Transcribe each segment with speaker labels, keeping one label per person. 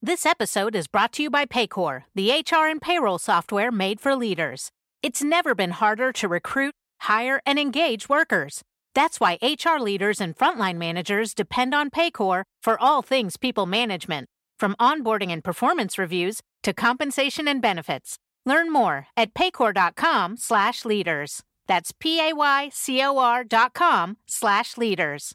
Speaker 1: This episode is brought to you by Paycor, the HR and payroll software made for leaders. It's never been harder to recruit, hire, and engage workers. That's why HR leaders and frontline managers depend on Paycor for all things people management, from onboarding and performance reviews to compensation and benefits. Learn more at paycor.com/leaders. That's p a y c o r.com/leaders.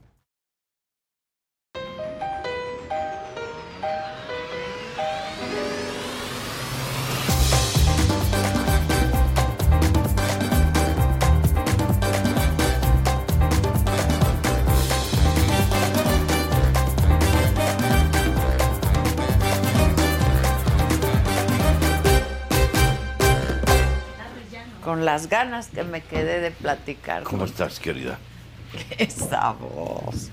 Speaker 2: con las ganas que me quedé de platicar.
Speaker 3: ¿Cómo estás, querida?
Speaker 2: Esa voz.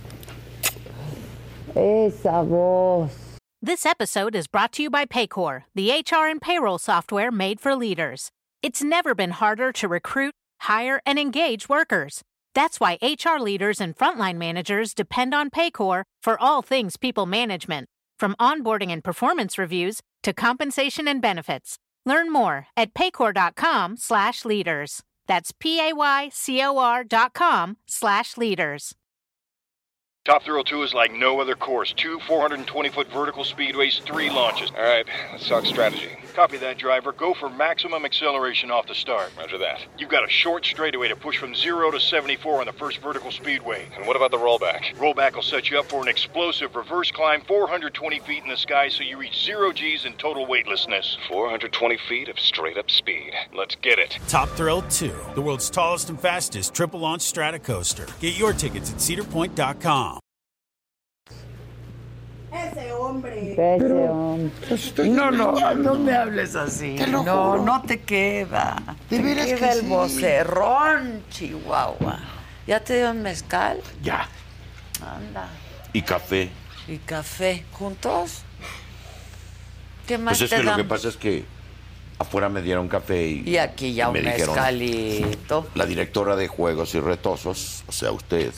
Speaker 2: Esa voz.
Speaker 1: This episode is brought to you by Paycor, the HR and payroll software made for leaders. It's never been harder to recruit, hire, and engage workers. That's why HR leaders and frontline managers depend on Paycor for all things people management, from onboarding and performance reviews to compensation and benefits. Learn more at paycor.com/leaders. That's p a y c o r.com/leaders.
Speaker 4: Top Thrill 2 is like no other course. Two 420 foot vertical speedways, three launches.
Speaker 5: All right, let's talk strategy.
Speaker 4: Copy that, driver. Go for maximum acceleration off the start.
Speaker 5: Roger that.
Speaker 4: You've got a short straightaway to push from 0 to 74 on the first vertical speedway.
Speaker 5: And what about the rollback?
Speaker 4: Rollback will set you up for an explosive reverse climb 420 feet in the sky so you reach 0 G's in total weightlessness.
Speaker 5: 420 feet of straight up speed. Let's get it.
Speaker 6: Top Thrill 2, the world's tallest and fastest triple launch strata coaster. Get your tickets at cedarpoint.com.
Speaker 7: Ese hombre.
Speaker 2: Ese hombre.
Speaker 3: no, no,
Speaker 2: No me hables así.
Speaker 3: Te lo
Speaker 2: no,
Speaker 3: juro.
Speaker 2: no te queda.
Speaker 3: De
Speaker 2: te
Speaker 3: veras
Speaker 2: queda
Speaker 3: que
Speaker 2: el
Speaker 3: sí.
Speaker 2: vocerrón, Chihuahua. ¿Ya te dieron mezcal?
Speaker 3: Ya.
Speaker 2: Anda.
Speaker 3: Y café.
Speaker 2: ¿Y café juntos? ¿Qué más
Speaker 3: Pues es
Speaker 2: te
Speaker 3: que lo
Speaker 2: dan?
Speaker 3: que pasa es que afuera me dieron café y,
Speaker 2: Y aquí ya un
Speaker 3: me dijeron,
Speaker 2: mezcalito.
Speaker 3: la directora de Juegos y Retosos, o sea, usted,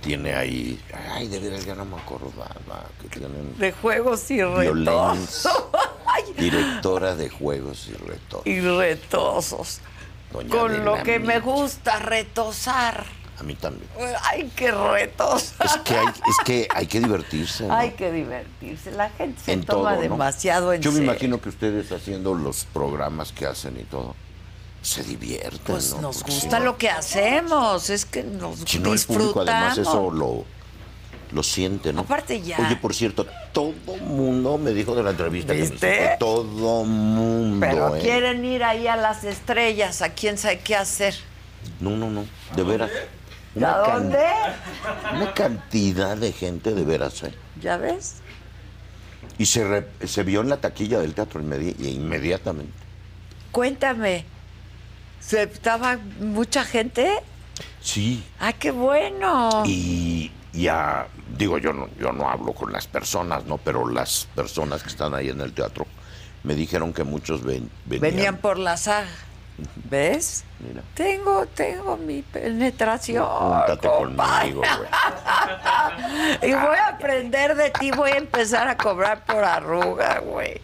Speaker 3: tiene ahí... Ay, de veras ya no me acordaba que tienen...
Speaker 2: De juegos y
Speaker 3: Violencia.
Speaker 2: retosos. Ay,
Speaker 3: Directora de Juegos y Retosos.
Speaker 2: y retosos.
Speaker 3: doña
Speaker 2: Con lo
Speaker 3: Adela
Speaker 2: que me
Speaker 3: Micha.
Speaker 2: gusta, retosar.
Speaker 3: A mí también.
Speaker 2: Ay, qué retosar.
Speaker 3: Es que hay, es que, hay que divertirse. ¿no?
Speaker 2: Hay que divertirse. La gente se
Speaker 3: en
Speaker 2: toma
Speaker 3: todo, ¿no?
Speaker 2: demasiado en
Speaker 3: Yo me
Speaker 2: serio.
Speaker 3: imagino que ustedes haciendo los programas que hacen y todo, se divierten.
Speaker 2: Pues
Speaker 3: ¿no?
Speaker 2: nos
Speaker 3: Porque si
Speaker 2: gusta
Speaker 3: no-
Speaker 2: lo que hacemos, es que nos
Speaker 3: Si no, el público
Speaker 2: disfrutamos.
Speaker 3: además eso lo, lo siente, ¿no?
Speaker 2: Aparte ya.
Speaker 3: Oye, por cierto, todo mundo me dijo de la entrevista que me
Speaker 2: ¿Viste?
Speaker 3: hiciste, todo mundo.
Speaker 2: Pero
Speaker 3: ¿eh?
Speaker 2: quieren ir ahí a las estrellas, a quién sabe qué hacer.
Speaker 3: No, no, no, de veras.
Speaker 2: ¿A
Speaker 3: can-
Speaker 2: dónde?
Speaker 3: Una cantidad de gente, de veras, ¿eh?
Speaker 2: ¿Ya ves?
Speaker 3: Y se, re- se vio en la taquilla del teatro inmedi- inmediatamente.
Speaker 2: Cuéntame. ¿Se estaba mucha gente?
Speaker 3: Sí,
Speaker 2: ¡Ah, qué bueno!
Speaker 3: y ya digo yo no yo no hablo con las personas no pero las personas que están ahí en el teatro me dijeron que muchos ven- venían,
Speaker 2: Venían por la saga. ¿Ves?
Speaker 3: Mira.
Speaker 2: Tengo, tengo mi penetración.
Speaker 3: júntate
Speaker 2: compadre.
Speaker 3: conmigo güey
Speaker 2: Y voy a aprender de ti, voy a empezar a cobrar por arruga, güey.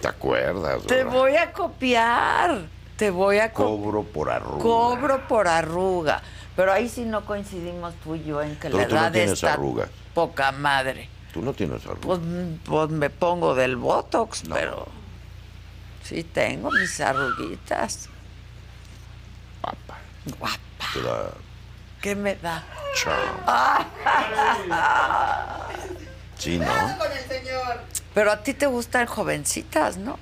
Speaker 3: te acuerdas
Speaker 2: Te
Speaker 3: verdad?
Speaker 2: voy a copiar. Te voy a copiar.
Speaker 3: cobro por arruga
Speaker 2: Cobro por arruga. Pero ahí sí no coincidimos tú y yo en que
Speaker 3: Pero
Speaker 2: la
Speaker 3: tú no
Speaker 2: edad
Speaker 3: tienes
Speaker 2: está
Speaker 3: arruga.
Speaker 2: poca madre.
Speaker 3: tú no tienes
Speaker 2: Pues,
Speaker 3: arruga
Speaker 2: mm, pues me pongo del Botox,
Speaker 3: No.
Speaker 2: pero sí tengo mis arruguitas.
Speaker 3: papá te da
Speaker 2: ¿Qué me da?
Speaker 3: chao sí no
Speaker 7: Con el señor.
Speaker 2: Pero a ti te gustan jovencitas, ¿no?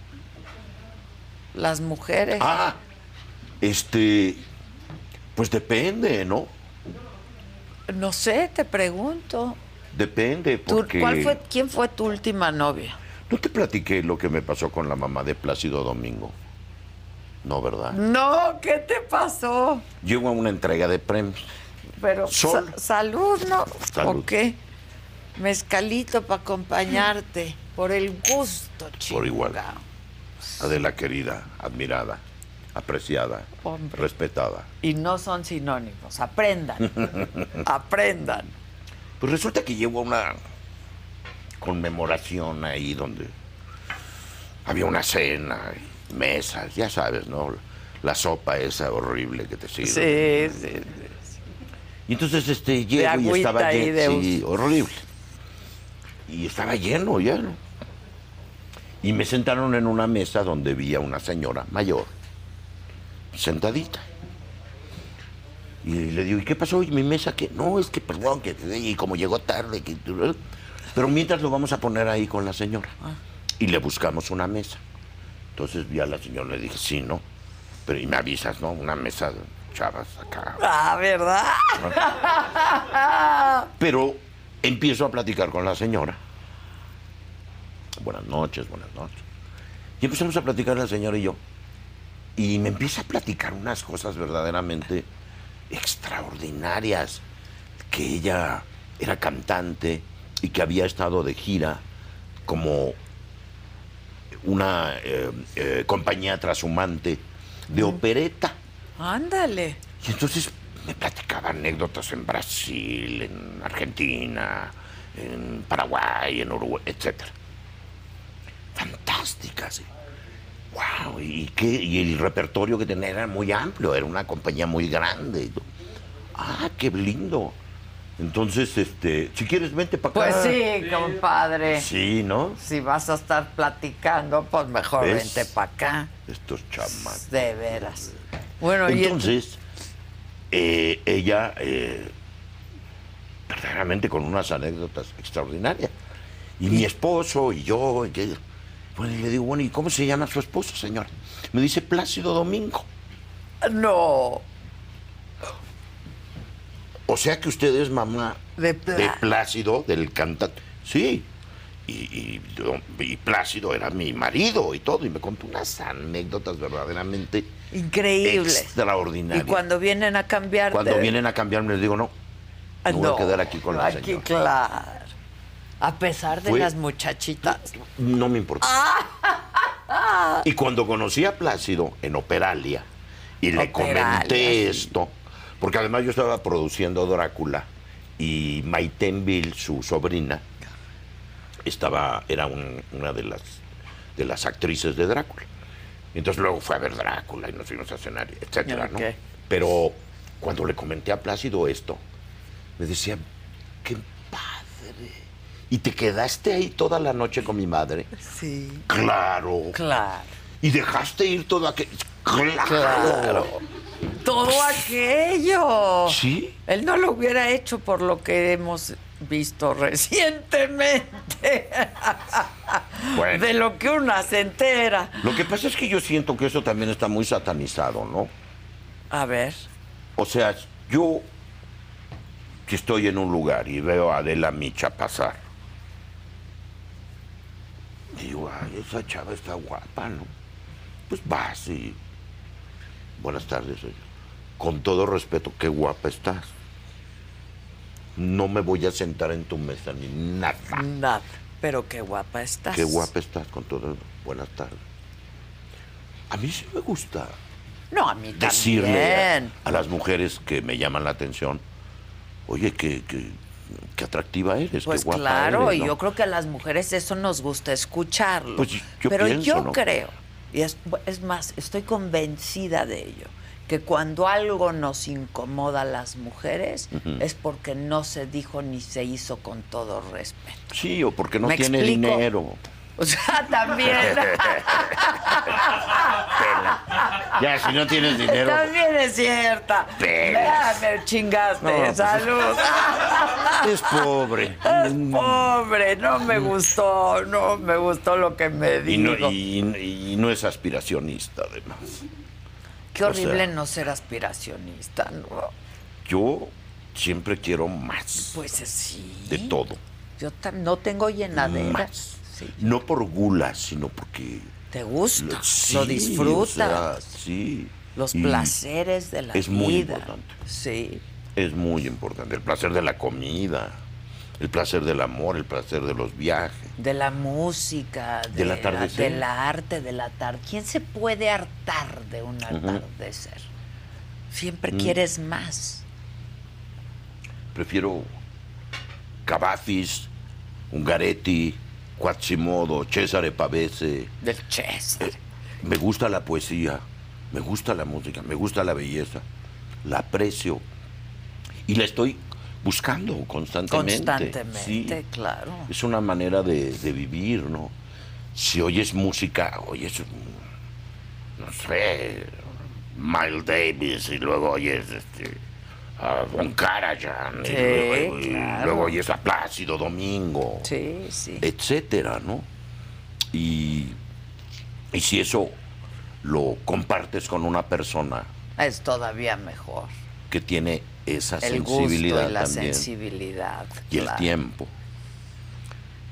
Speaker 2: Las mujeres.
Speaker 3: ah este pues depende no
Speaker 2: No sé, te pregunto.
Speaker 3: Depende,
Speaker 2: Tú-
Speaker 3: porque...
Speaker 2: ¿cuál fue, ¿Quién fue tu última novia?
Speaker 3: No te platiqué lo que me pasó con la mamá de Plácido Domingo. No, ¿verdad?
Speaker 2: No, ¿qué te pasó?
Speaker 3: Llego a una entrega de premios.
Speaker 2: Pero
Speaker 3: Sol.
Speaker 2: sa- salud, ¿no?
Speaker 3: Salud.
Speaker 2: ¿O qué? Mezcalito para acompañarte. Por el gusto, chico.
Speaker 3: Por igual. Adela querida, admirada, apreciada,
Speaker 2: Hombre.
Speaker 3: respetada.
Speaker 2: Y no son sinónimos. Aprendan. Aprendan.
Speaker 3: Pues resulta que llevo a una conmemoración ahí donde había una cena, y mesas, ya sabes, ¿no? La sopa esa horrible que te sirve.
Speaker 2: Sí, sí, sí.
Speaker 3: Y entonces este llego y
Speaker 2: agüita
Speaker 3: estaba
Speaker 2: ahí de
Speaker 3: lleno, sí, horrible. Y estaba lleno ya. ¿no? Y me sentaron en una mesa donde vi a una señora mayor sentadita. Y le digo, ¿y qué pasó? ¿Y mi mesa qué? No, es que perdón, que y como llegó tarde, que ¿eh?". pero mientras lo vamos a poner ahí con la señora.
Speaker 2: Ah.
Speaker 3: Y le buscamos una mesa. Entonces vi a la señora, le dije, sí, ¿no? Pero y me avisas, ¿no? Una mesa de chavas acá.
Speaker 2: Ah, ¿verdad?
Speaker 3: Pero empiezo a platicar con la señora. Buenas noches, buenas noches. Y empezamos a platicar la señora y yo. Y me empieza a platicar unas cosas verdaderamente extraordinarias. Que ella era cantante y que había estado de gira como una eh, eh, compañía trashumante de opereta.
Speaker 2: Ándale.
Speaker 3: Y entonces me platicaba anécdotas en Brasil, en Argentina, en Paraguay, en Uruguay, etc. Fantásticas. ¡Wow! ¿Y, qué? y el repertorio que tenía era muy amplio, era una compañía muy grande. y todo. ¡Ah, qué lindo! Entonces, este, si quieres, vente para acá.
Speaker 2: Pues sí, compadre.
Speaker 3: Sí, ¿no?
Speaker 2: Si vas a estar platicando, pues mejor
Speaker 3: ¿Ves?
Speaker 2: vente para acá.
Speaker 3: Estos chamacos.
Speaker 2: De veras. Bueno, y
Speaker 3: Entonces, eh, ella, eh, verdaderamente con unas anécdotas extraordinarias. Y mi esposo y yo, y que- bueno, y le digo, bueno, ¿y cómo se llama su esposo, señora? Me dice Plácido Domingo.
Speaker 2: No,
Speaker 3: O sea que usted es mamá
Speaker 2: De Pla-
Speaker 3: Plácido, del cantante. Sí. Y, y- y Plácido era mi marido y todo. Y me contó unas anécdotas verdaderamente
Speaker 2: increíble.
Speaker 3: extraordinarias.
Speaker 2: Y cuando vienen a cambiarte.
Speaker 3: Cuando vienen a cambiarme les digo, no,
Speaker 2: Ah,
Speaker 3: me voy a quedar aquí con la
Speaker 2: aquí,
Speaker 3: señora.
Speaker 2: claro. A pesar de
Speaker 3: Fue-
Speaker 2: las muchachitas.
Speaker 3: no me importa.
Speaker 2: Ah.
Speaker 3: Y cuando conocí a Plácido en Operalia y le
Speaker 2: Operalia, sí.
Speaker 3: comenté esto, porque además yo estaba produciendo Drácula y Maitenville, su sobrina, estaba, era un- una de las, de las actrices de Drácula. Entonces luego fue a ver Drácula y nos fuimos a cenar, etcétera, ¿no?
Speaker 2: Ok.
Speaker 3: Pero cuando le comenté a Plácido esto, me decía, qué padre. ¿Y te quedaste ahí toda la noche con mi madre?
Speaker 2: Sí.
Speaker 3: Claro.
Speaker 2: Claro.
Speaker 3: ¿Y dejaste ir todo aquello? Claro.
Speaker 2: Todo aquello.
Speaker 3: ¿Sí?
Speaker 2: Él no lo hubiera hecho por lo que hemos visto recientemente.
Speaker 3: Bueno.
Speaker 2: De lo que una se entera.
Speaker 3: Lo que pasa es que yo siento que eso también está muy satanizado, ¿no?
Speaker 2: A ver.
Speaker 3: O sea, yo que estoy en un lugar y veo a Adela Micha pasar, digo, ay, esa chava está guapa, ¿no? Pues vas y... Buenas tardes, oye. Con todo respeto, qué guapa estás. No me voy a sentar en tu mesa ni nada.
Speaker 2: Nada. Pero qué guapa estás.
Speaker 3: Qué guapa estás con todo. Buenas tardes. A mí sí me gusta
Speaker 2: No, a mí
Speaker 3: decirle a,
Speaker 2: también.
Speaker 3: a las mujeres que me llaman la atención, oye, qué, qué- qué atractiva eres,
Speaker 2: Pues
Speaker 3: qué guapa
Speaker 2: claro,
Speaker 3: eres",
Speaker 2: y
Speaker 3: ¿no?
Speaker 2: yo creo que a las mujeres eso nos gusta escucharlo.
Speaker 3: Pues yo
Speaker 2: Pero
Speaker 3: pienso,
Speaker 2: yo
Speaker 3: ¿no?
Speaker 2: creo, y es, es más, estoy convencida de ello, que cuando algo nos incomoda a las mujeres es porque no se dijo ni se hizo con todo respeto.
Speaker 3: Sí, o porque no
Speaker 2: ¿Me
Speaker 3: tiene
Speaker 2: explico?
Speaker 3: dinero.
Speaker 2: O sea, también,
Speaker 3: Ya, si no tienes dinero.
Speaker 2: también es cierta.
Speaker 3: Pelas.
Speaker 2: Ah, Me chingaste,
Speaker 3: No, pues,
Speaker 2: salud.
Speaker 3: Es pobre.
Speaker 2: Es pobre, Ah, no me gustó, no me gustó lo que me
Speaker 3: Y
Speaker 2: dijo.
Speaker 3: no, y- y no es aspiracionista, además.
Speaker 2: Qué
Speaker 3: o sea-
Speaker 2: horrible no ser aspiracionista, ¿no?
Speaker 3: Yo siempre quiero más
Speaker 2: Pues eh, sí.
Speaker 3: de todo.
Speaker 2: Yo tam- no tengo llenadera.
Speaker 3: Más.
Speaker 2: Sí.
Speaker 3: No por gula, sino porque.
Speaker 2: ¿Te gusta? Lo,
Speaker 3: sí,
Speaker 2: disfrutas.
Speaker 3: o sea, sí.
Speaker 2: los
Speaker 3: Y
Speaker 2: placeres de la
Speaker 3: es
Speaker 2: vida.
Speaker 3: muy importante.
Speaker 2: Sí.
Speaker 3: Es muy importante. El placer de la comida, el placer del amor, el placer de los viajes.
Speaker 2: De la música, de,
Speaker 3: Del
Speaker 2: la,
Speaker 3: atardecer.
Speaker 2: de la arte, del atardecer. ¿Quién se puede hartar de un atardecer? Siempre
Speaker 3: Mm.
Speaker 2: quieres más.
Speaker 3: Prefiero Cavafis, Ungaretti, Quatsimodo, Cesare Pavese.
Speaker 2: Del Chester.
Speaker 3: Eh, Me gusta la poesía, me gusta la música, me gusta la belleza, la aprecio y la estoy buscando constantemente.
Speaker 2: Constantemente,
Speaker 3: sí.
Speaker 2: claro.
Speaker 3: Es una manera de, de vivir, ¿no? Si oyes música, oyes, mm, no sé, Miles Davis y luego oyes este, a Von Karajan
Speaker 2: Sí,
Speaker 3: y, luego, y
Speaker 2: claro.
Speaker 3: luego oyes a Plácido Domingo
Speaker 2: Sí, sí.
Speaker 3: Eh, etcétera, ¿no? Y, y si eso lo compartes con una persona
Speaker 2: Es todavía mejor.
Speaker 3: que tiene esa
Speaker 2: El gusto y
Speaker 3: sensibilidad
Speaker 2: la
Speaker 3: también
Speaker 2: sensibilidad.
Speaker 3: y el
Speaker 2: claro.
Speaker 3: tiempo.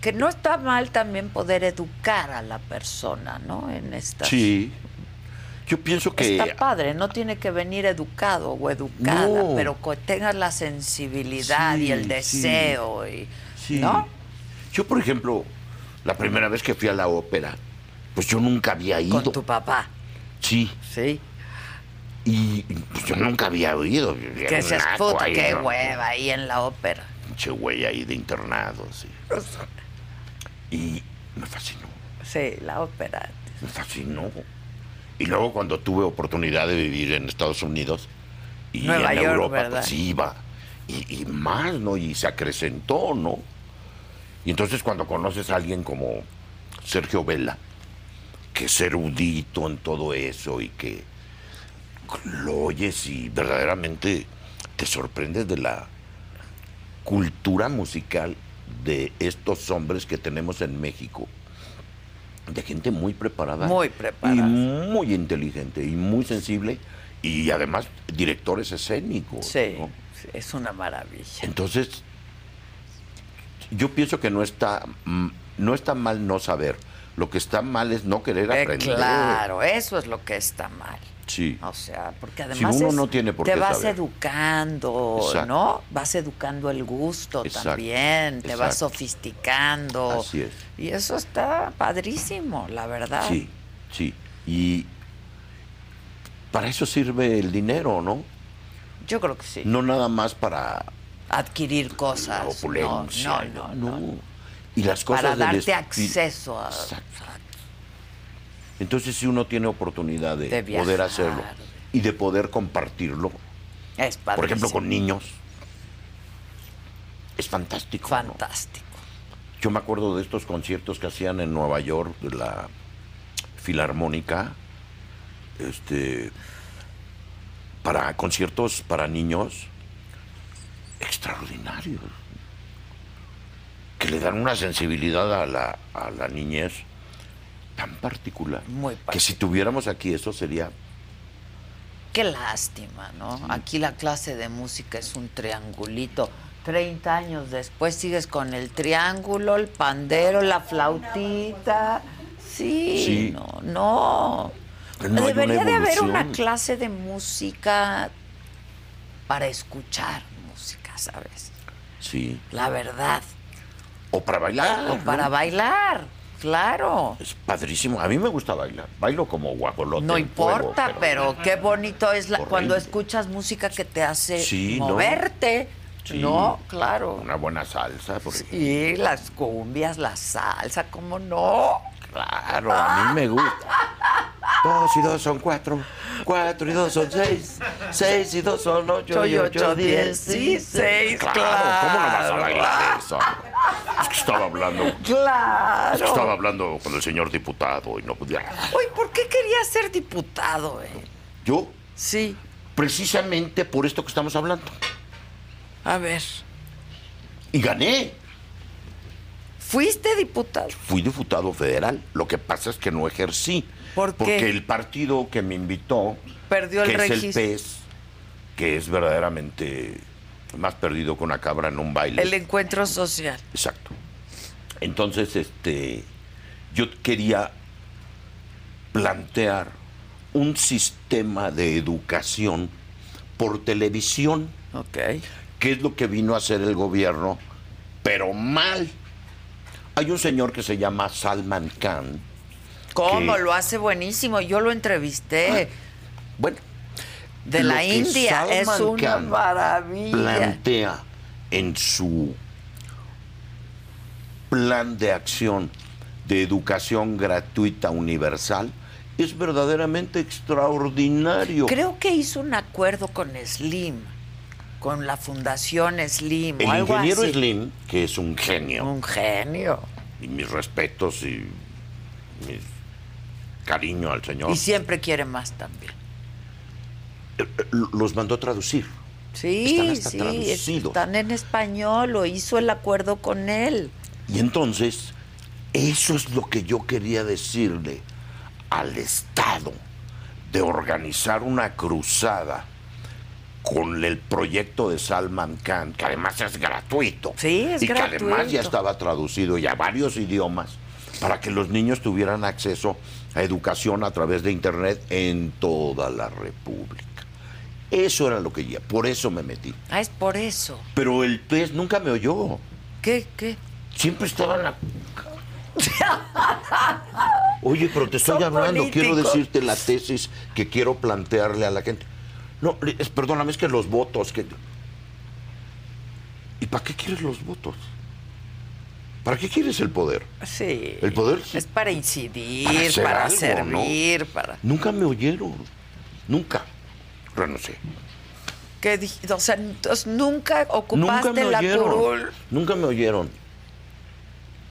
Speaker 2: Que no está mal también poder educar a la persona, ¿no? En estas.
Speaker 3: Sí. Yo pienso que
Speaker 2: Está padre, no tiene que venir educado o educada,
Speaker 3: No.
Speaker 2: pero que tengas la sensibilidad y
Speaker 3: Sí,
Speaker 2: el
Speaker 3: sí.
Speaker 2: deseo y
Speaker 3: Sí.
Speaker 2: ¿no?
Speaker 3: Yo, por ejemplo, la primera vez que fui a la ópera, pues yo nunca había ido.
Speaker 2: con tu papá.
Speaker 3: Sí.
Speaker 2: Sí.
Speaker 3: Y pues, yo nunca había ido.
Speaker 2: Que se
Speaker 3: esputa,
Speaker 2: puta, qué hueva ahí en la ópera.
Speaker 3: Pinche güey ahí de internado, sí. Y me fascinó.
Speaker 2: Sí, la ópera.
Speaker 3: Me fascinó. Y luego cuando tuve oportunidad de vivir en Estados Unidos y
Speaker 2: Nueva
Speaker 3: en
Speaker 2: York,
Speaker 3: Europa,
Speaker 2: ¿verdad?
Speaker 3: pues iba. Y, y más, ¿no? Y se acrecentó, ¿no? Y entonces cuando conoces a alguien como Sergio Vela, que es erudito en todo eso y que lo oyes y verdaderamente te sorprendes de la cultura musical de estos hombres que tenemos en México. De gente muy preparada.
Speaker 2: Muy preparada.
Speaker 3: Y muy inteligente y muy sensible. Y además directores escénicos.
Speaker 2: Sí,
Speaker 3: ¿no?
Speaker 2: sí, es una maravilla.
Speaker 3: Entonces, yo pienso que no está, mm, no está mal no saber. Lo que está mal es no querer
Speaker 2: Eh,
Speaker 3: aprender.
Speaker 2: claro, eso es lo que está mal.
Speaker 3: Sí.
Speaker 2: O sea, porque además
Speaker 3: uno
Speaker 2: es-
Speaker 3: no tiene por
Speaker 2: te
Speaker 3: qué
Speaker 2: vas
Speaker 3: saber.
Speaker 2: educando,
Speaker 3: Exacto.
Speaker 2: ¿no? Vas educando el gusto
Speaker 3: Exacto,
Speaker 2: también, te vas
Speaker 3: exacto.
Speaker 2: sofisticando.
Speaker 3: Así es.
Speaker 2: Y eso está padrísimo, la verdad.
Speaker 3: Sí, sí. Y para eso sirve el dinero, ¿no?
Speaker 2: Yo creo que sí.
Speaker 3: No nada más para
Speaker 2: Adquirir cosas.
Speaker 3: la
Speaker 2: no,
Speaker 3: opulencia.
Speaker 2: no, no, no.
Speaker 3: Y las cosas
Speaker 2: Para
Speaker 3: del
Speaker 2: darte
Speaker 3: espí-
Speaker 2: acceso a
Speaker 3: Exacto. Entonces, si uno tiene oportunidad de,
Speaker 2: De
Speaker 3: poder
Speaker 2: viajar.
Speaker 3: hacerlo y de poder compartirlo,
Speaker 2: es padrísimo.
Speaker 3: por ejemplo, con niños, es fantástico. ¿no?
Speaker 2: fantástico.
Speaker 3: Yo me acuerdo de estos conciertos que hacían en Nueva York, de la Filarmónica, este, para conciertos para niños extraordinarios, que le dan una sensibilidad a la, a la niñez tan particular,
Speaker 2: Muy
Speaker 3: que si tuviéramos aquí eso sería
Speaker 2: Qué lástima, ¿no? Aquí la clase de música es un triangulito. 30 años después sigues con el triángulo, el pandero, la flautita. Sí,
Speaker 3: Sí.
Speaker 2: no, no.
Speaker 3: Pero no hay una
Speaker 2: Debería de haber una
Speaker 3: evolución.
Speaker 2: clase de música para escuchar música, ¿sabes?
Speaker 3: sí,
Speaker 2: La verdad.
Speaker 3: o para bailar,
Speaker 2: O
Speaker 3: ¿no?
Speaker 2: para bailar, claro.
Speaker 3: es padrísimo. A mí me gusta bailar, bailo como guajolote.
Speaker 2: No
Speaker 3: en fuego,
Speaker 2: importa, pero, qué bonito es la,
Speaker 3: Correcto.
Speaker 2: cuando escuchas música que te hace
Speaker 3: Sí, ¿no?
Speaker 2: moverte.
Speaker 3: Sí.
Speaker 2: No, claro.
Speaker 3: Una buena salsa, por ejemplo.
Speaker 2: Sí, las cumbias, la salsa, ¿cómo no?
Speaker 3: Claro, a mí me gusta. Dos y dos son cuatro, cuatro y dos son seis, seis y dos son ocho,
Speaker 2: Ocho
Speaker 3: y ocho, diez,
Speaker 2: sí, seis,
Speaker 3: Claro, ¿cómo no vas a
Speaker 2: claro.
Speaker 3: bailar eso? Es que estaba hablando, es que
Speaker 2: Claro.
Speaker 3: estaba hablando con el señor diputado y no podía.
Speaker 2: Oye, ¿por qué quería ser diputado, eh?
Speaker 3: Yo,
Speaker 2: Sí,
Speaker 3: precisamente por esto que estamos hablando.
Speaker 2: a ver.
Speaker 3: Y gané.
Speaker 2: ¿Fuiste diputado?
Speaker 3: Fui diputado federal. Lo que pasa es que no ejercí.
Speaker 2: ¿Por qué?
Speaker 3: Porque el partido que me invitó,
Speaker 2: Perdió el
Speaker 3: que es el
Speaker 2: registro.
Speaker 3: PES, que es verdaderamente más perdido que una cabra en un baile.
Speaker 2: El encuentro social.
Speaker 3: Exacto. Entonces, este, yo quería plantear un sistema de educación por televisión,
Speaker 2: Ok.
Speaker 3: que es lo que vino a hacer el gobierno, pero mal. Hay un señor que se llama Salman Khan.
Speaker 2: ¿Cómo?
Speaker 3: que-
Speaker 2: Lo hace buenísimo. Yo lo
Speaker 3: Ah.
Speaker 2: entrevisté
Speaker 3: Bueno,
Speaker 2: de
Speaker 3: lo
Speaker 2: la
Speaker 3: que
Speaker 2: India. Es
Speaker 3: Salman
Speaker 2: una
Speaker 3: Khan
Speaker 2: maravilla.
Speaker 3: plantea en su plan de acción de educación gratuita universal es verdaderamente extraordinario.
Speaker 2: Creo que hizo un acuerdo con Slim, con la Fundación Slim. o
Speaker 3: el
Speaker 2: algo
Speaker 3: ingeniero
Speaker 2: así.
Speaker 3: Slim, que es un genio,
Speaker 2: Un genio.
Speaker 3: y mis respetos y mi cariño al señor,
Speaker 2: Y siempre quiere más también.
Speaker 3: los mandó traducir.
Speaker 2: Sí,
Speaker 3: Están hasta
Speaker 2: sí,
Speaker 3: traducidos.
Speaker 2: están en español, lo hizo el acuerdo con él.
Speaker 3: Y entonces, eso es lo que yo quería decirle al Estado de organizar una cruzada con el proyecto de Salman Khan, que además es gratuito.
Speaker 2: Sí, es
Speaker 3: y que además
Speaker 2: gratuito.
Speaker 3: ya estaba traducido ya a varios idiomas para que los niños tuvieran acceso a educación a través de Internet en toda la República. Eso era lo que ya, por eso me metí.
Speaker 2: Ah, es por eso.
Speaker 3: Pero el pez nunca me oyó.
Speaker 2: ¿Qué? ¿Qué?
Speaker 3: Siempre estaba en la. Oye, pero te estoy
Speaker 2: Son
Speaker 3: hablando, quiero
Speaker 2: políticos.
Speaker 3: decirte la tesis que quiero plantearle a la gente. No, es- perdóname, es que los votos. Que... ¿Y para qué quieres los votos? ¿Para qué quieres el poder?
Speaker 2: Sí.
Speaker 3: El poder sí.
Speaker 2: Es para incidir,
Speaker 3: Para
Speaker 2: para,
Speaker 3: hacer algo,
Speaker 2: servir, para...
Speaker 3: Nunca me oyeron. Nunca. Renuncié.
Speaker 2: ¿Qué dij- O sea, entonces, nunca ocupaste
Speaker 3: Nunca me
Speaker 2: la
Speaker 3: oyeron.
Speaker 2: curul.
Speaker 3: Nunca me oyeron.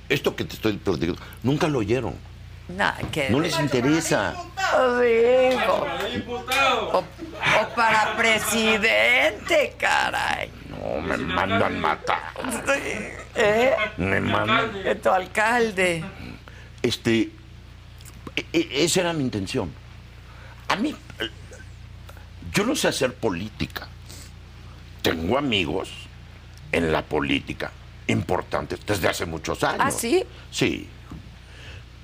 Speaker 3: Esto que te estoy platicando, nunca lo oyeron.
Speaker 2: Nah, que...
Speaker 3: No les interesa.
Speaker 2: Sí, o, o para presidente, caray.
Speaker 3: No, me mandan matar.
Speaker 2: ¿Eh?
Speaker 3: Me mandan.
Speaker 2: Que Tu alcalde.
Speaker 3: Este, e- e- esa era mi intención. A mí, eh, yo no sé hacer política. Tengo amigos en la política importantes desde hace muchos años.
Speaker 2: ¿Ah, sí?
Speaker 3: Sí.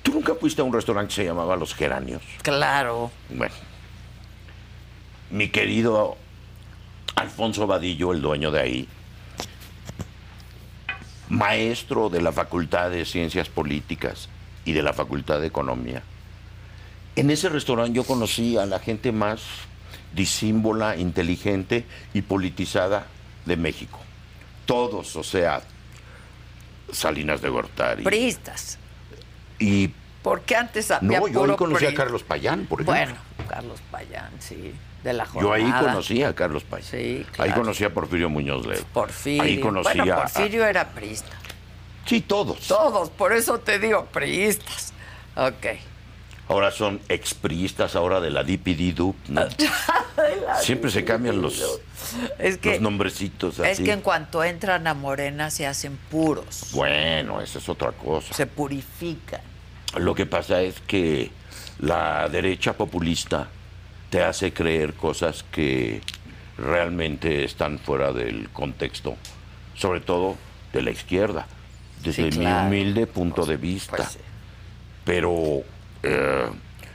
Speaker 3: ¿Tú nunca fuiste a un restaurante que se llamaba Los Geranios?
Speaker 2: Claro.
Speaker 3: Bueno, mi querido Alfonso Vadillo, el dueño de ahí, maestro de la Facultad de Ciencias Políticas y de la Facultad de Economía, en ese restaurante yo conocí a la gente más disímbola, inteligente y politizada de México. Todos, o sea, Salinas de Gortari.
Speaker 2: Pristas.
Speaker 3: Y
Speaker 2: Porque antes había
Speaker 3: no, yo ahí
Speaker 2: puro
Speaker 3: conocí a
Speaker 2: PRI.
Speaker 3: Carlos Payán, por ejemplo.
Speaker 2: Bueno, Carlos Payán, sí, de la
Speaker 3: Yo
Speaker 2: jornada.
Speaker 3: ahí conocí a Carlos País.
Speaker 2: Sí, claro.
Speaker 3: Ahí conocí a Porfirio Muñoz Ledo.
Speaker 2: Porfirio.
Speaker 3: Ahí conocí
Speaker 2: bueno,
Speaker 3: a-
Speaker 2: Porfirio era priista.
Speaker 3: Sí, todos.
Speaker 2: Todos, por eso te digo, priistas. Ok.
Speaker 3: Ahora son expriistas, ahora de la DPD DUP. ¿no? Siempre se cambian los,
Speaker 2: Es que,
Speaker 3: los nombrecitos
Speaker 2: es
Speaker 3: así.
Speaker 2: que en cuanto entran a Morena se hacen puros.
Speaker 3: Bueno, esa es otra cosa.
Speaker 2: Se purifican.
Speaker 3: Lo que pasa es que la derecha populista te hace creer cosas que realmente están fuera del contexto, sobre todo de la izquierda, desde
Speaker 2: claro.
Speaker 3: mi humilde punto de vista.
Speaker 2: Pues, sí.
Speaker 3: Pero eh,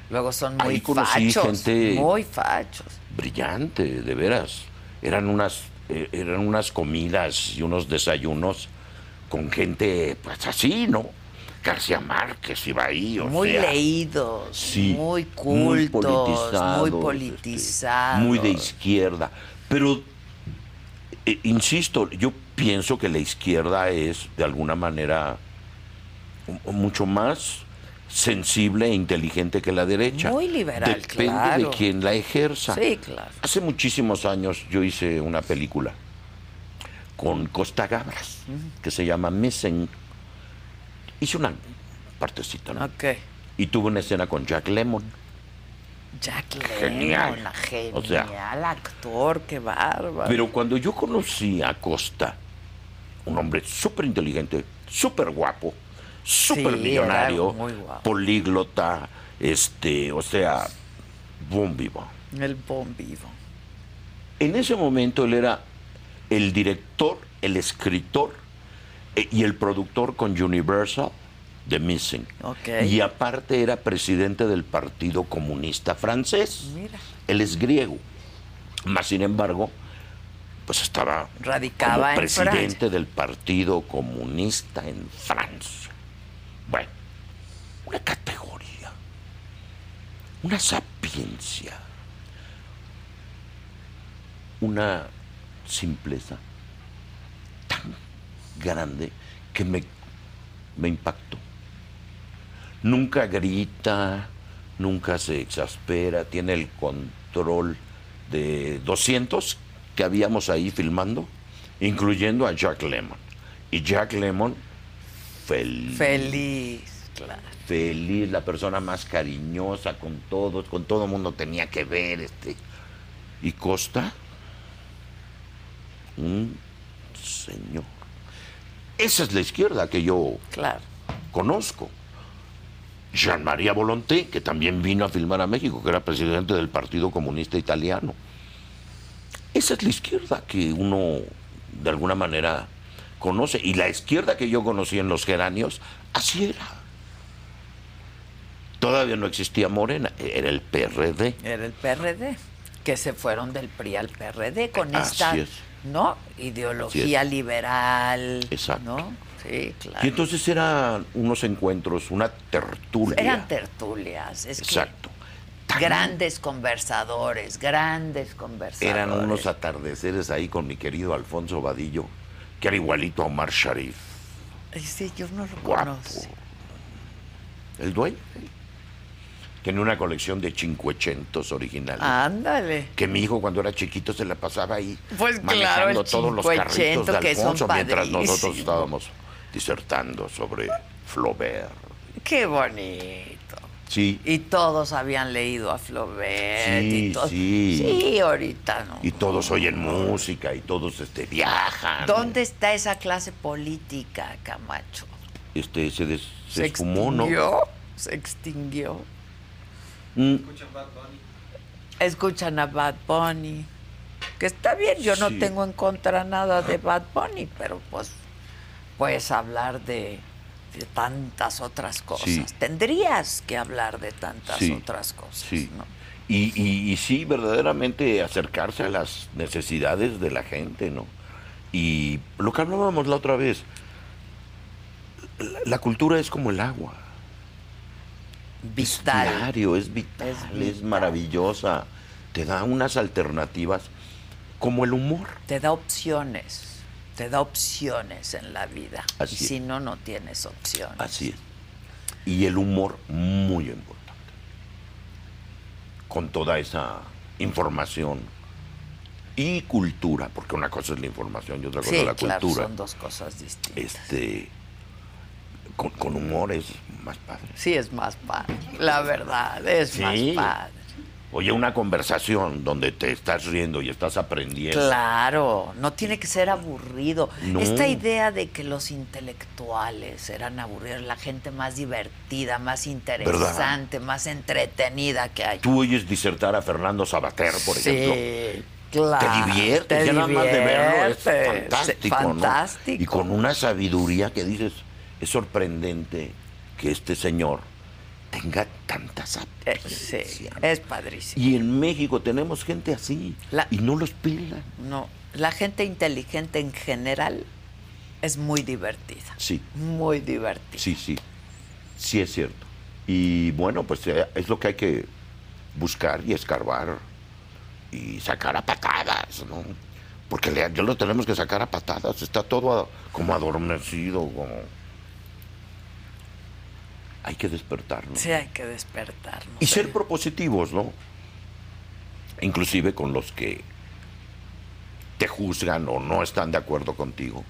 Speaker 2: Luego son
Speaker 3: Ahí
Speaker 2: muy
Speaker 3: conocí
Speaker 2: fachos.
Speaker 3: gente-
Speaker 2: Muy fachos.
Speaker 3: brillante, de veras. Eran unas, eh, eran unas comidas y unos desayunos con gente, pues así, ¿no? García Márquez iba ahí, o
Speaker 2: muy
Speaker 3: sea,
Speaker 2: leídos,
Speaker 3: sí,
Speaker 2: muy
Speaker 3: muy
Speaker 2: cultos, muy
Speaker 3: politizados, este,
Speaker 2: politizados.
Speaker 3: muy de izquierda. Pero, eh, insisto, yo pienso que la izquierda es, de alguna manera, m- mucho más sensible e inteligente que la derecha.
Speaker 2: Muy liberal,
Speaker 3: Depende
Speaker 2: claro.
Speaker 3: de quien la ejerza.
Speaker 2: Sí, claro.
Speaker 3: Hace muchísimos años yo hice una película con Costa Gabras que se llama Missing. Hice una partecita, ¿no?
Speaker 2: Ok.
Speaker 3: Y tuve una escena con Jack Lemon.
Speaker 2: Jack
Speaker 3: Genial.
Speaker 2: Lemmon, genial
Speaker 3: O sea-
Speaker 2: actor, qué bárbaro.
Speaker 3: Pero cuando yo conocí a Costa, un hombre súper inteligente, súper guapo, súper millonario,
Speaker 2: era muy guapo.
Speaker 3: políglota, este, o sea, boom vivo.
Speaker 2: El bon vivo.
Speaker 3: En ese momento él era el director, el escritor eh, y el productor con Universal de Missing.
Speaker 2: Ok.
Speaker 3: Y aparte era presidente del Partido Comunista Francés.
Speaker 2: Mira.
Speaker 3: Él es griego. Más sin embargo, pues estaba
Speaker 2: Radicaba
Speaker 3: como
Speaker 2: en
Speaker 3: presidente
Speaker 2: Francia.
Speaker 3: del Partido Comunista en Francia. Bueno, una categoría, una sapiencia, una simpleza tan grande que me, me impactó. Nunca grita, nunca se exaspera, tiene el control de 200 que habíamos ahí filmando, incluyendo a Jack Lemon. Y Jack Lemon, feliz,
Speaker 2: Feliz, claro.
Speaker 3: feliz, la persona más cariñosa con todos, con todo el mundo tenía que ver. Este. Y Costa, un señor. Esa es la izquierda que yo
Speaker 2: Claro.
Speaker 3: conozco. Jean-Marie Volonté, que también vino a filmar a México, que era presidente del Partido Comunista Italiano. Esa es la izquierda que uno, de alguna manera, conoce. Y la izquierda que yo conocí en los geranios, así era. Todavía no existía Morena, era el PRD.
Speaker 2: Era el PRD, que se fueron del PRI al PRD con
Speaker 3: Así
Speaker 2: esta
Speaker 3: es.
Speaker 2: ¿no? ideología
Speaker 3: Así
Speaker 2: liberal.
Speaker 3: Exacto.
Speaker 2: ¿no? Sí, claro.
Speaker 3: Y entonces eran unos encuentros, una tertulia.
Speaker 2: Eran tertulias, es
Speaker 3: Exacto.
Speaker 2: que grandes conversadores, grandes conversadores.
Speaker 3: Eran unos atardeceres ahí con mi querido Alfonso Vadillo, que era igualito a Omar Sharif.
Speaker 2: Ay, Sí, yo no lo
Speaker 3: Guapo.
Speaker 2: conocí.
Speaker 3: El dueño. Tenía una colección de 500 originales.
Speaker 2: Ah. Ándale.
Speaker 3: Que mi hijo cuando era chiquito se la pasaba ahí
Speaker 2: Pues claro, el
Speaker 3: manejando todos los carritos
Speaker 2: 500
Speaker 3: de
Speaker 2: que son
Speaker 3: Alfonso mientras nosotros
Speaker 2: padrísimos.
Speaker 3: estábamos disertando sobre Flaubert.
Speaker 2: Qué bonito.
Speaker 3: Sí.
Speaker 2: Y todos habían leído a Flaubert.
Speaker 3: Sí,
Speaker 2: y todos-
Speaker 3: sí.
Speaker 2: Sí, ahorita no.
Speaker 3: Y todos oyen música y todos este, viajan.
Speaker 2: ¿Dónde está esa clase política, Camacho?
Speaker 3: Este, se, des- se esfumó, ¿no?
Speaker 2: extinguió, Se extinguió.
Speaker 3: Mm,
Speaker 2: Escuchan a Bad Bunny. Que está bien, yo no
Speaker 3: Sí.
Speaker 2: tengo en contra nada de Bad Bunny, pero pues puedes hablar de, de tantas otras cosas.
Speaker 3: Sí.
Speaker 2: Tendrías que hablar de tantas
Speaker 3: Sí,
Speaker 2: otras cosas.
Speaker 3: Sí.
Speaker 2: ¿no?
Speaker 3: Y, y- y sí, verdaderamente acercarse a las necesidades de la gente, ¿no? Y lo que hablábamos la otra vez, la, la cultura es como el agua. Es
Speaker 2: Vital.
Speaker 3: diario, es vital, es,
Speaker 2: Es vital.
Speaker 3: maravillosa. Te da unas alternativas como el humor.
Speaker 2: Te da opciones. Te da opciones en la vida.
Speaker 3: Así
Speaker 2: y si
Speaker 3: es.
Speaker 2: no, no tienes opciones.
Speaker 3: Así es. Y el humor muy importante. Con toda esa información y cultura, porque una cosa es la información y otra cosa
Speaker 2: Sí,
Speaker 3: es la
Speaker 2: claro,
Speaker 3: cultura.
Speaker 2: son dos cosas distintas.
Speaker 3: Este con, con humor es más padre.
Speaker 2: Sí, es más padre. La verdad, es más
Speaker 3: Sí.
Speaker 2: padre.
Speaker 3: Oye, una conversación donde te estás riendo y estás aprendiendo.
Speaker 2: Claro, no tiene que ser aburrido.
Speaker 3: No.
Speaker 2: Esta idea de que los intelectuales eran aburridos, la gente más divertida, más interesante, más entretenida que hay.
Speaker 3: Tú oyes disertar a Fernando Sabater, por
Speaker 2: sí,
Speaker 3: ejemplo.
Speaker 2: claro.
Speaker 3: te diviertes, ya nada más de verlo es
Speaker 2: Ah, diviertes,
Speaker 3: fantástico, ¿no?
Speaker 2: fantástico.
Speaker 3: Y con una sabiduría que dices, es sorprendente que este señor tenga tanta
Speaker 2: Eh,
Speaker 3: sabiduría.
Speaker 2: sí, es padrísimo.
Speaker 3: Y en México tenemos gente así
Speaker 2: La-
Speaker 3: y no los pelan.
Speaker 2: No, la gente inteligente en general es muy divertida.
Speaker 3: Sí.
Speaker 2: Muy divertida.
Speaker 3: Sí, sí, sí es cierto. Y bueno, pues eh, es lo que hay que buscar y escarbar y sacar a patadas, ¿no? Porque le- ya lo tenemos que sacar a patadas, está todo a- como adormecido, como... Hay que despertarnos.
Speaker 2: Sí, hay que despertarnos.
Speaker 3: Y ser propositivos, ¿no? Inclusive con los que te juzgan o no están de acuerdo contigo.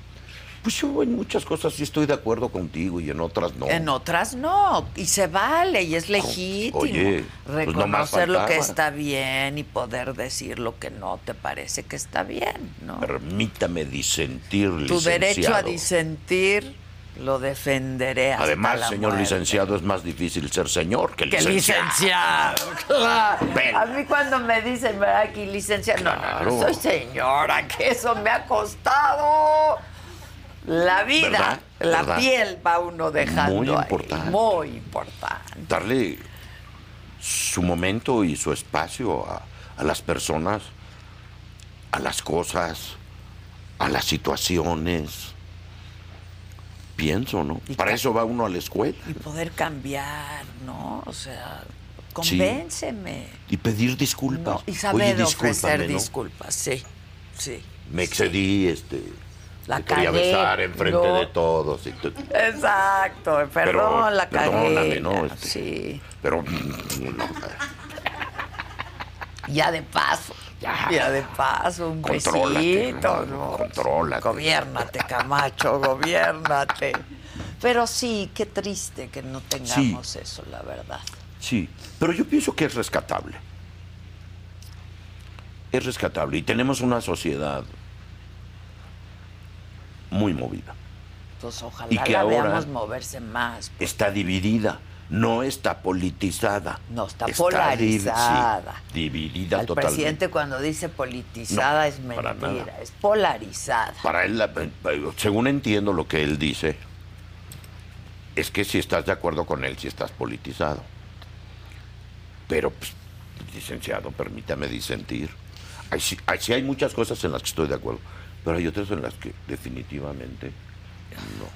Speaker 3: Pues yo en muchas cosas sí estoy de acuerdo contigo y en otras no.
Speaker 2: En otras no, y se vale, y es legítimo
Speaker 3: Oye, pues no más
Speaker 2: reconocer lo que
Speaker 3: faltaba.
Speaker 2: está bien y poder decir lo que no te parece que está bien, ¿no?
Speaker 3: Permítame disentir,
Speaker 2: Tu
Speaker 3: licenciado.
Speaker 2: derecho a disentir Lo defenderé hasta
Speaker 3: Además,
Speaker 2: la
Speaker 3: señor
Speaker 2: muerte.
Speaker 3: licenciado, es más difícil ser señor que
Speaker 2: Que
Speaker 3: licenciado.
Speaker 2: licenciado, claro.
Speaker 3: Ven.
Speaker 2: A mí cuando me dicen, "Mira, aquí licenciado, no, no, no,
Speaker 3: Claro.
Speaker 2: soy señora, que eso me ha costado la vida,
Speaker 3: ¿Verdad?
Speaker 2: la
Speaker 3: ¿Verdad?
Speaker 2: piel va uno dejando
Speaker 3: Muy
Speaker 2: ahí,
Speaker 3: importante.
Speaker 2: muy importante.
Speaker 3: Darle su momento y su espacio a, a las personas, a las cosas, a las situaciones. Pienso, ¿no?
Speaker 2: Y
Speaker 3: Para
Speaker 2: ca-
Speaker 3: eso va uno a la escuela.
Speaker 2: Y poder cambiar, ¿no? O sea,
Speaker 3: Sí.
Speaker 2: convénceme.
Speaker 3: Y pedir disculpas.
Speaker 2: No, y saber
Speaker 3: Oye,
Speaker 2: ofrecer
Speaker 3: discúlpame, ¿no?
Speaker 2: disculpas, sí, sí.
Speaker 3: Me excedí, este.
Speaker 2: La
Speaker 3: te quería
Speaker 2: cagué,
Speaker 3: besar enfrente
Speaker 2: no.
Speaker 3: de todos. y tú-
Speaker 2: Exacto, perdón, la cagué.
Speaker 3: perdóname, ¿no? Este,
Speaker 2: Sí.
Speaker 3: Pero. mm,
Speaker 2: Ya de paso. Ya,
Speaker 3: Ya.
Speaker 2: de paso, un
Speaker 3: Contrólate,
Speaker 2: besito,
Speaker 3: ¿no?
Speaker 2: ¿no?
Speaker 3: Contrólate.
Speaker 2: Gobiérnate, Camacho, gobiérnate. Pero sí, qué triste que no tengamos eso, la verdad.
Speaker 3: Sí, pero yo pienso que es rescatable. Es rescatable. Y tenemos una sociedad muy movida.
Speaker 2: Pues ojalá
Speaker 3: Y que
Speaker 2: la
Speaker 3: ahora-
Speaker 2: veamos moverse más.
Speaker 3: Está dividida. No está politizada.
Speaker 2: No, está
Speaker 3: divi-
Speaker 2: polarizada.
Speaker 3: sí, dividida
Speaker 2: El
Speaker 3: totalmente.
Speaker 2: presidente cuando dice politizada
Speaker 3: No,
Speaker 2: es
Speaker 3: para
Speaker 2: mentira,
Speaker 3: nada.
Speaker 2: es polarizada.
Speaker 3: Para él, la- según entiendo lo que él dice, es que si estás de acuerdo con él, si estás politizado. Pero, pues, licenciado, permítame disentir. Hay, sí- hay, sí hay muchas cosas en las que estoy de acuerdo, pero hay otras en las que definitivamente no.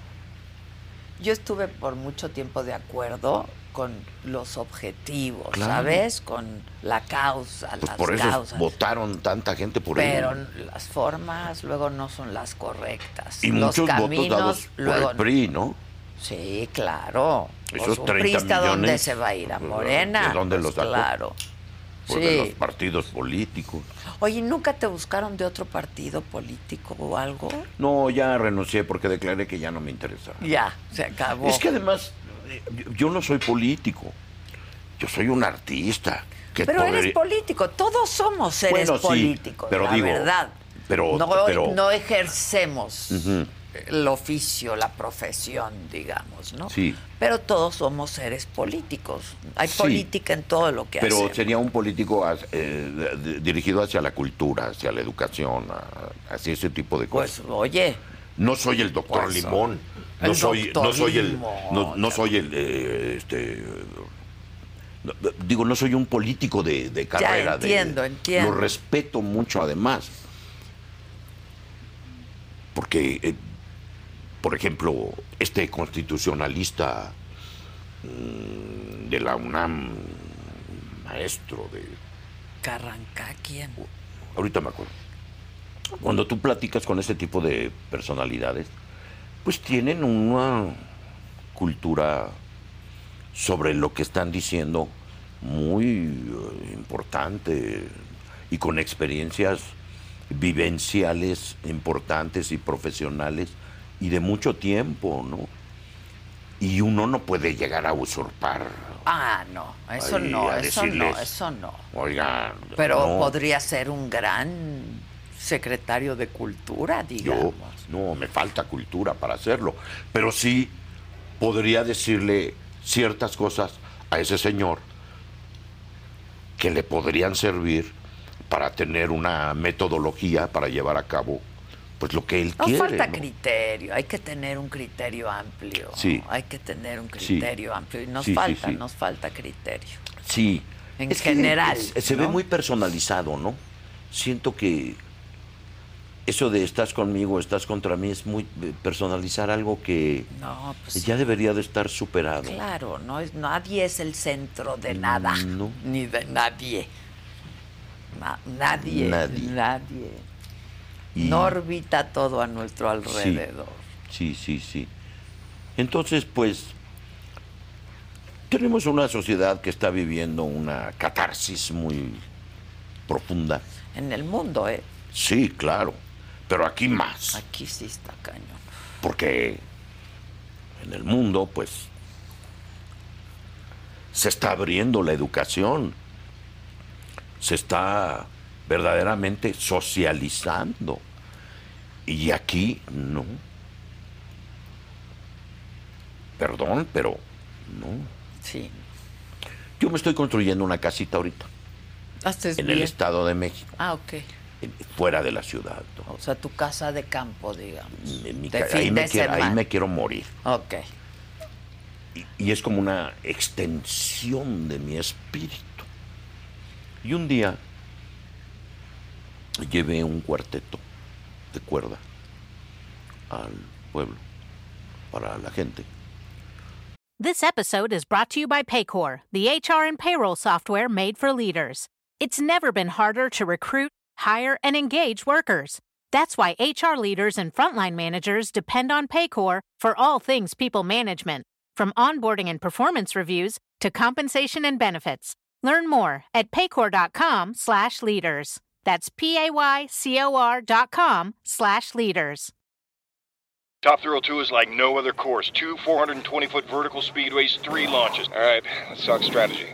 Speaker 2: Yo estuve por mucho tiempo de acuerdo con los objetivos,
Speaker 3: Claro.
Speaker 2: ¿sabes? Con la causa,
Speaker 3: Pues
Speaker 2: las
Speaker 3: por eso
Speaker 2: causas.
Speaker 3: votaron tanta gente por
Speaker 2: pero
Speaker 3: él.
Speaker 2: las formas luego no son las correctas.
Speaker 3: Y
Speaker 2: los
Speaker 3: muchos votos
Speaker 2: caminos
Speaker 3: dados
Speaker 2: luego
Speaker 3: por el PRI, ¿no?
Speaker 2: Sí, claro. Pues
Speaker 3: Esos
Speaker 2: un
Speaker 3: 30
Speaker 2: priista, ¿dónde
Speaker 3: millones?
Speaker 2: se va a ir? ¿A
Speaker 3: ¿De
Speaker 2: Morena?
Speaker 3: dónde
Speaker 2: Pues
Speaker 3: los sacó?
Speaker 2: Claro.
Speaker 3: Por
Speaker 2: Sí.
Speaker 3: de los partidos políticos.
Speaker 2: Oye, ¿y ¿nunca te buscaron de otro partido político o algo?
Speaker 3: No, ya renuncié porque declaré que ya no me interesaba.
Speaker 2: Ya, se acabó.
Speaker 3: Es que además, eh, yo- yo no soy político. Yo soy un artista. que
Speaker 2: Pero eres
Speaker 3: tolere-
Speaker 2: político, todos somos seres
Speaker 3: Bueno, sí,
Speaker 2: políticos,
Speaker 3: pero
Speaker 2: la
Speaker 3: digo,
Speaker 2: verdad.
Speaker 3: pero-
Speaker 2: no,
Speaker 3: pero-
Speaker 2: no ejercemos el oficio, la profesión, digamos, ¿no?
Speaker 3: Sí.
Speaker 2: Pero todos somos seres políticos. Hay
Speaker 3: Sí.
Speaker 2: política en todo lo que
Speaker 3: Pero
Speaker 2: hacemos.
Speaker 3: sería un político as- eh, de- de- dirigido hacia la cultura, hacia la educación, a- hacia ese tipo de cosas.
Speaker 2: Pues, oye,
Speaker 3: no soy el doctor
Speaker 2: pues,
Speaker 3: Limón.
Speaker 2: el
Speaker 3: No soy, no soy el.
Speaker 2: doctor
Speaker 3: No, no
Speaker 2: Limón.
Speaker 3: soy el. eh, este, eh, no, digo, no soy un político de, de carrera. de-
Speaker 2: entiendo, entiendo.
Speaker 3: Lo respeto mucho, además. Porque, eh, por ejemplo, este constitucionalista mm, de la UNAM, maestro de
Speaker 2: Carranca, ¿quién?
Speaker 3: ahorita me acuerdo. Cuando tú platicas con ese tipo de personalidades, pues tienen una cultura sobre lo que están diciendo muy eh, importante y con experiencias vivenciales importantes y profesionales y de mucho tiempo, ¿no? Y uno no puede llegar a usurpar.
Speaker 2: Ah, no, eso
Speaker 3: ahí
Speaker 2: no,
Speaker 3: a
Speaker 2: eso no,
Speaker 3: decirles,
Speaker 2: eso no.
Speaker 3: Oiga,
Speaker 2: Pero
Speaker 3: no,
Speaker 2: podría ser un gran secretario de cultura,
Speaker 3: Yo,
Speaker 2: digamos.
Speaker 3: no, me falta cultura para hacerlo. Pero sí podría decirle ciertas cosas a ese señor que le podrían servir para tener una metodología para llevar a cabo pues lo que él
Speaker 2: No
Speaker 3: quiere.
Speaker 2: falta
Speaker 3: ¿no?
Speaker 2: criterio, hay que tener un criterio amplio.
Speaker 3: Sí.
Speaker 2: Hay que tener un
Speaker 3: Sí.
Speaker 2: criterio amplio. Y nos
Speaker 3: Sí, sí,
Speaker 2: falta,
Speaker 3: sí.
Speaker 2: nos falta criterio.
Speaker 3: Sí.
Speaker 2: En
Speaker 3: que
Speaker 2: general,
Speaker 3: es- se
Speaker 2: ¿no?
Speaker 3: ve muy personalizado, ¿no? Siento que eso de estás conmigo, estás contra mí es muy eh, personalizar algo que
Speaker 2: No, pues
Speaker 3: ya debería de estar superado.
Speaker 2: claro, no es, nadie es el centro de nada.
Speaker 3: No.
Speaker 2: Ni de nadie. Na- nadie. Nadie.
Speaker 3: Nadie. Y-
Speaker 2: No orbita todo a nuestro alrededor.
Speaker 3: Sí, sí, sí. Entonces, pues, tenemos una sociedad que está viviendo una catarsis muy profunda.
Speaker 2: En el mundo, ¿eh?
Speaker 3: Sí, claro, pero aquí más,
Speaker 2: Aquí sí está cañón.
Speaker 3: porque en el mundo, pues, se está abriendo la educación, se está verdaderamente socializando, y aquí no. Perdón, pero no.
Speaker 2: Sí.
Speaker 3: Yo me estoy construyendo una casita ahorita,
Speaker 2: Haces
Speaker 3: en el
Speaker 2: bien.
Speaker 3: Estado de México,
Speaker 2: Ah, ok.
Speaker 3: en- fuera de la ciudad. ¿no?
Speaker 2: O sea, tu casa de campo, digamos.
Speaker 3: En mi
Speaker 2: De
Speaker 3: ca-
Speaker 2: fin
Speaker 3: ahí, me
Speaker 2: de
Speaker 3: quiero, ahí
Speaker 2: semana.
Speaker 3: me quiero morir.
Speaker 2: Ok.
Speaker 3: Y, y es como una extensión de mi espíritu. Y un día llevé un cuarteto de cuerda al pueblo, para la gente.
Speaker 1: This episode is brought to you by Paycor, the HR and payroll software made for leaders. It's never been harder to recruit, hire, and engage workers. That's why HR leaders and frontline managers depend on Paycor for all things people management, from onboarding and performance reviews to compensation and benefits. Learn more at paycor.com slash leaders. That's P-A-Y-C-O-R dot com slash leaders.
Speaker 4: Top Thrill 2 is like no other course. Two 420 foot vertical speedways, three launches.
Speaker 5: All right, let's talk strategy.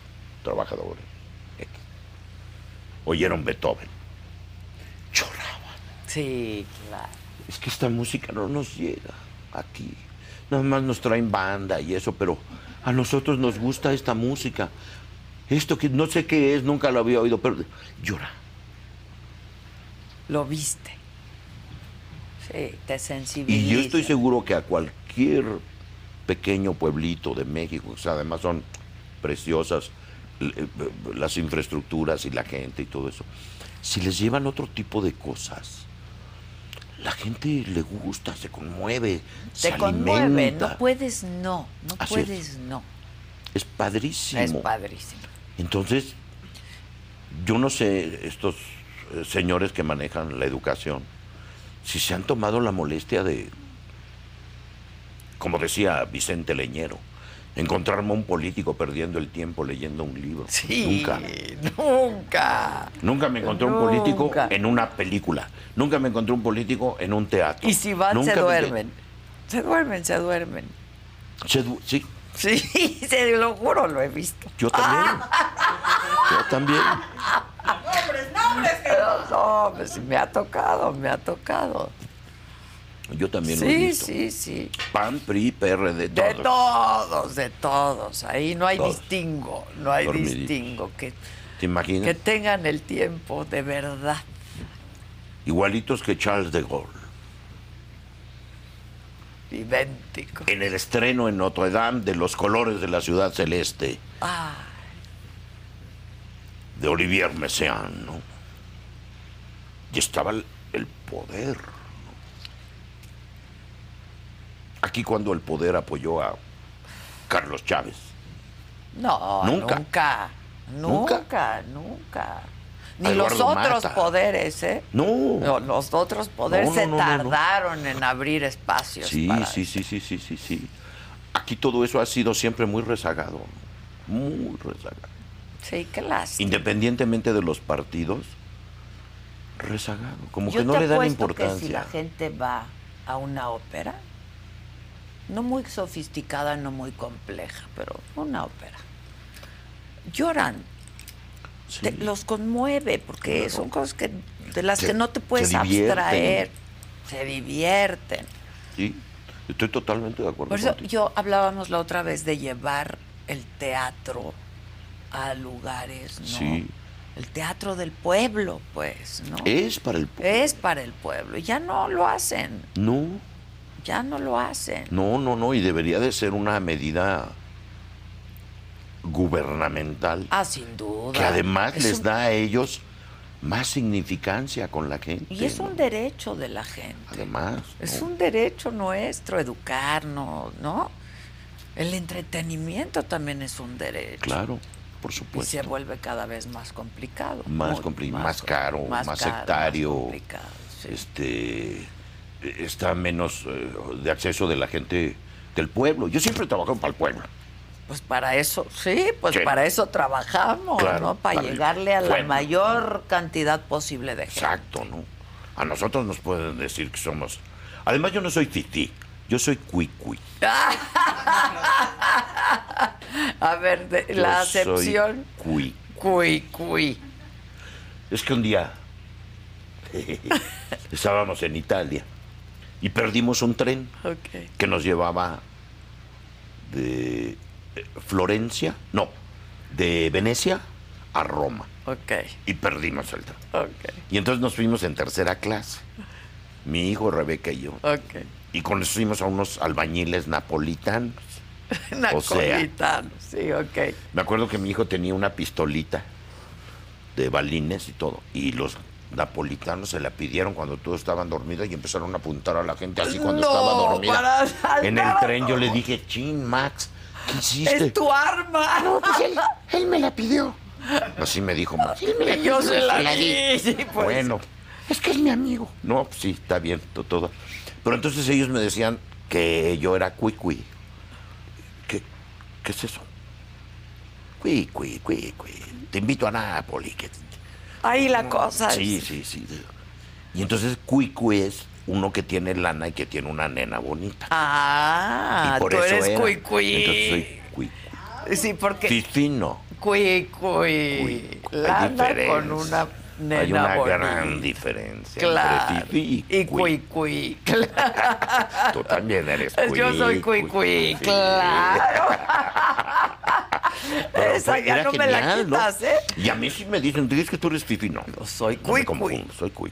Speaker 3: trabajadores. Oyeron Beethoven. Lloraban.
Speaker 2: Sí, claro.
Speaker 3: Es que esta música no nos llega aquí. Nada más nos traen banda y eso, pero a nosotros nos gusta esta música. Esto que no sé qué es, nunca lo había oído, pero llora.
Speaker 2: Lo viste. Sí, te sensibiliza.
Speaker 3: Y yo estoy seguro que a cualquier pequeño pueblito de México, o sea, además son preciosas l- eh, b- las infraestructuras y la gente y todo eso, si les llevan otro tipo de cosas, la gente le gusta, se conmueve, se
Speaker 2: Te conmueve,
Speaker 3: alimenta.
Speaker 2: no puedes no, no
Speaker 3: Así es.
Speaker 2: puedes no.
Speaker 3: Es padrísimo.
Speaker 2: Es padrísimo.
Speaker 3: Entonces, yo no sé, estos eh, señores que manejan la educación, si se han tomado la molestia de, como decía Vicente Leñero, encontrarme a un político perdiendo el tiempo leyendo un libro.
Speaker 2: Sí,
Speaker 3: Nunca.
Speaker 2: nunca.
Speaker 3: Nunca me encontré un político
Speaker 2: Nunca.
Speaker 3: en una película. Nunca me encontré un político en un teatro.
Speaker 2: Y si van,
Speaker 3: Nunca
Speaker 2: se
Speaker 3: me-
Speaker 2: duermen. Se duermen, se duermen.
Speaker 3: Se du- sí,
Speaker 2: Sí, se lo juro, lo he visto.
Speaker 3: yo también. Yo también.
Speaker 7: Nombres, nombres, que
Speaker 2: No, pues me ha tocado, me ha tocado.
Speaker 3: Yo también lo he
Speaker 2: Sí,
Speaker 3: visto.
Speaker 2: sí, sí.
Speaker 3: PAN, PRI, PRD,
Speaker 2: De
Speaker 3: todo.
Speaker 2: todos, de todos. Ahí no hay
Speaker 3: Todos.
Speaker 2: distingo, no hay
Speaker 3: Dormiditos.
Speaker 2: distingo. Que,
Speaker 3: ¿Te imaginas?
Speaker 2: que tengan el tiempo, de verdad.
Speaker 3: igualitos que Charles de Gaulle.
Speaker 2: Idéntico.
Speaker 3: En el estreno en Notre Dame de Los Colores de la Ciudad Celeste. De Olivier Messiaen, ¿no? Y estaba el, el poder. ¿no? Aquí cuando el poder apoyó a Carlos Chávez.
Speaker 2: No,
Speaker 3: Nunca.
Speaker 2: nunca. Nunca,
Speaker 3: Nunca.
Speaker 2: nunca. Ni
Speaker 3: A Eduardo
Speaker 2: los otros
Speaker 3: Mata.
Speaker 2: poderes, ¿eh?
Speaker 3: No.
Speaker 2: No, los otros poderes
Speaker 3: No, no,
Speaker 2: se
Speaker 3: no, no, no.
Speaker 2: tardaron en abrir espacios.
Speaker 3: Sí,
Speaker 2: para-
Speaker 3: sí, sí, sí, sí, sí, sí. Aquí todo eso ha sido siempre muy rezagado. ¿no? Muy rezagado.
Speaker 2: Sí, qué lástima.
Speaker 3: independientemente de los partidos, rezagado, como
Speaker 2: Yo
Speaker 3: que no
Speaker 2: te
Speaker 3: le dan
Speaker 2: apuesto que si
Speaker 3: importancia.
Speaker 2: la gente va a una ópera, no muy sofisticada, no muy compleja, pero una ópera, lloran,
Speaker 3: Sí.
Speaker 2: te- los conmueve, porque son cosas que de las
Speaker 3: Se-
Speaker 2: que no te
Speaker 3: se
Speaker 2: puedes
Speaker 3: divierten.
Speaker 2: abstraer, se divierten.
Speaker 3: Sí, estoy totalmente de acuerdo.
Speaker 2: Por eso
Speaker 3: contigo.
Speaker 2: yo hablábamos la otra vez de llevar el teatro a lugares, ¿no?
Speaker 3: Sí.
Speaker 2: El teatro del pueblo, pues, ¿no?
Speaker 3: Es para el pueblo.
Speaker 2: Es para el pueblo. y Ya no lo hacen.
Speaker 3: No,
Speaker 2: Ya no lo hacen.
Speaker 3: no, no, no, y debería de ser una medida gubernamental
Speaker 2: Ah, sin duda.
Speaker 3: que además
Speaker 2: Es
Speaker 3: les
Speaker 2: un-
Speaker 3: da a ellos más significancia con la gente.
Speaker 2: Y es
Speaker 3: ¿no?
Speaker 2: un derecho de la gente.
Speaker 3: Además.
Speaker 2: Es
Speaker 3: ¿no?
Speaker 2: un derecho nuestro educarnos, ¿no? El entretenimiento también es un derecho.
Speaker 3: Claro, por
Speaker 2: Y
Speaker 3: supuesto.
Speaker 2: se vuelve cada vez más complicado. Muy-
Speaker 3: más, compli- más, caro, más,
Speaker 2: caro,
Speaker 3: sectario,
Speaker 2: más complicado, sí.
Speaker 3: este, está menos eh, de acceso de la gente del pueblo. Yo siempre he trabajado para el pueblo.
Speaker 2: Pues para eso, sí, pues
Speaker 3: Sí.
Speaker 2: para eso trabajamos,
Speaker 3: Claro,
Speaker 2: ¿no? Para
Speaker 3: para el
Speaker 2: llegarle a la
Speaker 3: pueblo.
Speaker 2: mayor cantidad posible de gente.
Speaker 3: Exacto, ¿no? A nosotros nos pueden decir que somos. Además, yo no soy tití, yo soy cuicui.
Speaker 2: A ver, de-
Speaker 3: Yo
Speaker 2: la
Speaker 3: soy
Speaker 2: acepción.
Speaker 3: Cuy.
Speaker 2: Cuy, cuy.
Speaker 3: Es que un día estábamos en Italia y perdimos un tren
Speaker 2: Ok.
Speaker 3: que nos llevaba de eh, Florencia, no, de Venecia a Roma
Speaker 2: Ok,
Speaker 3: y perdimos el tren.
Speaker 2: ok,
Speaker 3: Y entonces nos fuimos en tercera clase, mi hijo, Rebeca y yo.
Speaker 2: ok.
Speaker 3: Y con eso fuimos a unos albañiles napolitanos.
Speaker 2: Napolitano, sí, ok.
Speaker 3: Me acuerdo que mi hijo tenía una pistolita de balines y todo. Y los napolitanos se la pidieron cuando todos estaban dormidos y empezaron a apuntar a la gente así cuando
Speaker 2: No,
Speaker 3: estaba dormida.
Speaker 2: para salvar
Speaker 3: en el
Speaker 2: a
Speaker 3: tren yo le dije, chin, Max, ¿qué hiciste?
Speaker 2: Es tu arma.
Speaker 3: pues él, él me la pidió. Así me dijo Max. Él me la
Speaker 2: Y yo
Speaker 3: pidió,
Speaker 2: se la di, sí, pues.
Speaker 3: Bueno, es que es mi amigo. No, pues sí, está bien, to- todo. Pero entonces ellos me decían que yo era cuicui. ¿Qué, ¿Qué es eso? Cui, cui, cui, cui. Te invito a Nápoli. que-
Speaker 2: Ahí la cosa.
Speaker 3: Sí,
Speaker 2: es-
Speaker 3: sí, sí. Y entonces cuicui es uno que tiene lana y que tiene una nena bonita.
Speaker 2: Ah,
Speaker 3: y por
Speaker 2: tú
Speaker 3: eso
Speaker 2: eres
Speaker 3: era.
Speaker 2: cuy, cuy.
Speaker 3: Entonces soy cuicui.
Speaker 2: Sí, porque
Speaker 3: Titi no.
Speaker 2: cuy,
Speaker 3: Uy,
Speaker 2: cuy.
Speaker 3: hay
Speaker 2: eh, Lana
Speaker 3: diferencia.
Speaker 2: con una nena
Speaker 3: Hay una
Speaker 2: bonita.
Speaker 3: gran diferencia
Speaker 2: Claro.
Speaker 3: entre tití
Speaker 2: Y cuy, cuy. Claro.
Speaker 3: Tú también eres cuy.
Speaker 2: Yo soy cuy, cuy. Claro.
Speaker 3: Pero
Speaker 2: Esa
Speaker 3: fue-
Speaker 2: ya
Speaker 3: era
Speaker 2: no me la
Speaker 3: genial, ¿no?
Speaker 2: quitas, ¿eh?
Speaker 3: Y a mí sí me dicen, dices que tú eres fifi, no.
Speaker 2: Yo soy
Speaker 3: No me
Speaker 2: cuy,
Speaker 3: confundo,
Speaker 2: cuy.
Speaker 3: soy cuy.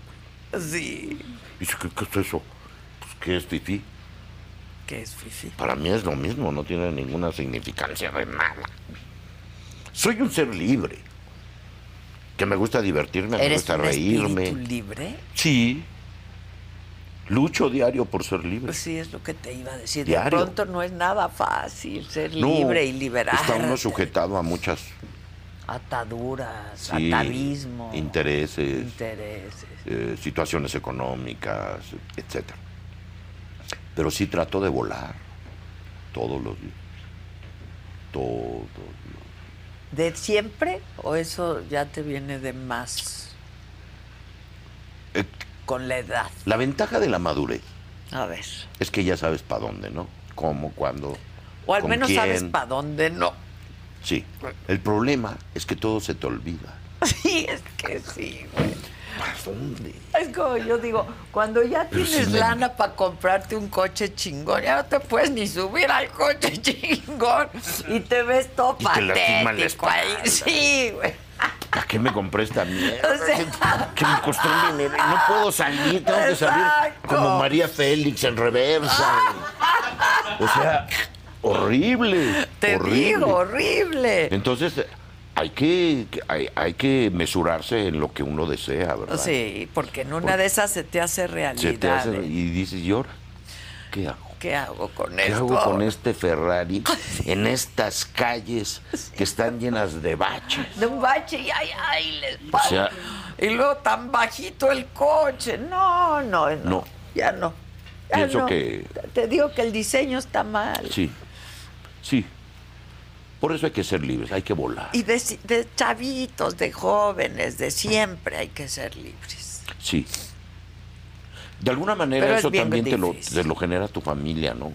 Speaker 2: Sí.
Speaker 3: Dice, ¿qué, qué es eso? Pues, ¿qué es fifi?
Speaker 2: ¿Qué es fifi?
Speaker 3: Para mí es lo mismo, no tiene ninguna significancia de nada. Soy un ser libre. Que me gusta divertirme, me
Speaker 2: ¿Eres
Speaker 3: gusta
Speaker 2: un
Speaker 3: reírme.
Speaker 2: espíritu libre?
Speaker 3: Sí. Lucho diario por ser libre.
Speaker 2: Pues Sí, es lo que te iba a decir.
Speaker 3: Diario.
Speaker 2: De pronto no es nada fácil ser
Speaker 3: No,
Speaker 2: libre y liberar.
Speaker 3: Está uno sujetado a muchas
Speaker 2: Ataduras,
Speaker 3: sí,
Speaker 2: atavismo.
Speaker 3: intereses,
Speaker 2: Intereses.
Speaker 3: eh, situaciones económicas, etcétera. Pero sí trato de volar todos los días. Todos los días.
Speaker 2: ¿De siempre o eso ya te viene de más
Speaker 3: Eh,
Speaker 2: con la edad?
Speaker 3: La ventaja de la madurez
Speaker 2: A ver.
Speaker 3: es que ya sabes para dónde, ¿no? Cómo, cuándo.
Speaker 2: O al
Speaker 3: con
Speaker 2: menos sabes
Speaker 3: quién.
Speaker 2: para dónde no.
Speaker 3: Sí. El problema es que todo se te olvida.
Speaker 2: Sí, es que sí, güey.
Speaker 3: ¿Para dónde?
Speaker 2: Es como yo digo, cuando ya
Speaker 3: Pero
Speaker 2: tienes
Speaker 3: sí me-
Speaker 2: lana para comprarte un coche chingón, ya no te puedes ni subir al coche chingón y te ves todo
Speaker 3: Y te lastima la
Speaker 2: patético ahí.
Speaker 3: espalda.
Speaker 2: Sí, güey.
Speaker 3: ¿Para qué me compré esta mierda?
Speaker 2: O sea-
Speaker 3: Que me costó un dinero. No puedo salir, tengo que salir
Speaker 2: Exacto.
Speaker 3: como María Félix en reversa. O sea, horrible.
Speaker 2: Te
Speaker 3: horrible.
Speaker 2: digo, horrible.
Speaker 3: Entonces, eh, hay que, que- hay, hay que mesurarse en lo que uno desea, ¿verdad?
Speaker 2: Sí, porque en una de esas se te hace realidad.
Speaker 3: Se te hace,
Speaker 2: ¿eh?
Speaker 3: y dices, ¿y ahora qué hago?
Speaker 2: ¿Qué hago con
Speaker 3: ¿Qué
Speaker 2: esto?
Speaker 3: hago con este Ferrari en estas calles que están llenas de baches?
Speaker 2: De un bache y ay, ay, les
Speaker 3: O sea-
Speaker 2: Y luego tan bajito el coche. No, no, no.
Speaker 3: No.
Speaker 2: Ya no. Ya
Speaker 3: Pienso
Speaker 2: no.
Speaker 3: que-
Speaker 2: Te digo que el diseño está mal.
Speaker 3: Sí, sí. Por eso hay que ser libres, hay que volar.
Speaker 2: Y de, ci- de chavitos, de jóvenes, de siempre hay que ser libres.
Speaker 3: Sí. De alguna manera
Speaker 2: Pero es
Speaker 3: eso
Speaker 2: bien
Speaker 3: también te lo,
Speaker 2: difícil.
Speaker 3: te lo genera tu familia, ¿no?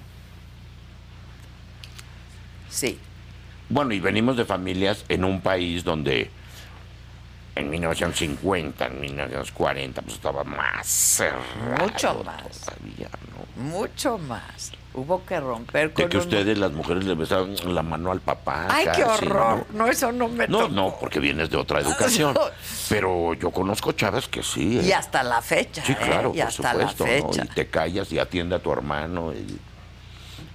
Speaker 2: Sí.
Speaker 3: Bueno, y venimos de familias en un país donde en 1950, en 1940, pues estaba más cerrado.
Speaker 2: Mucho más.
Speaker 3: Todavía, ¿no?
Speaker 2: Mucho más. Hubo que romper con
Speaker 3: De que
Speaker 2: un-
Speaker 3: ustedes, las mujeres, le besaban la mano al papá.
Speaker 2: Ay, qué
Speaker 3: casi,
Speaker 2: horror.
Speaker 3: ¿no?
Speaker 2: No, eso no me
Speaker 3: No,
Speaker 2: tocó.
Speaker 3: no, porque vienes de otra educación. Pero yo conozco chavas que sí.
Speaker 2: Y
Speaker 3: ¿eh?
Speaker 2: hasta la fecha.
Speaker 3: Sí,
Speaker 2: ¿eh?
Speaker 3: claro,
Speaker 2: Y
Speaker 3: por
Speaker 2: hasta
Speaker 3: supuesto,
Speaker 2: la
Speaker 3: ¿no?
Speaker 2: fecha.
Speaker 3: Y te callas y atiende a tu hermano y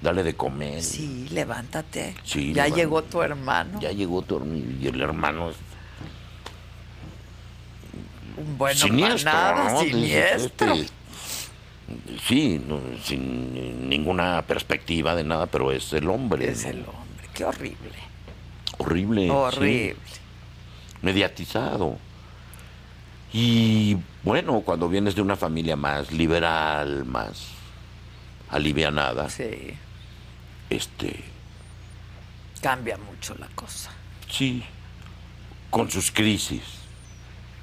Speaker 3: dale de comer.
Speaker 2: Sí, levántate.
Speaker 3: Sí,
Speaker 2: ya
Speaker 3: levan-
Speaker 2: llegó tu hermano.
Speaker 3: Ya llegó tu hermano y el hermano es
Speaker 2: un buen
Speaker 3: siniestro,
Speaker 2: manada,
Speaker 3: ¿no? Dices,
Speaker 2: siniestro.
Speaker 3: este, sí, no, sin ninguna perspectiva de nada, pero es el hombre.
Speaker 2: Es
Speaker 3: ¿no?
Speaker 2: el hombre. Qué horrible.
Speaker 3: Horrible. sí.
Speaker 2: horrible.
Speaker 3: mediatizado. Y bueno, cuando vienes de una familia más liberal, más alivianada,
Speaker 2: Sí.
Speaker 3: este,
Speaker 2: Cambia mucho la cosa.
Speaker 3: sí, con sus crisis,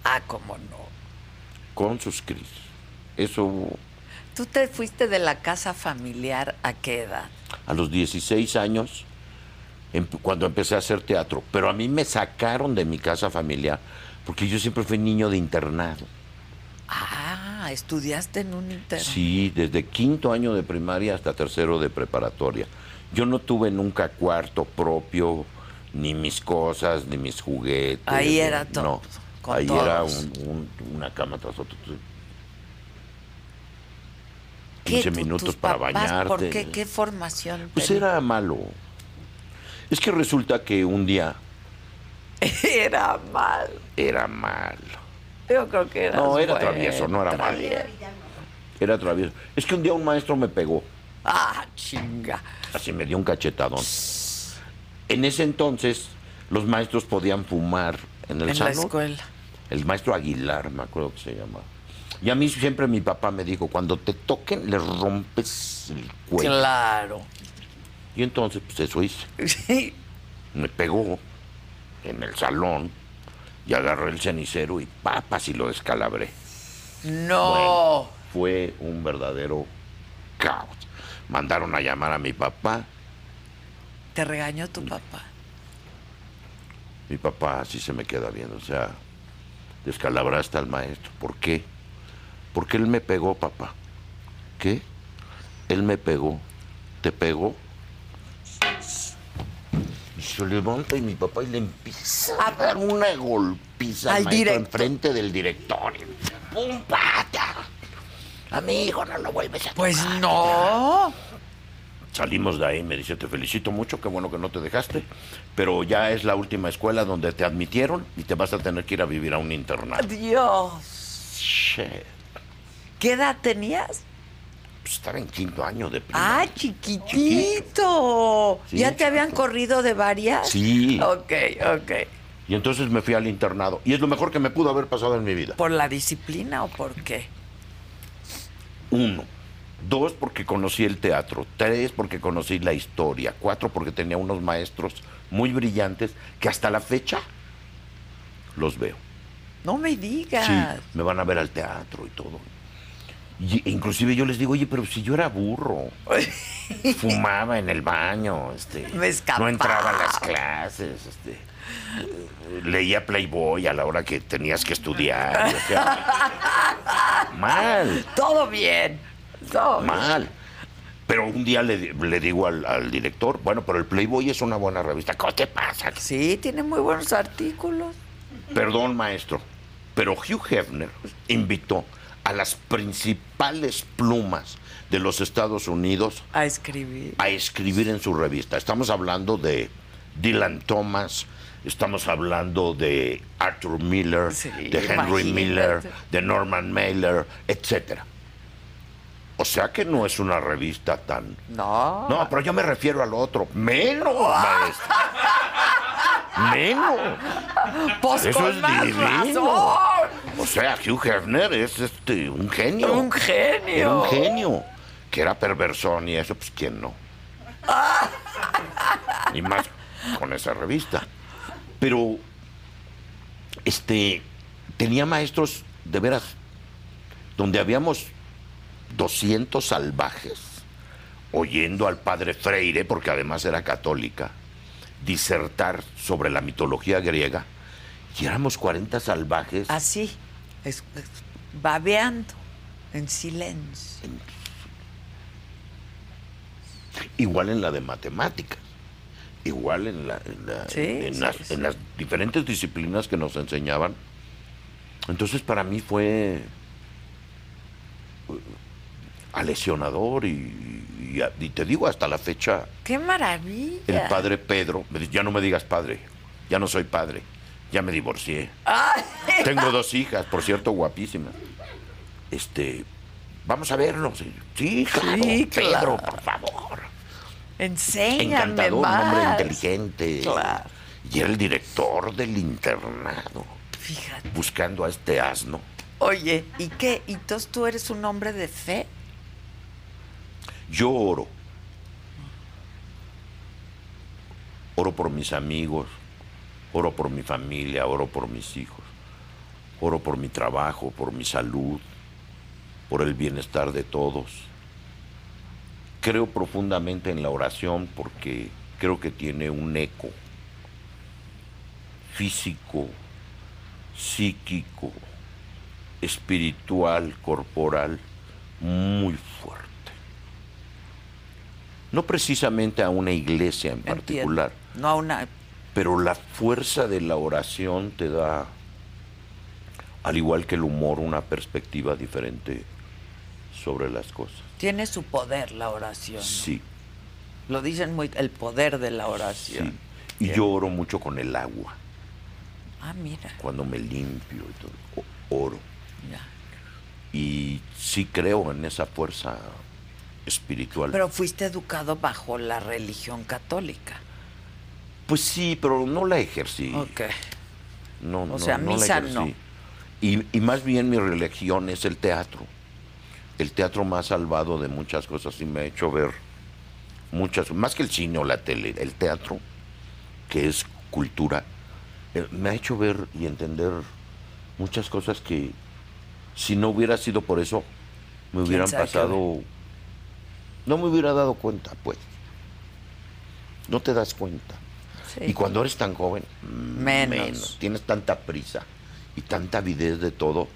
Speaker 2: Ah, cómo no.
Speaker 3: con sus crisis. Eso hubo
Speaker 2: ¿Tú te fuiste de la casa familiar a qué edad?
Speaker 3: a los 16 años, em- cuando empecé a hacer teatro. Pero a mí me sacaron de mi casa familiar, porque yo siempre fui niño de internado.
Speaker 2: Ah, estudiaste en un internado.
Speaker 3: Sí, desde quinto año de primaria hasta tercero de preparatoria. Yo no tuve nunca cuarto propio, ni mis cosas, ni mis juguetes.
Speaker 2: Ahí
Speaker 3: ni-
Speaker 2: era todo,
Speaker 3: No,
Speaker 2: con
Speaker 3: ahí era
Speaker 2: todos.
Speaker 3: un- un- una cama tras otra. tu-
Speaker 2: ¿Qué,
Speaker 3: 15
Speaker 2: tu-
Speaker 3: minutos
Speaker 2: tus
Speaker 3: para
Speaker 2: papás,
Speaker 3: bañarte.
Speaker 2: ¿Por qué? ¿Qué formación?
Speaker 3: Pues
Speaker 2: tenían?
Speaker 3: era malo. Es que resulta que un día
Speaker 2: Era mal.
Speaker 3: era malo.
Speaker 2: Yo creo que era.
Speaker 3: No, era travieso, no era malo. Era travieso. Es que un día un maestro me pegó.
Speaker 2: Ah, chinga.
Speaker 3: Así me dio un cachetadón. En ese entonces, los maestros podían fumar en
Speaker 2: En
Speaker 3: el
Speaker 2: la
Speaker 3: salón.
Speaker 2: escuela.
Speaker 3: El maestro Aguilar, me acuerdo que se llamaba. Y a mí siempre mi papá me dijo, cuando te toquen, le rompes el cuello.
Speaker 2: Claro.
Speaker 3: Y entonces, pues eso hice.
Speaker 2: Sí.
Speaker 3: Me pegó en el salón y agarré el cenicero y papas y lo descalabré.
Speaker 2: No.
Speaker 3: Fue un verdadero caos. Mandaron a llamar a mi papá.
Speaker 2: Te regañó tu papá.
Speaker 3: Mi papá así se me queda viendo, o sea, descalabraste al maestro. ¿Por qué? Porque él me pegó, papá. ¿Qué? Él me pegó. ¿Te pegó? Y se levanta y mi papá y le empieza a dar una golpiza
Speaker 2: Al
Speaker 3: al maestro
Speaker 2: directo.
Speaker 3: enfrente del directorio. ¡Pum, pata! Amigo, no lo vuelves a
Speaker 2: Pues
Speaker 3: tocar.
Speaker 2: no.
Speaker 3: Salimos de ahí, me dice, te felicito mucho, qué bueno que no te dejaste, pero ya es la última escuela donde te admitieron y te vas a tener que ir a vivir a un internado.
Speaker 2: Dios.
Speaker 3: Shit.
Speaker 2: ¿Qué edad tenías?
Speaker 3: Pues estaba en quinto año de
Speaker 2: Ah,
Speaker 3: primaria.
Speaker 2: chiquitito.
Speaker 3: Sí,
Speaker 2: ¿Ya te habían
Speaker 3: chiquito.
Speaker 2: corrido de varias?
Speaker 3: Sí.
Speaker 2: Ok, ok.
Speaker 3: Y entonces me fui al internado. Y es lo mejor que me pudo haber pasado en mi vida.
Speaker 2: ¿Por la disciplina o por qué?
Speaker 3: Uno. Dos, porque conocí el teatro. Tres, porque conocí la historia. Cuatro, porque tenía unos maestros muy brillantes que hasta la fecha los veo.
Speaker 2: No me digas.
Speaker 3: Sí, me van a ver al teatro y todo. Y, e inclusive yo les digo, oye, pero si yo era burro, fumaba en el baño, este,
Speaker 2: Me escapaba.
Speaker 3: no entraba a las clases, este, eh, leía Playboy a la hora que tenías que estudiar. o sea, mal,
Speaker 2: Todo bien. Todo bien.
Speaker 3: mal. Pero un día le, le digo al, al director, bueno, pero el Playboy es una buena revista. ¿Qué te pasa?
Speaker 2: Sí, tiene muy buenos artículos.
Speaker 3: Perdón, maestro, pero Hugh Hefner invitó a las principales plumas de los Estados Unidos
Speaker 2: A escribir.
Speaker 3: a escribir en su revista. Estamos hablando de Dylan Thomas, estamos hablando de Arthur Miller,
Speaker 2: Sí,
Speaker 3: de Henry
Speaker 2: imagínate.
Speaker 3: Miller, de Norman Mailer, etc. O sea que no es una revista tan...
Speaker 2: No.
Speaker 3: No, pero yo me refiero al otro. Menos, maestro. Menos.
Speaker 2: Pues
Speaker 3: Eso
Speaker 2: con
Speaker 3: es
Speaker 2: más
Speaker 3: divino.
Speaker 2: razón.
Speaker 3: O sea, Hugh Hefner es este, un genio.
Speaker 2: Un genio.
Speaker 3: Era un genio. Que era perversón y eso, pues quién no. y más con esa revista. Pero, este, tenía maestros, de veras, donde habíamos 200 salvajes oyendo al padre Freire, porque además era católica, disertar sobre la mitología griega. Y éramos 40 salvajes.
Speaker 2: Así. es- es- babeando. En silencio.
Speaker 3: igual en la de matemáticas, igual en, la- en la-
Speaker 2: Sí,
Speaker 3: en
Speaker 2: sí,
Speaker 3: las,
Speaker 2: sí.
Speaker 3: en las diferentes disciplinas que nos enseñaban. Entonces para mí fue eh, alesionador y, y a- y te digo hasta la fecha,
Speaker 2: ¡Qué maravilla!
Speaker 3: el padre Pedro, me dice, ya no me digas padre, ya no soy padre, ya me divorcié. Tengo dos hijas, por cierto, guapísimas. Este, vamos a vernos. Sí, claro,
Speaker 2: Sí, claro.
Speaker 3: Pedro, por favor.
Speaker 2: Enséñame
Speaker 3: Encantador,
Speaker 2: más.
Speaker 3: un hombre inteligente.
Speaker 2: Claro.
Speaker 3: Y era el director del internado,
Speaker 2: Fíjate.
Speaker 3: buscando a este asno.
Speaker 2: Oye, ¿y qué? ¿Y entonces tú eres un hombre de fe?
Speaker 3: Yo oro. Oro por mis amigos, oro por mi familia, oro por mis hijos, oro por mi trabajo, por mi salud, por el bienestar de todos. Creo profundamente en la oración porque creo que tiene un eco físico, psíquico, espiritual, corporal, muy fuerte. No precisamente a una iglesia en
Speaker 2: Entiendo.
Speaker 3: particular,
Speaker 2: No a una.
Speaker 3: pero la fuerza de la oración te da, al igual que el humor, una perspectiva diferente sobre las cosas.
Speaker 2: Tiene su poder la oración.
Speaker 3: Sí,
Speaker 2: Lo dicen muy. El poder de la
Speaker 3: sí.
Speaker 2: oración.
Speaker 3: Y yo oro mucho con el agua,
Speaker 2: Ah, mira.
Speaker 3: cuando me limpio y todo, o- oro.
Speaker 2: ya.
Speaker 3: Y sí creo en esa fuerza espiritual.
Speaker 2: Pero fuiste educado bajo la religión católica.
Speaker 3: pues sí, pero no la ejercí.
Speaker 2: Ok.
Speaker 3: No,
Speaker 2: O
Speaker 3: no,
Speaker 2: sea,
Speaker 3: no la
Speaker 2: misa
Speaker 3: ejercí.
Speaker 2: no.
Speaker 3: Y, y más bien mi religión es el teatro. El teatro me ha salvado de muchas cosas y me ha hecho ver muchas, más que el cine o la tele, el teatro, que es cultura, eh, me ha hecho ver y entender muchas cosas que si no hubiera sido por eso, me hubieran
Speaker 2: sabe qué
Speaker 3: pasado, no me hubiera dado cuenta, pues. No te das cuenta.
Speaker 2: Sí.
Speaker 3: Y cuando eres tan joven,
Speaker 2: Menos.
Speaker 3: Tienes tanta prisa y tanta avidez de todo